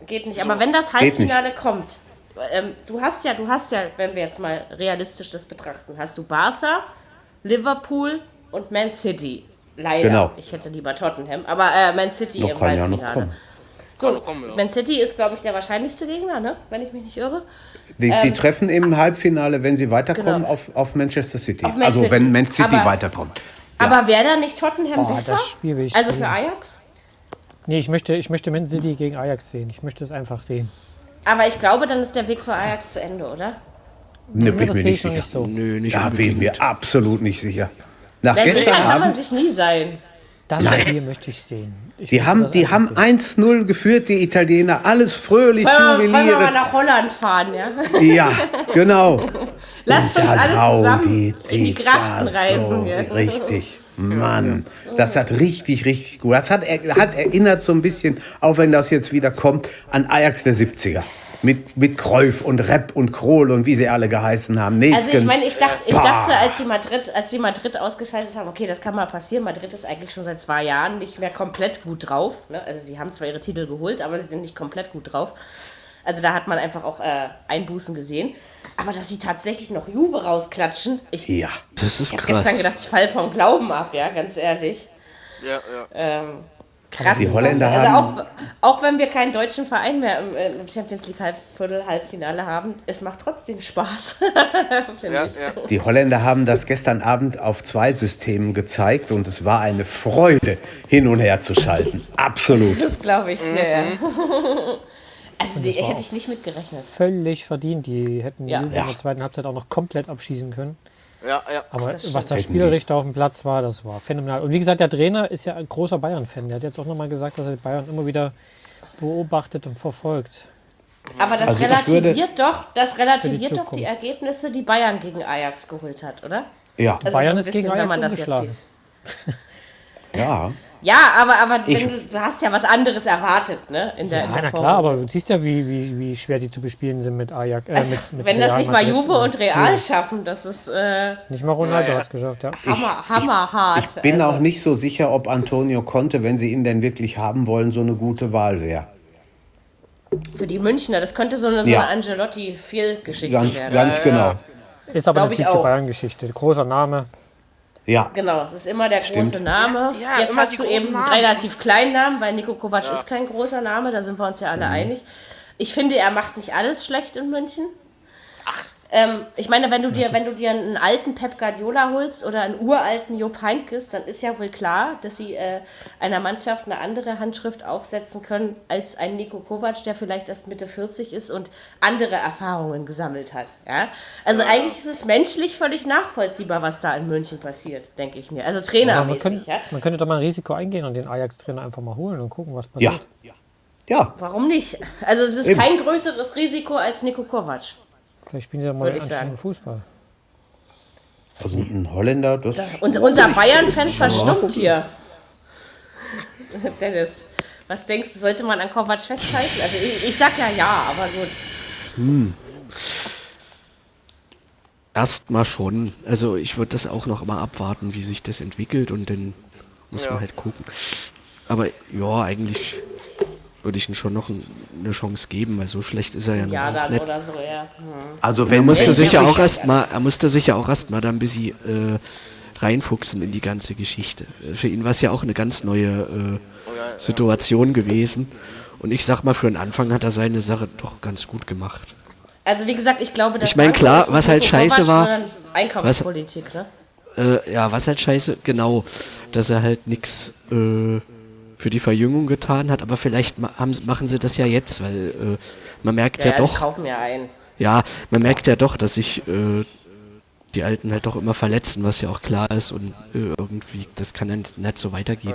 Speaker 2: geht nicht, aber wenn das Halbfinale kommt, ähm, du hast ja, du hast ja, wenn wir jetzt mal realistisch das betrachten, hast du Barca, Liverpool und Man City. Leider.
Speaker 3: Genau.
Speaker 2: Ich hätte lieber Tottenham, aber äh, Man City
Speaker 3: Noch
Speaker 2: im
Speaker 3: kann ja
Speaker 2: Halbfinale.
Speaker 3: noch kommen.
Speaker 2: So,
Speaker 6: noch kommen, ja.
Speaker 2: Man City ist, glaube ich, der wahrscheinlichste Gegner, ne? wenn ich mich nicht irre.
Speaker 3: Die, die treffen im Halbfinale, wenn sie weiterkommen,
Speaker 2: Ähm, Genau.
Speaker 3: auf, auf Manchester City.
Speaker 2: Auf Man
Speaker 3: also
Speaker 2: City.
Speaker 3: wenn Man City
Speaker 2: Aber-
Speaker 3: weiterkommt.
Speaker 2: Aber wäre da nicht Tottenham
Speaker 4: Boah, das
Speaker 2: besser?
Speaker 4: Spiel will ich
Speaker 2: also
Speaker 4: sehen.
Speaker 2: für Ajax?
Speaker 4: Nee, ich möchte, ich möchte Man City gegen Ajax sehen. Ich möchte es einfach sehen.
Speaker 2: Aber ich glaube, dann ist der Weg für Ajax zu Ende, oder?
Speaker 3: Ne, bin ich
Speaker 4: das
Speaker 3: mir
Speaker 4: sehe
Speaker 3: nicht
Speaker 4: ich noch
Speaker 3: sicher.
Speaker 4: nicht so.
Speaker 5: Nö, nicht
Speaker 3: Da bin ich
Speaker 5: unbedingt.
Speaker 3: mir absolut nicht sicher. Nach
Speaker 2: Nein, sicher
Speaker 3: gestern
Speaker 2: Also, kann man
Speaker 3: Abend,
Speaker 2: sich nie sein.
Speaker 4: Das Spiel möchte ich sehen. Ich
Speaker 3: die
Speaker 4: möchte
Speaker 3: haben,
Speaker 4: das
Speaker 3: die
Speaker 4: einfach
Speaker 3: haben
Speaker 4: sehen.
Speaker 3: 1-0 geführt, die Italiener, alles fröhlich
Speaker 2: Wollen wir, wollen wir mal
Speaker 3: jubilieren.
Speaker 2: nach Holland fahren, ja?
Speaker 3: Ja, genau.
Speaker 2: Lasst uns
Speaker 3: Dann
Speaker 2: alle
Speaker 3: hauen
Speaker 2: zusammen
Speaker 3: die
Speaker 2: in die Grachten
Speaker 3: das
Speaker 2: reisen.
Speaker 3: So,
Speaker 2: ja.
Speaker 3: richtig. Mann, das hat richtig, richtig gut. Das hat, er- hat erinnert so ein bisschen, auch wenn das jetzt wieder kommt, an Ajax der 70er. Mit, mit Kreuf und Rep und Krohl und wie sie alle geheißen haben.
Speaker 2: Also ich
Speaker 3: Neskens.
Speaker 2: meine, ich dachte, ich
Speaker 3: Bah.
Speaker 2: dachte als, die Madrid, als die Madrid ausgeschaltet haben, okay, das kann mal passieren. Madrid ist eigentlich schon seit zwei Jahren nicht mehr komplett gut drauf. Ne? Also sie haben zwar ihre Titel geholt, aber sie sind nicht komplett gut drauf. Also da hat man einfach auch äh, Einbußen gesehen. Aber dass sie tatsächlich noch Juve rausklatschen, ich, ich
Speaker 3: Ja,
Speaker 5: Das ist
Speaker 2: habe
Speaker 5: krass.
Speaker 2: gestern gedacht, ich falle vom Glauben ab, ja, ganz ehrlich.
Speaker 6: Ja, ja.
Speaker 2: Krass.
Speaker 3: Die Holländer
Speaker 2: also
Speaker 3: haben-
Speaker 2: auch, auch wenn wir keinen deutschen Verein mehr im, äh, im Champions League Halbviertel, Halbfinale haben, es macht trotzdem Spaß. Finde
Speaker 6: ja,
Speaker 2: ich.
Speaker 6: ja.
Speaker 3: die Holländer haben das gestern Abend auf zwei Systemen gezeigt und es war eine Freude, hin und her zu schalten. Absolut.
Speaker 2: Das glaube ich sehr. Also die hätte ich nicht mitgerechnet.
Speaker 4: Völlig verdient. Die hätten
Speaker 2: Ja.
Speaker 4: die Juve
Speaker 3: Ja.
Speaker 4: in der zweiten Halbzeit auch noch komplett abschießen können.
Speaker 6: Ja, ja.
Speaker 4: Aber
Speaker 2: Das stimmt.
Speaker 4: was das
Speaker 3: Hätten
Speaker 4: spielerisch da auf dem Platz war, das war phänomenal. Und wie gesagt, der Trainer ist ja ein großer Bayern-Fan. Der hat jetzt auch nochmal gesagt, dass er Bayern immer wieder beobachtet und verfolgt.
Speaker 2: Aber das
Speaker 3: Also ich
Speaker 2: relativiert doch, das relativiert
Speaker 4: die
Speaker 2: doch die
Speaker 4: Zukunft.
Speaker 2: Ergebnisse, die Bayern gegen Ajax geholt hat, oder?
Speaker 3: Ja,
Speaker 2: Also
Speaker 4: Bayern
Speaker 2: ein
Speaker 4: ist
Speaker 2: bisschen,
Speaker 4: gegen
Speaker 2: wenn
Speaker 4: Ajax
Speaker 2: man das jetzt
Speaker 4: ungeschlagen.
Speaker 2: sieht.
Speaker 3: ja.
Speaker 2: Ja, aber, aber
Speaker 3: Ich-
Speaker 2: wenn du, du hast ja was anderes erwartet, ne? In der, in
Speaker 4: Ja,
Speaker 2: der Vorrunde.
Speaker 4: na klar, aber du siehst ja, wie, wie, wie schwer die zu bespielen sind mit Ajax. Äh,
Speaker 2: also,
Speaker 4: mit, mit
Speaker 2: wenn das
Speaker 4: Real
Speaker 2: nicht mal
Speaker 4: Madrid
Speaker 2: Juve und Real schaffen, das ist äh,
Speaker 4: Nicht mal Ronaldo
Speaker 6: Ja, ja.
Speaker 4: hat es geschafft, ja.
Speaker 2: hammer, hammerhart.
Speaker 3: Ich bin
Speaker 2: also,
Speaker 3: auch nicht so sicher, ob Antonio Conte, wenn sie ihn denn wirklich haben wollen, so eine gute Wahl wäre.
Speaker 2: Für die Münchner, das könnte so eine, so
Speaker 3: Ja.
Speaker 2: eine Angelotti-Fehlgeschichte
Speaker 3: Ganz,
Speaker 2: werden.
Speaker 3: ganz genau.
Speaker 4: Ist aber
Speaker 2: Glaub
Speaker 4: eine
Speaker 2: ich
Speaker 4: typische
Speaker 2: auch.
Speaker 4: Bayern-Geschichte. Großer Name.
Speaker 3: Ja,
Speaker 2: Genau, es ist immer der große Name.
Speaker 6: Ja, ja,
Speaker 2: Jetzt
Speaker 6: immer
Speaker 2: hast
Speaker 6: die
Speaker 2: du
Speaker 6: großen
Speaker 2: eben
Speaker 6: Namen.
Speaker 2: einen relativ kleinen Namen, weil Nico Kovac ist kein großer Name, da sind wir uns ja
Speaker 3: Mhm.
Speaker 2: alle einig. Ich finde, er macht nicht alles schlecht in München. Ähm, ich meine, wenn du dir, wenn du dir einen alten Pep Guardiola holst oder einen uralten Jupp Heynckes, dann ist ja wohl klar, dass sie äh, einer Mannschaft eine andere Handschrift aufsetzen können als ein Nico Kovac, der vielleicht erst Mitte 40 ist und andere Erfahrungen gesammelt hat. Ja? Also eigentlich ist es menschlich völlig nachvollziehbar, was da in München passiert, denke ich mir. Also
Speaker 4: Aber man,
Speaker 2: trainermäßig,
Speaker 4: könnte,
Speaker 2: ja.
Speaker 4: man könnte doch mal ein Risiko eingehen und den Ajax-Trainer einfach mal holen und gucken, was passiert.
Speaker 3: ja, ja.
Speaker 2: Warum nicht? Also es ist
Speaker 3: Eben.
Speaker 2: kein größeres Risiko als Nico Kovac.
Speaker 4: Vielleicht spielen sie ja mal
Speaker 2: Würde ich sagen.
Speaker 4: anständigen Fußball.
Speaker 3: Also ein Holländer, das.
Speaker 2: Und unser Bayern-Fan verstummt hier. Dennis, was denkst du, sollte man an Kovac festhalten? Also ich, ich sag ja ja, aber gut.
Speaker 5: Erstmal schon. Also ich würde das auch noch mal abwarten, wie sich das entwickelt und dann muss man halt gucken. Aber ja, eigentlich würde ich ihm schon noch ein- eine Chance geben, weil so schlecht ist er
Speaker 2: Ja,
Speaker 5: ja, nun auch
Speaker 2: dann
Speaker 5: nicht.
Speaker 2: oder so, ja.
Speaker 3: Also
Speaker 5: Er
Speaker 3: wenn
Speaker 5: musste
Speaker 2: Wenn
Speaker 5: sich
Speaker 2: der
Speaker 5: ja auch
Speaker 2: sich-
Speaker 5: erstmal, er musste sich ja auch erstmal da ein bisschen äh, reinfuchsen in die ganze Geschichte. Äh, Für ihn war es ja auch eine ganz neue äh, Situation gewesen. Und ich sag mal, für den Anfang hat er seine Sache doch ganz gut gemacht.
Speaker 2: Also wie gesagt, ich glaube, das
Speaker 5: Ich mein,
Speaker 2: war
Speaker 5: klar,
Speaker 2: nicht
Speaker 5: was
Speaker 2: Nico
Speaker 5: halt scheiße
Speaker 2: Kovac,
Speaker 5: war-
Speaker 2: sondern Einkaufspolitik, ne?
Speaker 5: Äh, ja, was halt scheiße, genau, dass er halt nix äh, für die Verjüngung getan hat, aber vielleicht ma haben, machen sie das ja jetzt, weil äh, man merkt
Speaker 2: Ja, also ja,
Speaker 5: ja,
Speaker 2: sie
Speaker 5: doch,
Speaker 2: kaufen ja ein.
Speaker 5: ja, man merkt ja doch, dass sich äh, die Alten halt doch immer verletzen, was ja auch klar ist und äh, irgendwie, das kann dann nicht so weitergehen.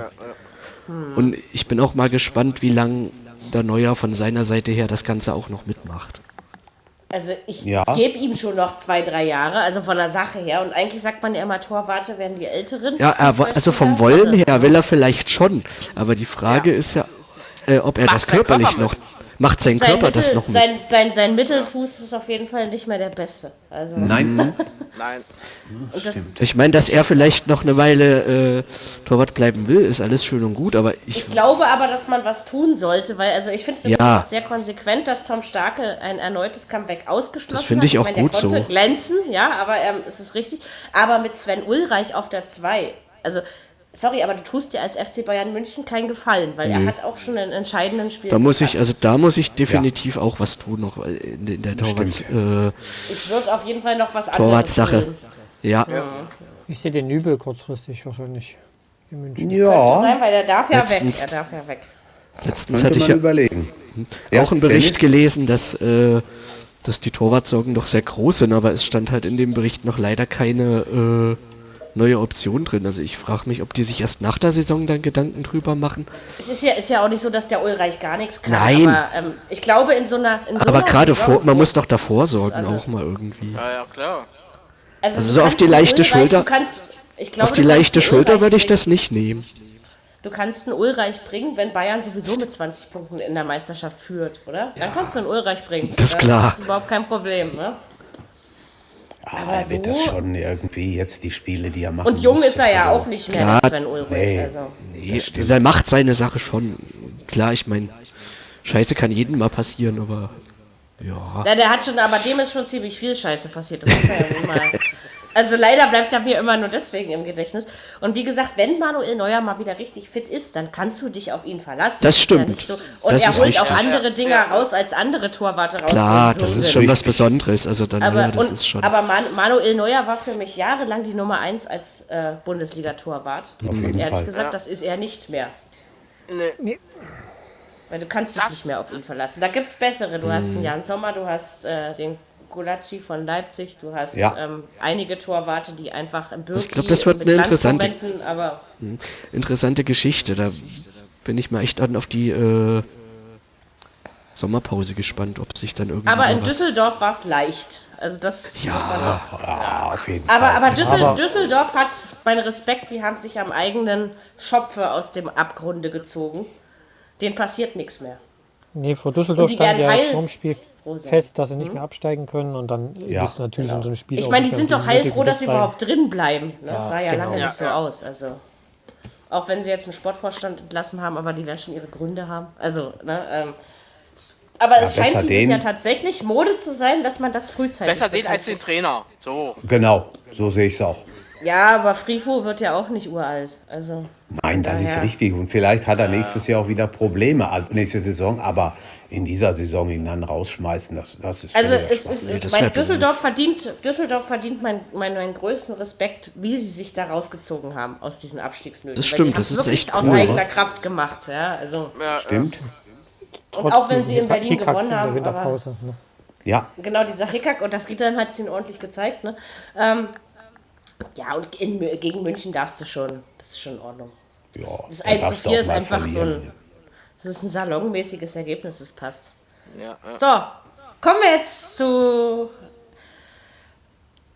Speaker 5: Und ich bin auch mal gespannt, wie lang der Neuer von seiner Seite her das Ganze auch noch mitmacht.
Speaker 2: Also ich
Speaker 3: Ja.
Speaker 2: gebe ihm schon noch zwei, drei Jahre, also von der Sache her. Und eigentlich sagt man ja immer, Torwarte werden die Älteren.
Speaker 5: Ja, er, wo- also vom Wollen her will er vielleicht schon, aber die Frage ist ja, äh, ob er
Speaker 6: Macht
Speaker 5: das
Speaker 6: sein Körper
Speaker 5: körperlich
Speaker 6: mit.
Speaker 5: noch macht sein,
Speaker 2: Sein,
Speaker 5: Körper
Speaker 2: Mittel,
Speaker 5: das noch mit.
Speaker 2: sein, sein, sein Mittelfuß ist auf jeden Fall nicht mehr der beste. Also,
Speaker 3: Nein,
Speaker 6: Nein.
Speaker 2: und das,
Speaker 5: Ich meine, dass er vielleicht noch eine Weile äh, Torwart bleiben will, ist alles schön und gut, aber ich,
Speaker 2: Ich glaube aber, dass man was tun sollte, weil also ich finde es
Speaker 5: Ja.
Speaker 2: auch sehr konsequent, dass Tom Starke ein erneutes Comeback ausgeschlossen
Speaker 5: Das finde
Speaker 2: hat.
Speaker 5: ich auch
Speaker 2: meine,
Speaker 5: gut
Speaker 2: der konnte
Speaker 5: so.
Speaker 2: glänzen, ja, aber ähm, es ist richtig. Aber mit Sven Ulreich auf der 2, also sorry, aber du tust dir als FC Bayern München keinen Gefallen, weil er hat auch schon einen entscheidenden Spiel.
Speaker 5: da muss ich, also
Speaker 2: verpasst.
Speaker 5: da muss ich definitiv auch was tun noch äh, in, in der Torwart. Äh,
Speaker 2: ich würde auf jeden Fall noch was anderes
Speaker 5: Torwartsache.
Speaker 2: tun.
Speaker 5: Ja.
Speaker 4: Ich sehe den Nübel kurzfristig wahrscheinlich in München.
Speaker 2: Könnte
Speaker 3: ja,
Speaker 2: sein, weil er darf ja weg.
Speaker 5: Letztens-
Speaker 2: Er darf ja weg.
Speaker 5: Letztens
Speaker 3: könnte
Speaker 5: hatte ich
Speaker 3: man
Speaker 5: ja
Speaker 3: überlegen. Ja,
Speaker 5: auch einen Bericht
Speaker 3: Dennis?
Speaker 5: gelesen, dass, äh, dass die Torwartsorgen doch sehr groß sind, aber es stand halt in dem Bericht noch leider keine äh, neue Option drin. Also ich frage mich, ob die sich erst nach der Saison dann Gedanken drüber machen.
Speaker 2: Es ist ja, ist ja auch nicht so, dass der Ulreich gar nichts kann.
Speaker 5: Nein.
Speaker 2: Aber ähm, ich glaube, in so einer. In so
Speaker 5: Aber
Speaker 2: einer
Speaker 5: gerade
Speaker 2: Saison-
Speaker 5: vor, man muss doch davor
Speaker 2: Das ist
Speaker 5: sorgen,
Speaker 2: also-
Speaker 5: auch mal irgendwie.
Speaker 6: Ja, ja, klar.
Speaker 2: Also,
Speaker 5: also
Speaker 2: du
Speaker 5: so auf
Speaker 2: kannst
Speaker 5: die
Speaker 2: einen
Speaker 5: leichte
Speaker 2: Ulreich,
Speaker 5: Schulter-
Speaker 2: Du kannst, ich glaube,
Speaker 5: Auf die
Speaker 2: du kannst
Speaker 5: leichte
Speaker 2: einen
Speaker 5: Schulter
Speaker 2: Ulreich
Speaker 5: würde ich
Speaker 2: bringen.
Speaker 5: das nicht nehmen.
Speaker 2: Du kannst einen Ulreich bringen, wenn Bayern sowieso mit 20 Punkten in der Meisterschaft führt, oder? Dann kannst du einen Ulreich bringen.
Speaker 5: Das ist
Speaker 2: Ja,
Speaker 5: klar.
Speaker 2: Das ist überhaupt kein Problem, ne?
Speaker 3: Ah, er wird
Speaker 2: so-
Speaker 3: das schon irgendwie jetzt die Spiele, die er also macht.
Speaker 2: Und jung ist er ja auch nicht mehr,
Speaker 5: Klar.
Speaker 2: der Sven Ulreich.
Speaker 3: Nee.
Speaker 2: Also.
Speaker 5: Nee, also er macht seine Sache schon. Klar, ich meine, Scheiße kann jedem mal passieren, aber ja.
Speaker 2: Ja, der hat schon, aber dem ist schon ziemlich viel Scheiße passiert. Das kann man ja wohl mal. Also leider bleibt er mir immer nur deswegen im Gedächtnis. Und wie gesagt, wenn Manuel Neuer mal wieder richtig fit ist, dann kannst du dich auf ihn verlassen.
Speaker 5: Das
Speaker 2: ist ja
Speaker 5: stimmt.
Speaker 2: nicht so. Und
Speaker 5: Das
Speaker 2: er
Speaker 5: ist
Speaker 2: holt auch
Speaker 5: richtig.
Speaker 2: andere Dinger raus, als andere Torwarte raus.
Speaker 5: Klar, das ist schon was Besonderes. Also dann
Speaker 2: Aber,
Speaker 5: ja, das
Speaker 2: und,
Speaker 5: ist schon.
Speaker 2: aber Man Manuel Neuer war für mich jahrelang die Nummer 1 als äh, Bundesliga-Torwart.
Speaker 3: Auf jeden
Speaker 2: Ehrlich
Speaker 3: Fall.
Speaker 2: gesagt,
Speaker 6: Ja.
Speaker 2: das ist er nicht mehr.
Speaker 6: Nee.
Speaker 2: Weil du kannst dich
Speaker 6: Das
Speaker 2: nicht mehr auf ihn verlassen. Da gibt's bessere. Du hast
Speaker 5: Mhm.
Speaker 2: einen Jan Sommer, du hast äh, den Golacci von Leipzig, du hast
Speaker 3: Ja.
Speaker 2: ähm, einige Torwarte, die einfach im Bürger
Speaker 5: Ich glaub, das wird eine interessante-
Speaker 2: aber
Speaker 5: Hm. Interessante Geschichte. Da bin ich mal echt an auf die äh, Sommerpause gespannt, ob sich dann irgendwie.
Speaker 2: aber in
Speaker 5: was-
Speaker 2: Düsseldorf war's leicht. Also das, das war so.
Speaker 3: Ah, auf jeden
Speaker 2: Aber,
Speaker 3: Fall.
Speaker 2: aber, Düssel
Speaker 4: Aber-
Speaker 2: Düsseldorf hat meinen Respekt, die haben sich am eigenen Schopfe aus dem Abgrunde gezogen. Den passiert nichts mehr.
Speaker 4: Nee, vor
Speaker 2: Und
Speaker 4: Düsseldorf
Speaker 2: die
Speaker 4: stand
Speaker 2: werden
Speaker 4: ja
Speaker 2: heil-
Speaker 4: vorm Spiel
Speaker 2: sein. Hm?
Speaker 4: fest, dass sie nicht mehr absteigen können und dann
Speaker 3: Ja, genau.
Speaker 4: bist du natürlich in so einem Spiel.
Speaker 2: Ich
Speaker 4: auch
Speaker 2: meine, die
Speaker 4: nicht
Speaker 2: sind
Speaker 4: mehr
Speaker 2: doch
Speaker 4: mit dem
Speaker 2: heilfroh,
Speaker 4: nötigen
Speaker 2: dass sie
Speaker 4: Bestreiten.
Speaker 2: überhaupt drin bleiben. ne? Das sah ja
Speaker 4: genau.
Speaker 2: lange
Speaker 4: Ja,
Speaker 2: nicht so
Speaker 6: ja.
Speaker 2: aus. Also, auch wenn sie jetzt einen Sportvorstand entlassen haben, aber die werden schon ihre Gründe haben. Also, ne, ähm, aber es
Speaker 3: besser
Speaker 2: scheint dieses
Speaker 3: den-
Speaker 2: Jahr tatsächlich Mode zu sein, dass man das halt frühzeitig.
Speaker 6: Besser den
Speaker 2: bekannt
Speaker 6: als den Trainer. So.
Speaker 3: genau, so sehe ich es auch.
Speaker 2: macht. Ja, aber Frifo wird ja auch nicht uralt. Also,
Speaker 3: Nein, das ist
Speaker 2: Daher-
Speaker 3: richtig. Und vielleicht hat er nächstes Jahr auch wieder Probleme, also nächste Saison, aber in dieser Saison ihn dann rausschmeißen, das, das ist
Speaker 2: also
Speaker 3: völliger
Speaker 2: es
Speaker 3: Schwachsinn.
Speaker 2: ist, es
Speaker 5: das
Speaker 2: mein-
Speaker 5: wär
Speaker 2: Düsseldorf verdient, Düsseldorf verdient meinen mein, meinen größten Respekt, wie sie sich da rausgezogen haben aus diesen Abstiegsnöten.
Speaker 5: Das
Speaker 2: Weil
Speaker 5: stimmt,
Speaker 2: die haben's
Speaker 5: das ist
Speaker 2: wirklich
Speaker 5: echt
Speaker 2: aus
Speaker 5: cool,
Speaker 2: eigener
Speaker 5: wa?
Speaker 2: Kraft gemacht. Ja, also.
Speaker 3: Stimmt?
Speaker 4: Trotz
Speaker 2: auch wenn
Speaker 4: diesen
Speaker 2: sie in Berlin
Speaker 4: Hickhacks
Speaker 2: gewonnen haben,
Speaker 4: In der Winterpause, ne?
Speaker 3: Ja,
Speaker 2: Genau, dieser Hickhack und der Friedhelm hat es ihnen ordentlich gezeigt. Ne? Ähm, ja, und in, Mü- gegen München darfst du schon. Das ist schon in Ordnung.
Speaker 3: ja.
Speaker 2: Das
Speaker 3: dann
Speaker 2: 1 zu
Speaker 3: darfst du
Speaker 2: 4
Speaker 3: auch
Speaker 2: ist
Speaker 3: mal
Speaker 2: einfach so
Speaker 3: verlieren.
Speaker 2: ein. Das ist ein salonmäßiges Ergebnis, das passt.
Speaker 6: Ja, ja.
Speaker 2: So, kommen wir jetzt zu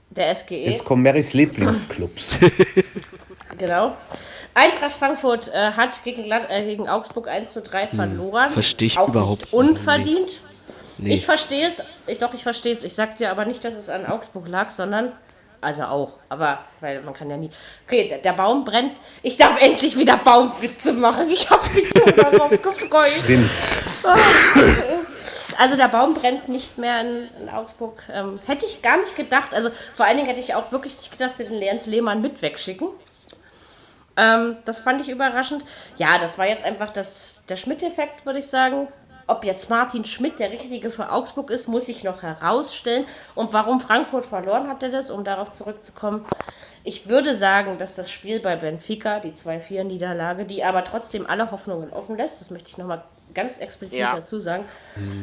Speaker 2: der E. SGE.
Speaker 3: Jetzt kommen Marys Lieblingsclubs.
Speaker 2: Genau. Eintracht Frankfurt äh, hat gegen, Glad äh, gegen Augsburg 1 zu 3 verloren.
Speaker 5: Hm, versteh ich
Speaker 2: Auch
Speaker 5: überhaupt
Speaker 2: nicht
Speaker 5: nicht.
Speaker 2: unverdient.
Speaker 5: Nee.
Speaker 2: Ich verstehe es, ich, doch, ich verstehe es. Ich sag dir aber nicht, dass es an Augsburg lag, sondern, also auch, aber, weil man kann ja nie. Okay, der, der Baum brennt. Ich darf endlich wieder Baumwitze machen. Ich habe mich so darauf gefreut.
Speaker 3: Stimmt.
Speaker 2: Also der Baum brennt nicht mehr in, in Augsburg. Ähm, hätte ich gar nicht gedacht. Also vor allen Dingen hätte ich auch wirklich nicht gedacht, dass sie den Lenz Lehmann mit wegschicken. Ähm, das fand ich überraschend. Ja, das war jetzt einfach das, der Schmidt-Effekt, würde ich sagen. Ob jetzt Martin Schmidt der Richtige für Augsburg ist, muss ich noch herausstellen. Und warum Frankfurt verloren hatte das, um darauf zurückzukommen. Ich würde sagen, dass das Spiel bei Benfica, die 2-4-Niederlage, die aber trotzdem alle Hoffnungen offen lässt, das möchte ich nochmal ganz explizit
Speaker 6: Ja.
Speaker 2: dazu sagen,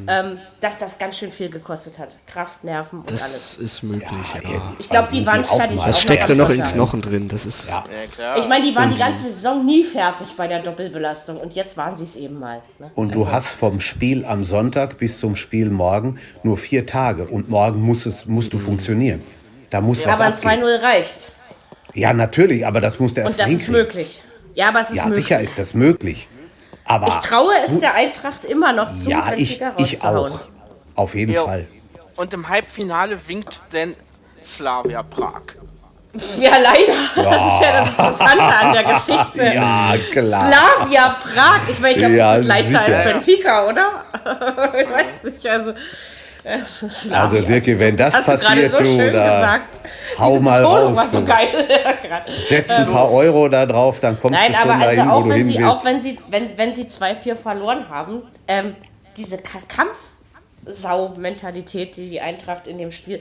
Speaker 2: ähm, dass das ganz schön viel gekostet hat. Kraft, Nerven und alles.
Speaker 5: das ist möglich. Ja,
Speaker 2: Ich glaube, die waren
Speaker 3: Also auch
Speaker 2: fertig.
Speaker 3: mal.
Speaker 5: Das
Speaker 2: auch
Speaker 5: steckt ja
Speaker 2: am
Speaker 5: noch in
Speaker 2: Sonntag.
Speaker 5: Knochen drin. Das ist.
Speaker 3: Ja.
Speaker 6: Ja, klar.
Speaker 2: Ich meine, die waren die ganze Saison nie fertig bei der Doppelbelastung und jetzt waren sie es eben mal. Ne?
Speaker 3: Und du hast vom Spiel am Sonntag bis zum Spiel morgen nur vier Tage. Und morgen muss es, musst du funktionieren. Da muss was
Speaker 2: Mhm. Aber ein
Speaker 3: abgehen.
Speaker 2: 2-0 reicht.
Speaker 3: Ja, natürlich, aber das muss der
Speaker 2: Und das ist möglich. Ja, aber es ist
Speaker 3: Ja,
Speaker 2: möglich.
Speaker 3: sicher ist das möglich. Aber
Speaker 2: ich traue es der Eintracht immer noch zu,
Speaker 3: ja, ich,
Speaker 2: Benfica
Speaker 3: ich
Speaker 2: rauszuhauen.
Speaker 3: auch. Auf jeden
Speaker 6: Jo.
Speaker 3: Fall.
Speaker 6: Und im Halbfinale winkt denn Slavia Prag.
Speaker 2: Ja, leider. Das ist ja das Interessante an der Geschichte.
Speaker 3: Ja, klar.
Speaker 2: Slavia Prag. Ich meine, ich glaube,
Speaker 3: Ja,
Speaker 2: das ist leichter
Speaker 3: sicher.
Speaker 2: als Benfica, oder? ich weiß nicht. Also, es ist Slavia.
Speaker 3: also, Dirki, wenn das
Speaker 2: Hast
Speaker 3: passiert,
Speaker 2: du gerade so schön
Speaker 3: du, da
Speaker 2: gesagt.
Speaker 3: hau mal
Speaker 2: Betonung
Speaker 3: raus,
Speaker 2: war so
Speaker 3: du.
Speaker 2: geil. Gerade.
Speaker 3: setz ein paar Euro da drauf, dann kommst
Speaker 2: Nein,
Speaker 3: du schon
Speaker 2: aber also
Speaker 3: dahin,
Speaker 2: auch
Speaker 3: wo du
Speaker 2: wenn,
Speaker 3: hin
Speaker 2: sie,
Speaker 3: willst.
Speaker 2: auch wenn sie, wenn, wenn sie 2-4 verloren haben, ähm, diese Ka- Kampfsau-Mentalität, die die Eintracht in dem Spiel.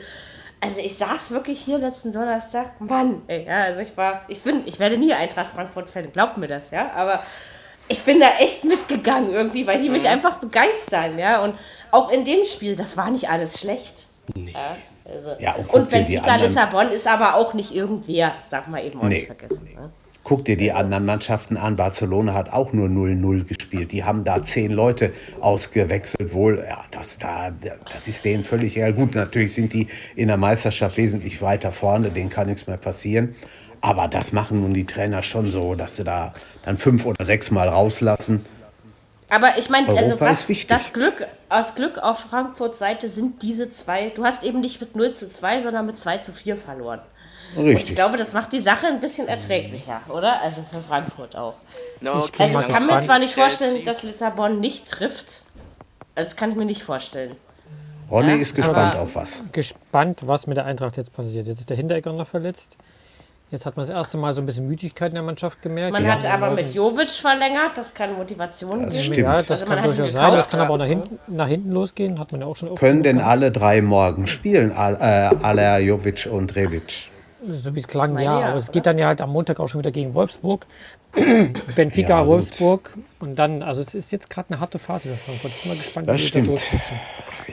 Speaker 2: Also ich saß wirklich hier letzten Donnerstag, Mann, ey, ja, also ich war, ich bin, ich werde nie Eintracht Frankfurt-Fan, glaubt mir das, ja, aber ich bin da echt mitgegangen irgendwie, weil
Speaker 3: Mhm.
Speaker 2: die mich einfach begeistern, ja, und auch in dem Spiel, das war nicht alles schlecht. Ja, Also.
Speaker 3: Ja, und guck
Speaker 2: und
Speaker 3: dir die
Speaker 2: Benfica
Speaker 3: anderen-
Speaker 2: Lissabon ist aber auch nicht irgendwer. Das darf man eben auch
Speaker 3: Nee.
Speaker 2: nicht vergessen. Ne?
Speaker 3: Guck dir die anderen Mannschaften an. Barcelona hat auch nur 0-0 gespielt. Die haben da zehn Leute ausgewechselt. Wohl, ja, das, da, das ist denen völlig egal. Gut, natürlich sind die in der Meisterschaft wesentlich weiter vorne. Denen kann nichts mehr passieren. Aber das machen nun die Trainer schon so, dass sie da dann fünf oder sechs Mal rauslassen.
Speaker 2: Aber ich meine,
Speaker 3: Europa
Speaker 2: also was
Speaker 3: ist wichtig.
Speaker 2: das Glück, aus Glück auf Frankfurts Seite sind diese zwei. Du hast eben nicht mit 0 zu 2, sondern mit 2 zu 4 verloren. Ich
Speaker 3: Richtig.
Speaker 2: glaube, das macht die Sache ein bisschen erträglicher, oder? Also für Frankfurt auch.
Speaker 6: No,
Speaker 4: Ich
Speaker 6: okay,
Speaker 4: bin
Speaker 2: Also
Speaker 4: mal
Speaker 2: ich kann mir
Speaker 4: gespannt.
Speaker 2: zwar nicht vorstellen,
Speaker 6: Chelsea.
Speaker 2: dass Lissabon nicht trifft. Also das kann ich mir nicht vorstellen.
Speaker 3: Ronny ist gespannt
Speaker 2: aber-
Speaker 3: auf was.
Speaker 4: gespannt, was mit der Eintracht jetzt passiert. Jetzt ist der Hinteregger noch verletzt. Jetzt hat man das erste Mal so ein bisschen Müdigkeit in der Mannschaft gemerkt.
Speaker 2: Man
Speaker 4: Ja.
Speaker 2: hat aber mit Jovic verlängert, das kann Motivation
Speaker 3: Das
Speaker 2: geben.
Speaker 3: stimmt.
Speaker 4: Ja, das
Speaker 2: Also man hat
Speaker 4: kann
Speaker 2: ihn
Speaker 4: durchaus sein. Das
Speaker 2: gekauft.
Speaker 4: kann aber auch nach hinten, nach hinten losgehen. Hat man ja auch schon oft
Speaker 3: Können denn
Speaker 4: genug
Speaker 3: alle drei morgen spielen? Al äh, Aller, Jovic und Rebic?
Speaker 4: gehabt. So wie es klang,
Speaker 2: meine,
Speaker 4: ja.
Speaker 2: ja,
Speaker 4: Aber es
Speaker 2: oder?
Speaker 4: geht dann ja halt am Montag auch schon wieder gegen Wolfsburg. Benfica,
Speaker 3: Ja, gut.
Speaker 4: Wolfsburg. Und dann, also es ist jetzt gerade eine harte Phase für Frankfurt. Ich bin mal gespannt,
Speaker 3: Das
Speaker 4: wie die
Speaker 3: stimmt.
Speaker 4: durchrutschen.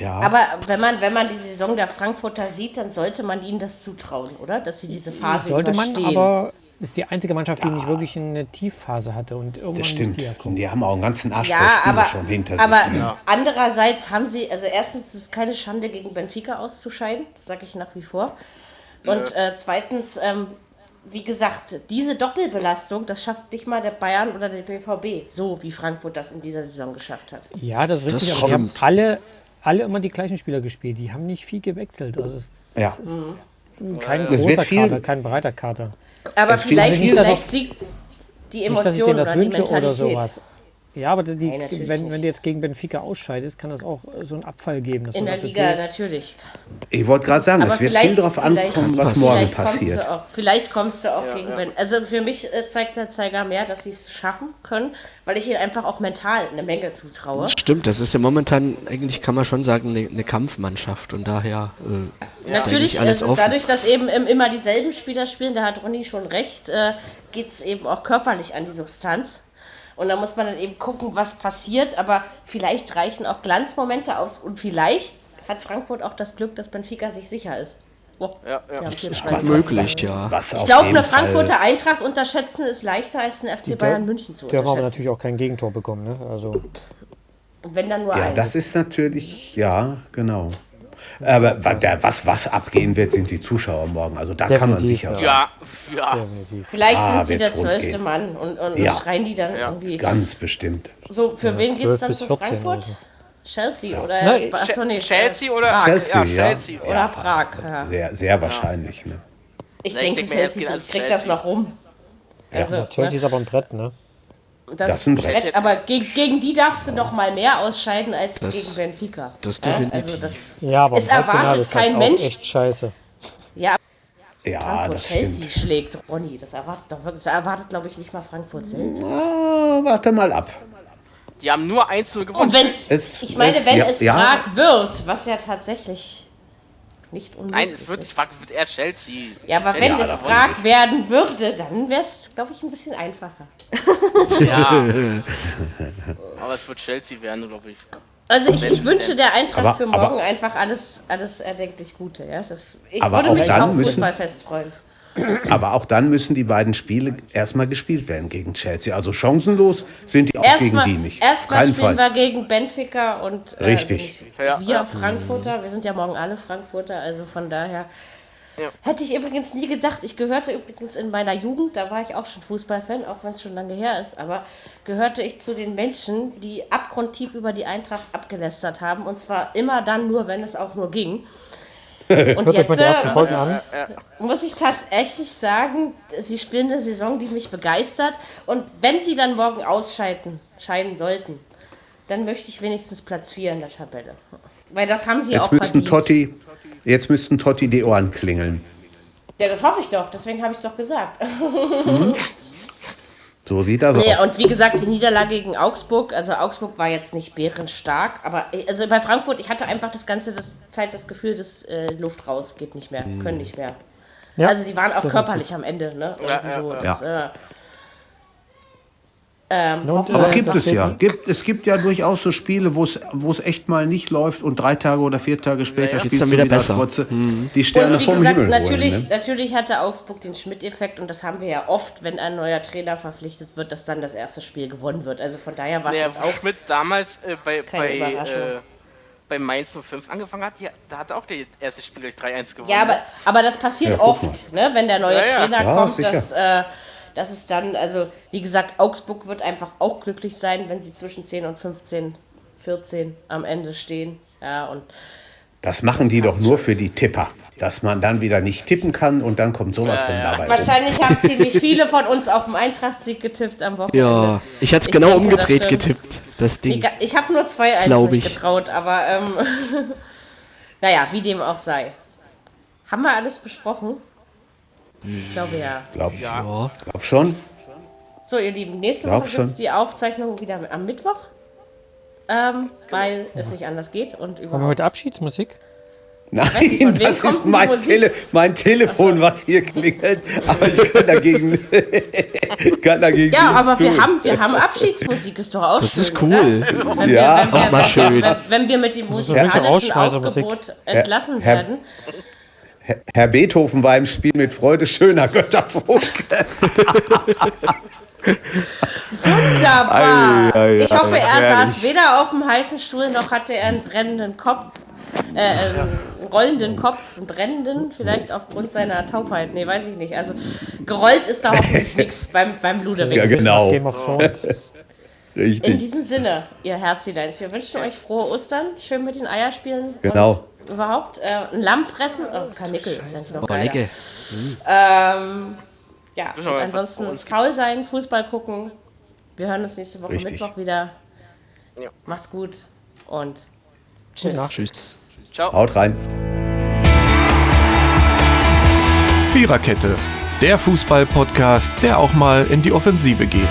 Speaker 3: Ja.
Speaker 2: Aber wenn man, wenn man die Saison der Frankfurter sieht, dann sollte man ihnen das zutrauen, oder? Dass sie diese Phase
Speaker 4: Sollte man,
Speaker 2: überstehen.
Speaker 4: aber ist die einzige Mannschaft, die nicht wirklich eine Tiefphase hatte. Und irgendwann
Speaker 3: Das
Speaker 4: muss
Speaker 3: stimmt.
Speaker 4: die ja kommen.
Speaker 3: Und die haben auch einen ganzen Arsch voll
Speaker 2: ja,
Speaker 3: Spiele
Speaker 2: aber,
Speaker 3: schon hinter sich.
Speaker 2: aber andererseits haben sie, also erstens es ist keine Schande, gegen Benfica auszuscheiden, das sage ich nach wie vor. Und äh, zweitens, ähm, wie gesagt, diese Doppelbelastung, das schafft nicht mal der Bayern oder der BVB, so wie Frankfurt das in dieser Saison geschafft hat.
Speaker 4: Ja, das ist richtig,
Speaker 5: Das
Speaker 4: aber die haben
Speaker 5: stimmt.
Speaker 4: alle, alle immer die gleichen Spieler gespielt. Die haben nicht viel gewechselt. Also es,
Speaker 3: Ja.
Speaker 4: es ist
Speaker 2: Mhm.
Speaker 4: kein
Speaker 3: Das
Speaker 4: großer
Speaker 3: wird viel-
Speaker 4: Kader, kein breiter Kader.
Speaker 2: Aber
Speaker 3: Es fehlen
Speaker 2: vielleicht,
Speaker 4: nicht, dass
Speaker 2: vielleicht
Speaker 4: ich-
Speaker 2: siegt die
Speaker 4: Nicht, dass ich
Speaker 2: Emotion
Speaker 4: denen das
Speaker 2: oder die
Speaker 4: wünsche
Speaker 2: Mentalität.
Speaker 4: oder sowas. Ja, aber die,
Speaker 2: Nein, natürlich
Speaker 4: wenn, wenn
Speaker 2: nicht.
Speaker 4: du jetzt gegen Benfica ausscheidest, kann das auch so einen Abfall geben. Dass
Speaker 2: In
Speaker 4: man
Speaker 2: der
Speaker 4: sagt,
Speaker 2: Liga
Speaker 4: okay,
Speaker 2: natürlich.
Speaker 3: Ich wollte gerade sagen,
Speaker 2: Aber
Speaker 3: Hm, es wird
Speaker 2: vielleicht-
Speaker 3: viel darauf
Speaker 2: vielleicht-
Speaker 3: ankommen, was
Speaker 5: vielleicht
Speaker 3: morgen
Speaker 2: vielleicht
Speaker 3: passiert.
Speaker 2: Kommst du auch, vielleicht kommst du auch gegen Ben. Also für mich äh, zeigt der Zeiger mehr, dass sie es schaffen können, weil ich ihnen einfach auch mental eine Menge zutraue.
Speaker 5: Stimmt, das ist ja momentan, eigentlich kann man schon sagen, eine ne Kampfmannschaft und daher äh, ist
Speaker 2: Natürlich,
Speaker 5: eigentlich alles
Speaker 2: also
Speaker 5: offen.
Speaker 2: dadurch, dass eben ähm, immer dieselben Spieler spielen, da hat Ronny schon recht, äh, geht es eben auch körperlich an die Substanz. Und da muss man dann eben gucken, was passiert. Aber vielleicht reichen auch Glanzmomente aus. Und vielleicht hat Frankfurt auch das Glück, dass Benfica sich sicher ist. Oh,
Speaker 6: Ja, ja.
Speaker 2: wir haben vier
Speaker 3: was
Speaker 2: Schweine.
Speaker 5: möglich, ja.
Speaker 3: Was
Speaker 2: Ich glaube, eine Frankfurter Eintracht unterschätzen ist leichter als den FC Bayern München zu
Speaker 4: Dürfen aber
Speaker 2: unterschätzen.
Speaker 4: natürlich auch kein Gegentor bekommen. Ne? Also,
Speaker 2: Und wenn dann nur
Speaker 3: Ja,
Speaker 2: eins.
Speaker 3: das ist natürlich, ja, genau. Aber wa- da- was, was abgehen wird, sind die Zuschauer morgen. Also da kann man
Speaker 4: Definitiv,
Speaker 3: sicher
Speaker 4: ja.
Speaker 3: sein.
Speaker 6: Ja, ja.
Speaker 4: definitiv.
Speaker 2: Vielleicht
Speaker 3: Ah,
Speaker 2: sind sie der
Speaker 3: wird's rund
Speaker 2: zwölfte
Speaker 3: gehen.
Speaker 2: Mann und, und
Speaker 3: Ja.
Speaker 2: schreien die dann irgendwie.
Speaker 3: Ganz bestimmt.
Speaker 2: So, für wen geht es
Speaker 4: 12
Speaker 2: dann
Speaker 4: bis
Speaker 2: zu
Speaker 4: 14
Speaker 2: Frankfurt?
Speaker 4: oder so.
Speaker 2: Chelsea oder
Speaker 4: Nein,
Speaker 2: Sp- achso, nee,
Speaker 6: Chelsea oder
Speaker 2: Prag.
Speaker 3: Chelsea,
Speaker 6: ja,
Speaker 3: ja.
Speaker 6: Chelsea
Speaker 2: Oder
Speaker 3: ja.
Speaker 2: Prag. Ja.
Speaker 3: Sehr, sehr wahrscheinlich. Ne?
Speaker 2: Ich
Speaker 6: Na, ich
Speaker 2: denke,
Speaker 6: denk mir, es
Speaker 2: Chelsea
Speaker 6: geht an
Speaker 2: kriegt das
Speaker 6: Chelsea.
Speaker 2: noch rum. Also,
Speaker 4: Chelsea ist aber ein Brett, ne?
Speaker 2: das,
Speaker 3: Das ist ein Brett.
Speaker 2: Aber gegen, gegen die darfst du noch mal mehr ausscheiden als
Speaker 5: Das-
Speaker 2: gegen Benfica.
Speaker 5: das
Speaker 2: Ja,
Speaker 5: definitiv.
Speaker 2: Also das,
Speaker 4: Ja, aber
Speaker 2: Es
Speaker 4: im Halbfinale
Speaker 2: erwartet
Speaker 4: ist halt
Speaker 2: kein
Speaker 4: auch
Speaker 2: Mensch.
Speaker 4: echt scheiße.
Speaker 3: Ja,
Speaker 2: Frankfurt
Speaker 3: Ah, das
Speaker 2: Chelsea
Speaker 3: stimmt.
Speaker 2: schlägt Ronny. Das erwartet doch wirklich. Das erwartet, glaube ich, nicht mal Frankfurt selbst.
Speaker 3: Ah, warte mal ab.
Speaker 6: Die haben nur 1-0
Speaker 2: Und
Speaker 6: gewonnen.
Speaker 2: wenn
Speaker 3: Es-
Speaker 2: es, ich meine,
Speaker 3: es-
Speaker 2: wenn
Speaker 3: ja-
Speaker 2: es
Speaker 3: ja.
Speaker 2: Prag wird, was ja tatsächlich nicht unmöglich
Speaker 6: Nein, es wird,
Speaker 2: ist.
Speaker 6: ich frage, wird er Chelsea?
Speaker 2: Ja, aber wenn
Speaker 3: Ja,
Speaker 2: es
Speaker 3: davon
Speaker 2: Prag
Speaker 3: nicht.
Speaker 2: werden würde, dann wäre es, glaube ich, ein bisschen einfacher.
Speaker 6: Ja. aber es wird Chelsea werden, glaube ich.
Speaker 2: Also ich,
Speaker 6: Wenn
Speaker 2: ich wünsche
Speaker 6: denn.
Speaker 2: der Eintracht
Speaker 3: Aber-
Speaker 2: für morgen
Speaker 3: aber-
Speaker 2: einfach alles, alles erdenklich Gute. Ja? Das, ich
Speaker 3: Aber
Speaker 2: würde
Speaker 3: auch
Speaker 2: mich
Speaker 3: dann
Speaker 2: auf
Speaker 3: müssen-
Speaker 2: Fußballfest freuen.
Speaker 3: Aber auch dann müssen die beiden Spiele erstmal gespielt werden gegen Chelsea. Also chancenlos sind die auch
Speaker 2: Erstmal
Speaker 3: gegen die nicht.
Speaker 2: erstmal
Speaker 3: Kein
Speaker 2: spielen
Speaker 3: Fall.
Speaker 2: wir gegen Benfica und äh,
Speaker 3: Richtig.
Speaker 6: Ja,
Speaker 2: wir
Speaker 6: ja.
Speaker 2: Frankfurter. Wir sind ja morgen alle Frankfurter, also von daher. Hätte ich übrigens nie gedacht. Ich gehörte übrigens in meiner Jugend, da war ich auch schon Fußballfan, auch wenn es schon lange her ist, aber gehörte ich zu den Menschen, die abgrundtief über die Eintracht abgelästert haben. Und zwar immer dann nur, wenn es auch nur ging. Und
Speaker 4: Hört euch
Speaker 2: jetzt
Speaker 4: mal die ersten
Speaker 2: äh,
Speaker 4: Folgen an.
Speaker 2: muss ich tatsächlich sagen, sie spielen eine Saison, die mich begeistert. Und wenn sie dann morgen ausscheiden scheiden sollten, dann möchte ich wenigstens Platz 4 in der Tabelle. Weil das haben sie ja auch
Speaker 3: Jetzt müssten,
Speaker 2: verdient.
Speaker 3: Totti, jetzt müssten Totti die Ohren klingeln.
Speaker 2: Ja, das hoffe ich doch, deswegen habe ich es doch gesagt.
Speaker 3: So sieht das
Speaker 2: Nee,
Speaker 3: aus.
Speaker 2: und wie gesagt, die Niederlage gegen Augsburg, also Augsburg war jetzt nicht bärenstark, aber also bei Frankfurt, ich hatte einfach das ganze das Zeit das Gefühl, dass äh, Luft raus geht nicht mehr, können nicht mehr.
Speaker 4: Ja,
Speaker 2: also sie waren auch
Speaker 4: definitiv.
Speaker 2: körperlich am Ende, ne? Irgendwie
Speaker 6: ja,
Speaker 2: so,
Speaker 6: ja.
Speaker 2: das, äh, Ähm,
Speaker 4: Nun,
Speaker 2: hoffen
Speaker 4: äh,
Speaker 3: Aber
Speaker 2: wir-
Speaker 3: gibt
Speaker 4: das
Speaker 3: es ja.
Speaker 4: wird-
Speaker 3: Gibt, es gibt ja durchaus so Spiele, wo es wo es echt mal nicht läuft und drei Tage oder vier Tage später
Speaker 5: Geht's
Speaker 3: spielst
Speaker 5: dann
Speaker 3: du
Speaker 5: wieder
Speaker 3: wieder als
Speaker 5: besser.
Speaker 3: Fotze die Sterne
Speaker 2: Mhm. und wie
Speaker 3: vom
Speaker 2: gesagt,
Speaker 3: Himmel.
Speaker 2: natürlich,
Speaker 3: holen, ne?
Speaker 2: natürlich hatte Augsburg den Schmidt-Effekt und das haben wir ja oft, wenn ein neuer Trainer verpflichtet wird, dass dann das erste Spiel gewonnen wird. Also von daher war es
Speaker 6: Naja,
Speaker 2: jetzt
Speaker 6: wo
Speaker 2: auch
Speaker 6: Schmidt damals äh, bei,
Speaker 2: Keine
Speaker 6: bei,
Speaker 2: Überraschung.
Speaker 6: äh, bei Mainz 05 angefangen hat, ja, da hat er auch der erste Spiel durch 3-1 gewonnen.
Speaker 2: Ja, aber, aber das passiert
Speaker 3: Ja, guck
Speaker 2: oft, ne? wenn der neue
Speaker 6: Ja, ja.
Speaker 2: Trainer
Speaker 3: Ja,
Speaker 2: kommt,
Speaker 3: sicher.
Speaker 2: dass, äh, dass es dann, also wie gesagt, Augsburg wird einfach auch glücklich sein, wenn sie zwischen 10 und 15, 14 am Ende stehen. Ja, und
Speaker 3: Das machen die doch nur für die Tipper, dass man dann wieder nicht tippen kann und dann kommt sowas dann dabei. Rum.
Speaker 2: wahrscheinlich haben ziemlich viele von uns auf den Eintrachtssieg getippt am Wochenende.
Speaker 5: Ja, ich hatte es
Speaker 2: Ich
Speaker 5: genau
Speaker 2: denke, das
Speaker 5: umgedreht
Speaker 2: stimmt.
Speaker 5: getippt, das Ding.
Speaker 2: Egal, Ich habe nur 2-1
Speaker 5: Glaub
Speaker 2: nicht
Speaker 5: ich.
Speaker 2: getraut, aber ähm, naja, wie dem auch sei. Haben wir alles besprochen? Ich glaube ja.
Speaker 3: Glaub,
Speaker 5: Ja.
Speaker 3: glaub schon.
Speaker 2: So, ihr Lieben, nächste
Speaker 3: Glaub
Speaker 2: Woche
Speaker 3: schon.
Speaker 2: sitzt die Aufzeichnung wieder am Mittwoch, ähm, weil es nicht anders geht und
Speaker 4: Haben wir
Speaker 2: überhaupt.
Speaker 4: heute Abschiedsmusik?
Speaker 2: von
Speaker 3: Nein,
Speaker 2: wem
Speaker 3: das
Speaker 2: kommt
Speaker 3: ist
Speaker 2: die
Speaker 3: mein,
Speaker 2: Musik?
Speaker 3: Tele mein Telefon, was hier klingelt. Aber ich kann dagegen, kann dagegen
Speaker 2: Ja,
Speaker 3: nichts
Speaker 2: aber wir
Speaker 3: tun.
Speaker 2: haben, wir haben Abschiedsmusik, ist doch auch
Speaker 5: Das
Speaker 2: ne? schön.
Speaker 5: ist
Speaker 2: Oder?
Speaker 5: cool.
Speaker 2: Wenn wir, wenn
Speaker 3: Ja.
Speaker 2: wir,
Speaker 5: Auch mal schön.
Speaker 2: Wenn, wenn wir mit dem
Speaker 4: ist so ein bisschen
Speaker 2: musikalischen
Speaker 4: Rausschmeißermusik.
Speaker 2: Aufgebot entlassen
Speaker 3: Herr-
Speaker 2: werden.
Speaker 3: Herr Beethoven war im Spiel mit Freude schöner Götterfunk.
Speaker 2: Wunderbar.
Speaker 3: Ei, ei,
Speaker 2: ich hoffe,
Speaker 3: ei,
Speaker 2: er
Speaker 3: herrlich.
Speaker 2: saß weder auf dem heißen Stuhl noch hatte er einen brennenden Kopf. Äh, einen rollenden Kopf, einen brennenden, vielleicht aufgrund seiner Taubheit. Nee, weiß ich nicht. Also gerollt ist da hoffentlich nichts beim, beim Ludewig.
Speaker 3: Ja, genau.
Speaker 4: Game of Thrones.
Speaker 2: In
Speaker 3: Richtig.
Speaker 2: diesem Sinne, ihr Herzileins, wir wünschen euch frohe Ostern, schön mit den Eiern spielen.
Speaker 3: Genau.
Speaker 2: Und überhaupt äh, ein Lamm fressen. Oh, Karnickel ist eigentlich noch
Speaker 5: Boah,
Speaker 2: geiler.
Speaker 5: Nicke.
Speaker 2: Ähm, ja, und
Speaker 6: wir mal bei
Speaker 2: ansonsten
Speaker 6: uns
Speaker 2: faul sein, Fußball gucken. Wir hören uns nächste Woche
Speaker 3: Richtig.
Speaker 2: Mittwoch wieder.
Speaker 6: Ja.
Speaker 2: Macht's gut und tschüss.
Speaker 5: Tschüss.
Speaker 6: Ciao.
Speaker 3: Haut rein.
Speaker 1: Viererkette, der Fußball-Podcast, der auch mal in die Offensive geht.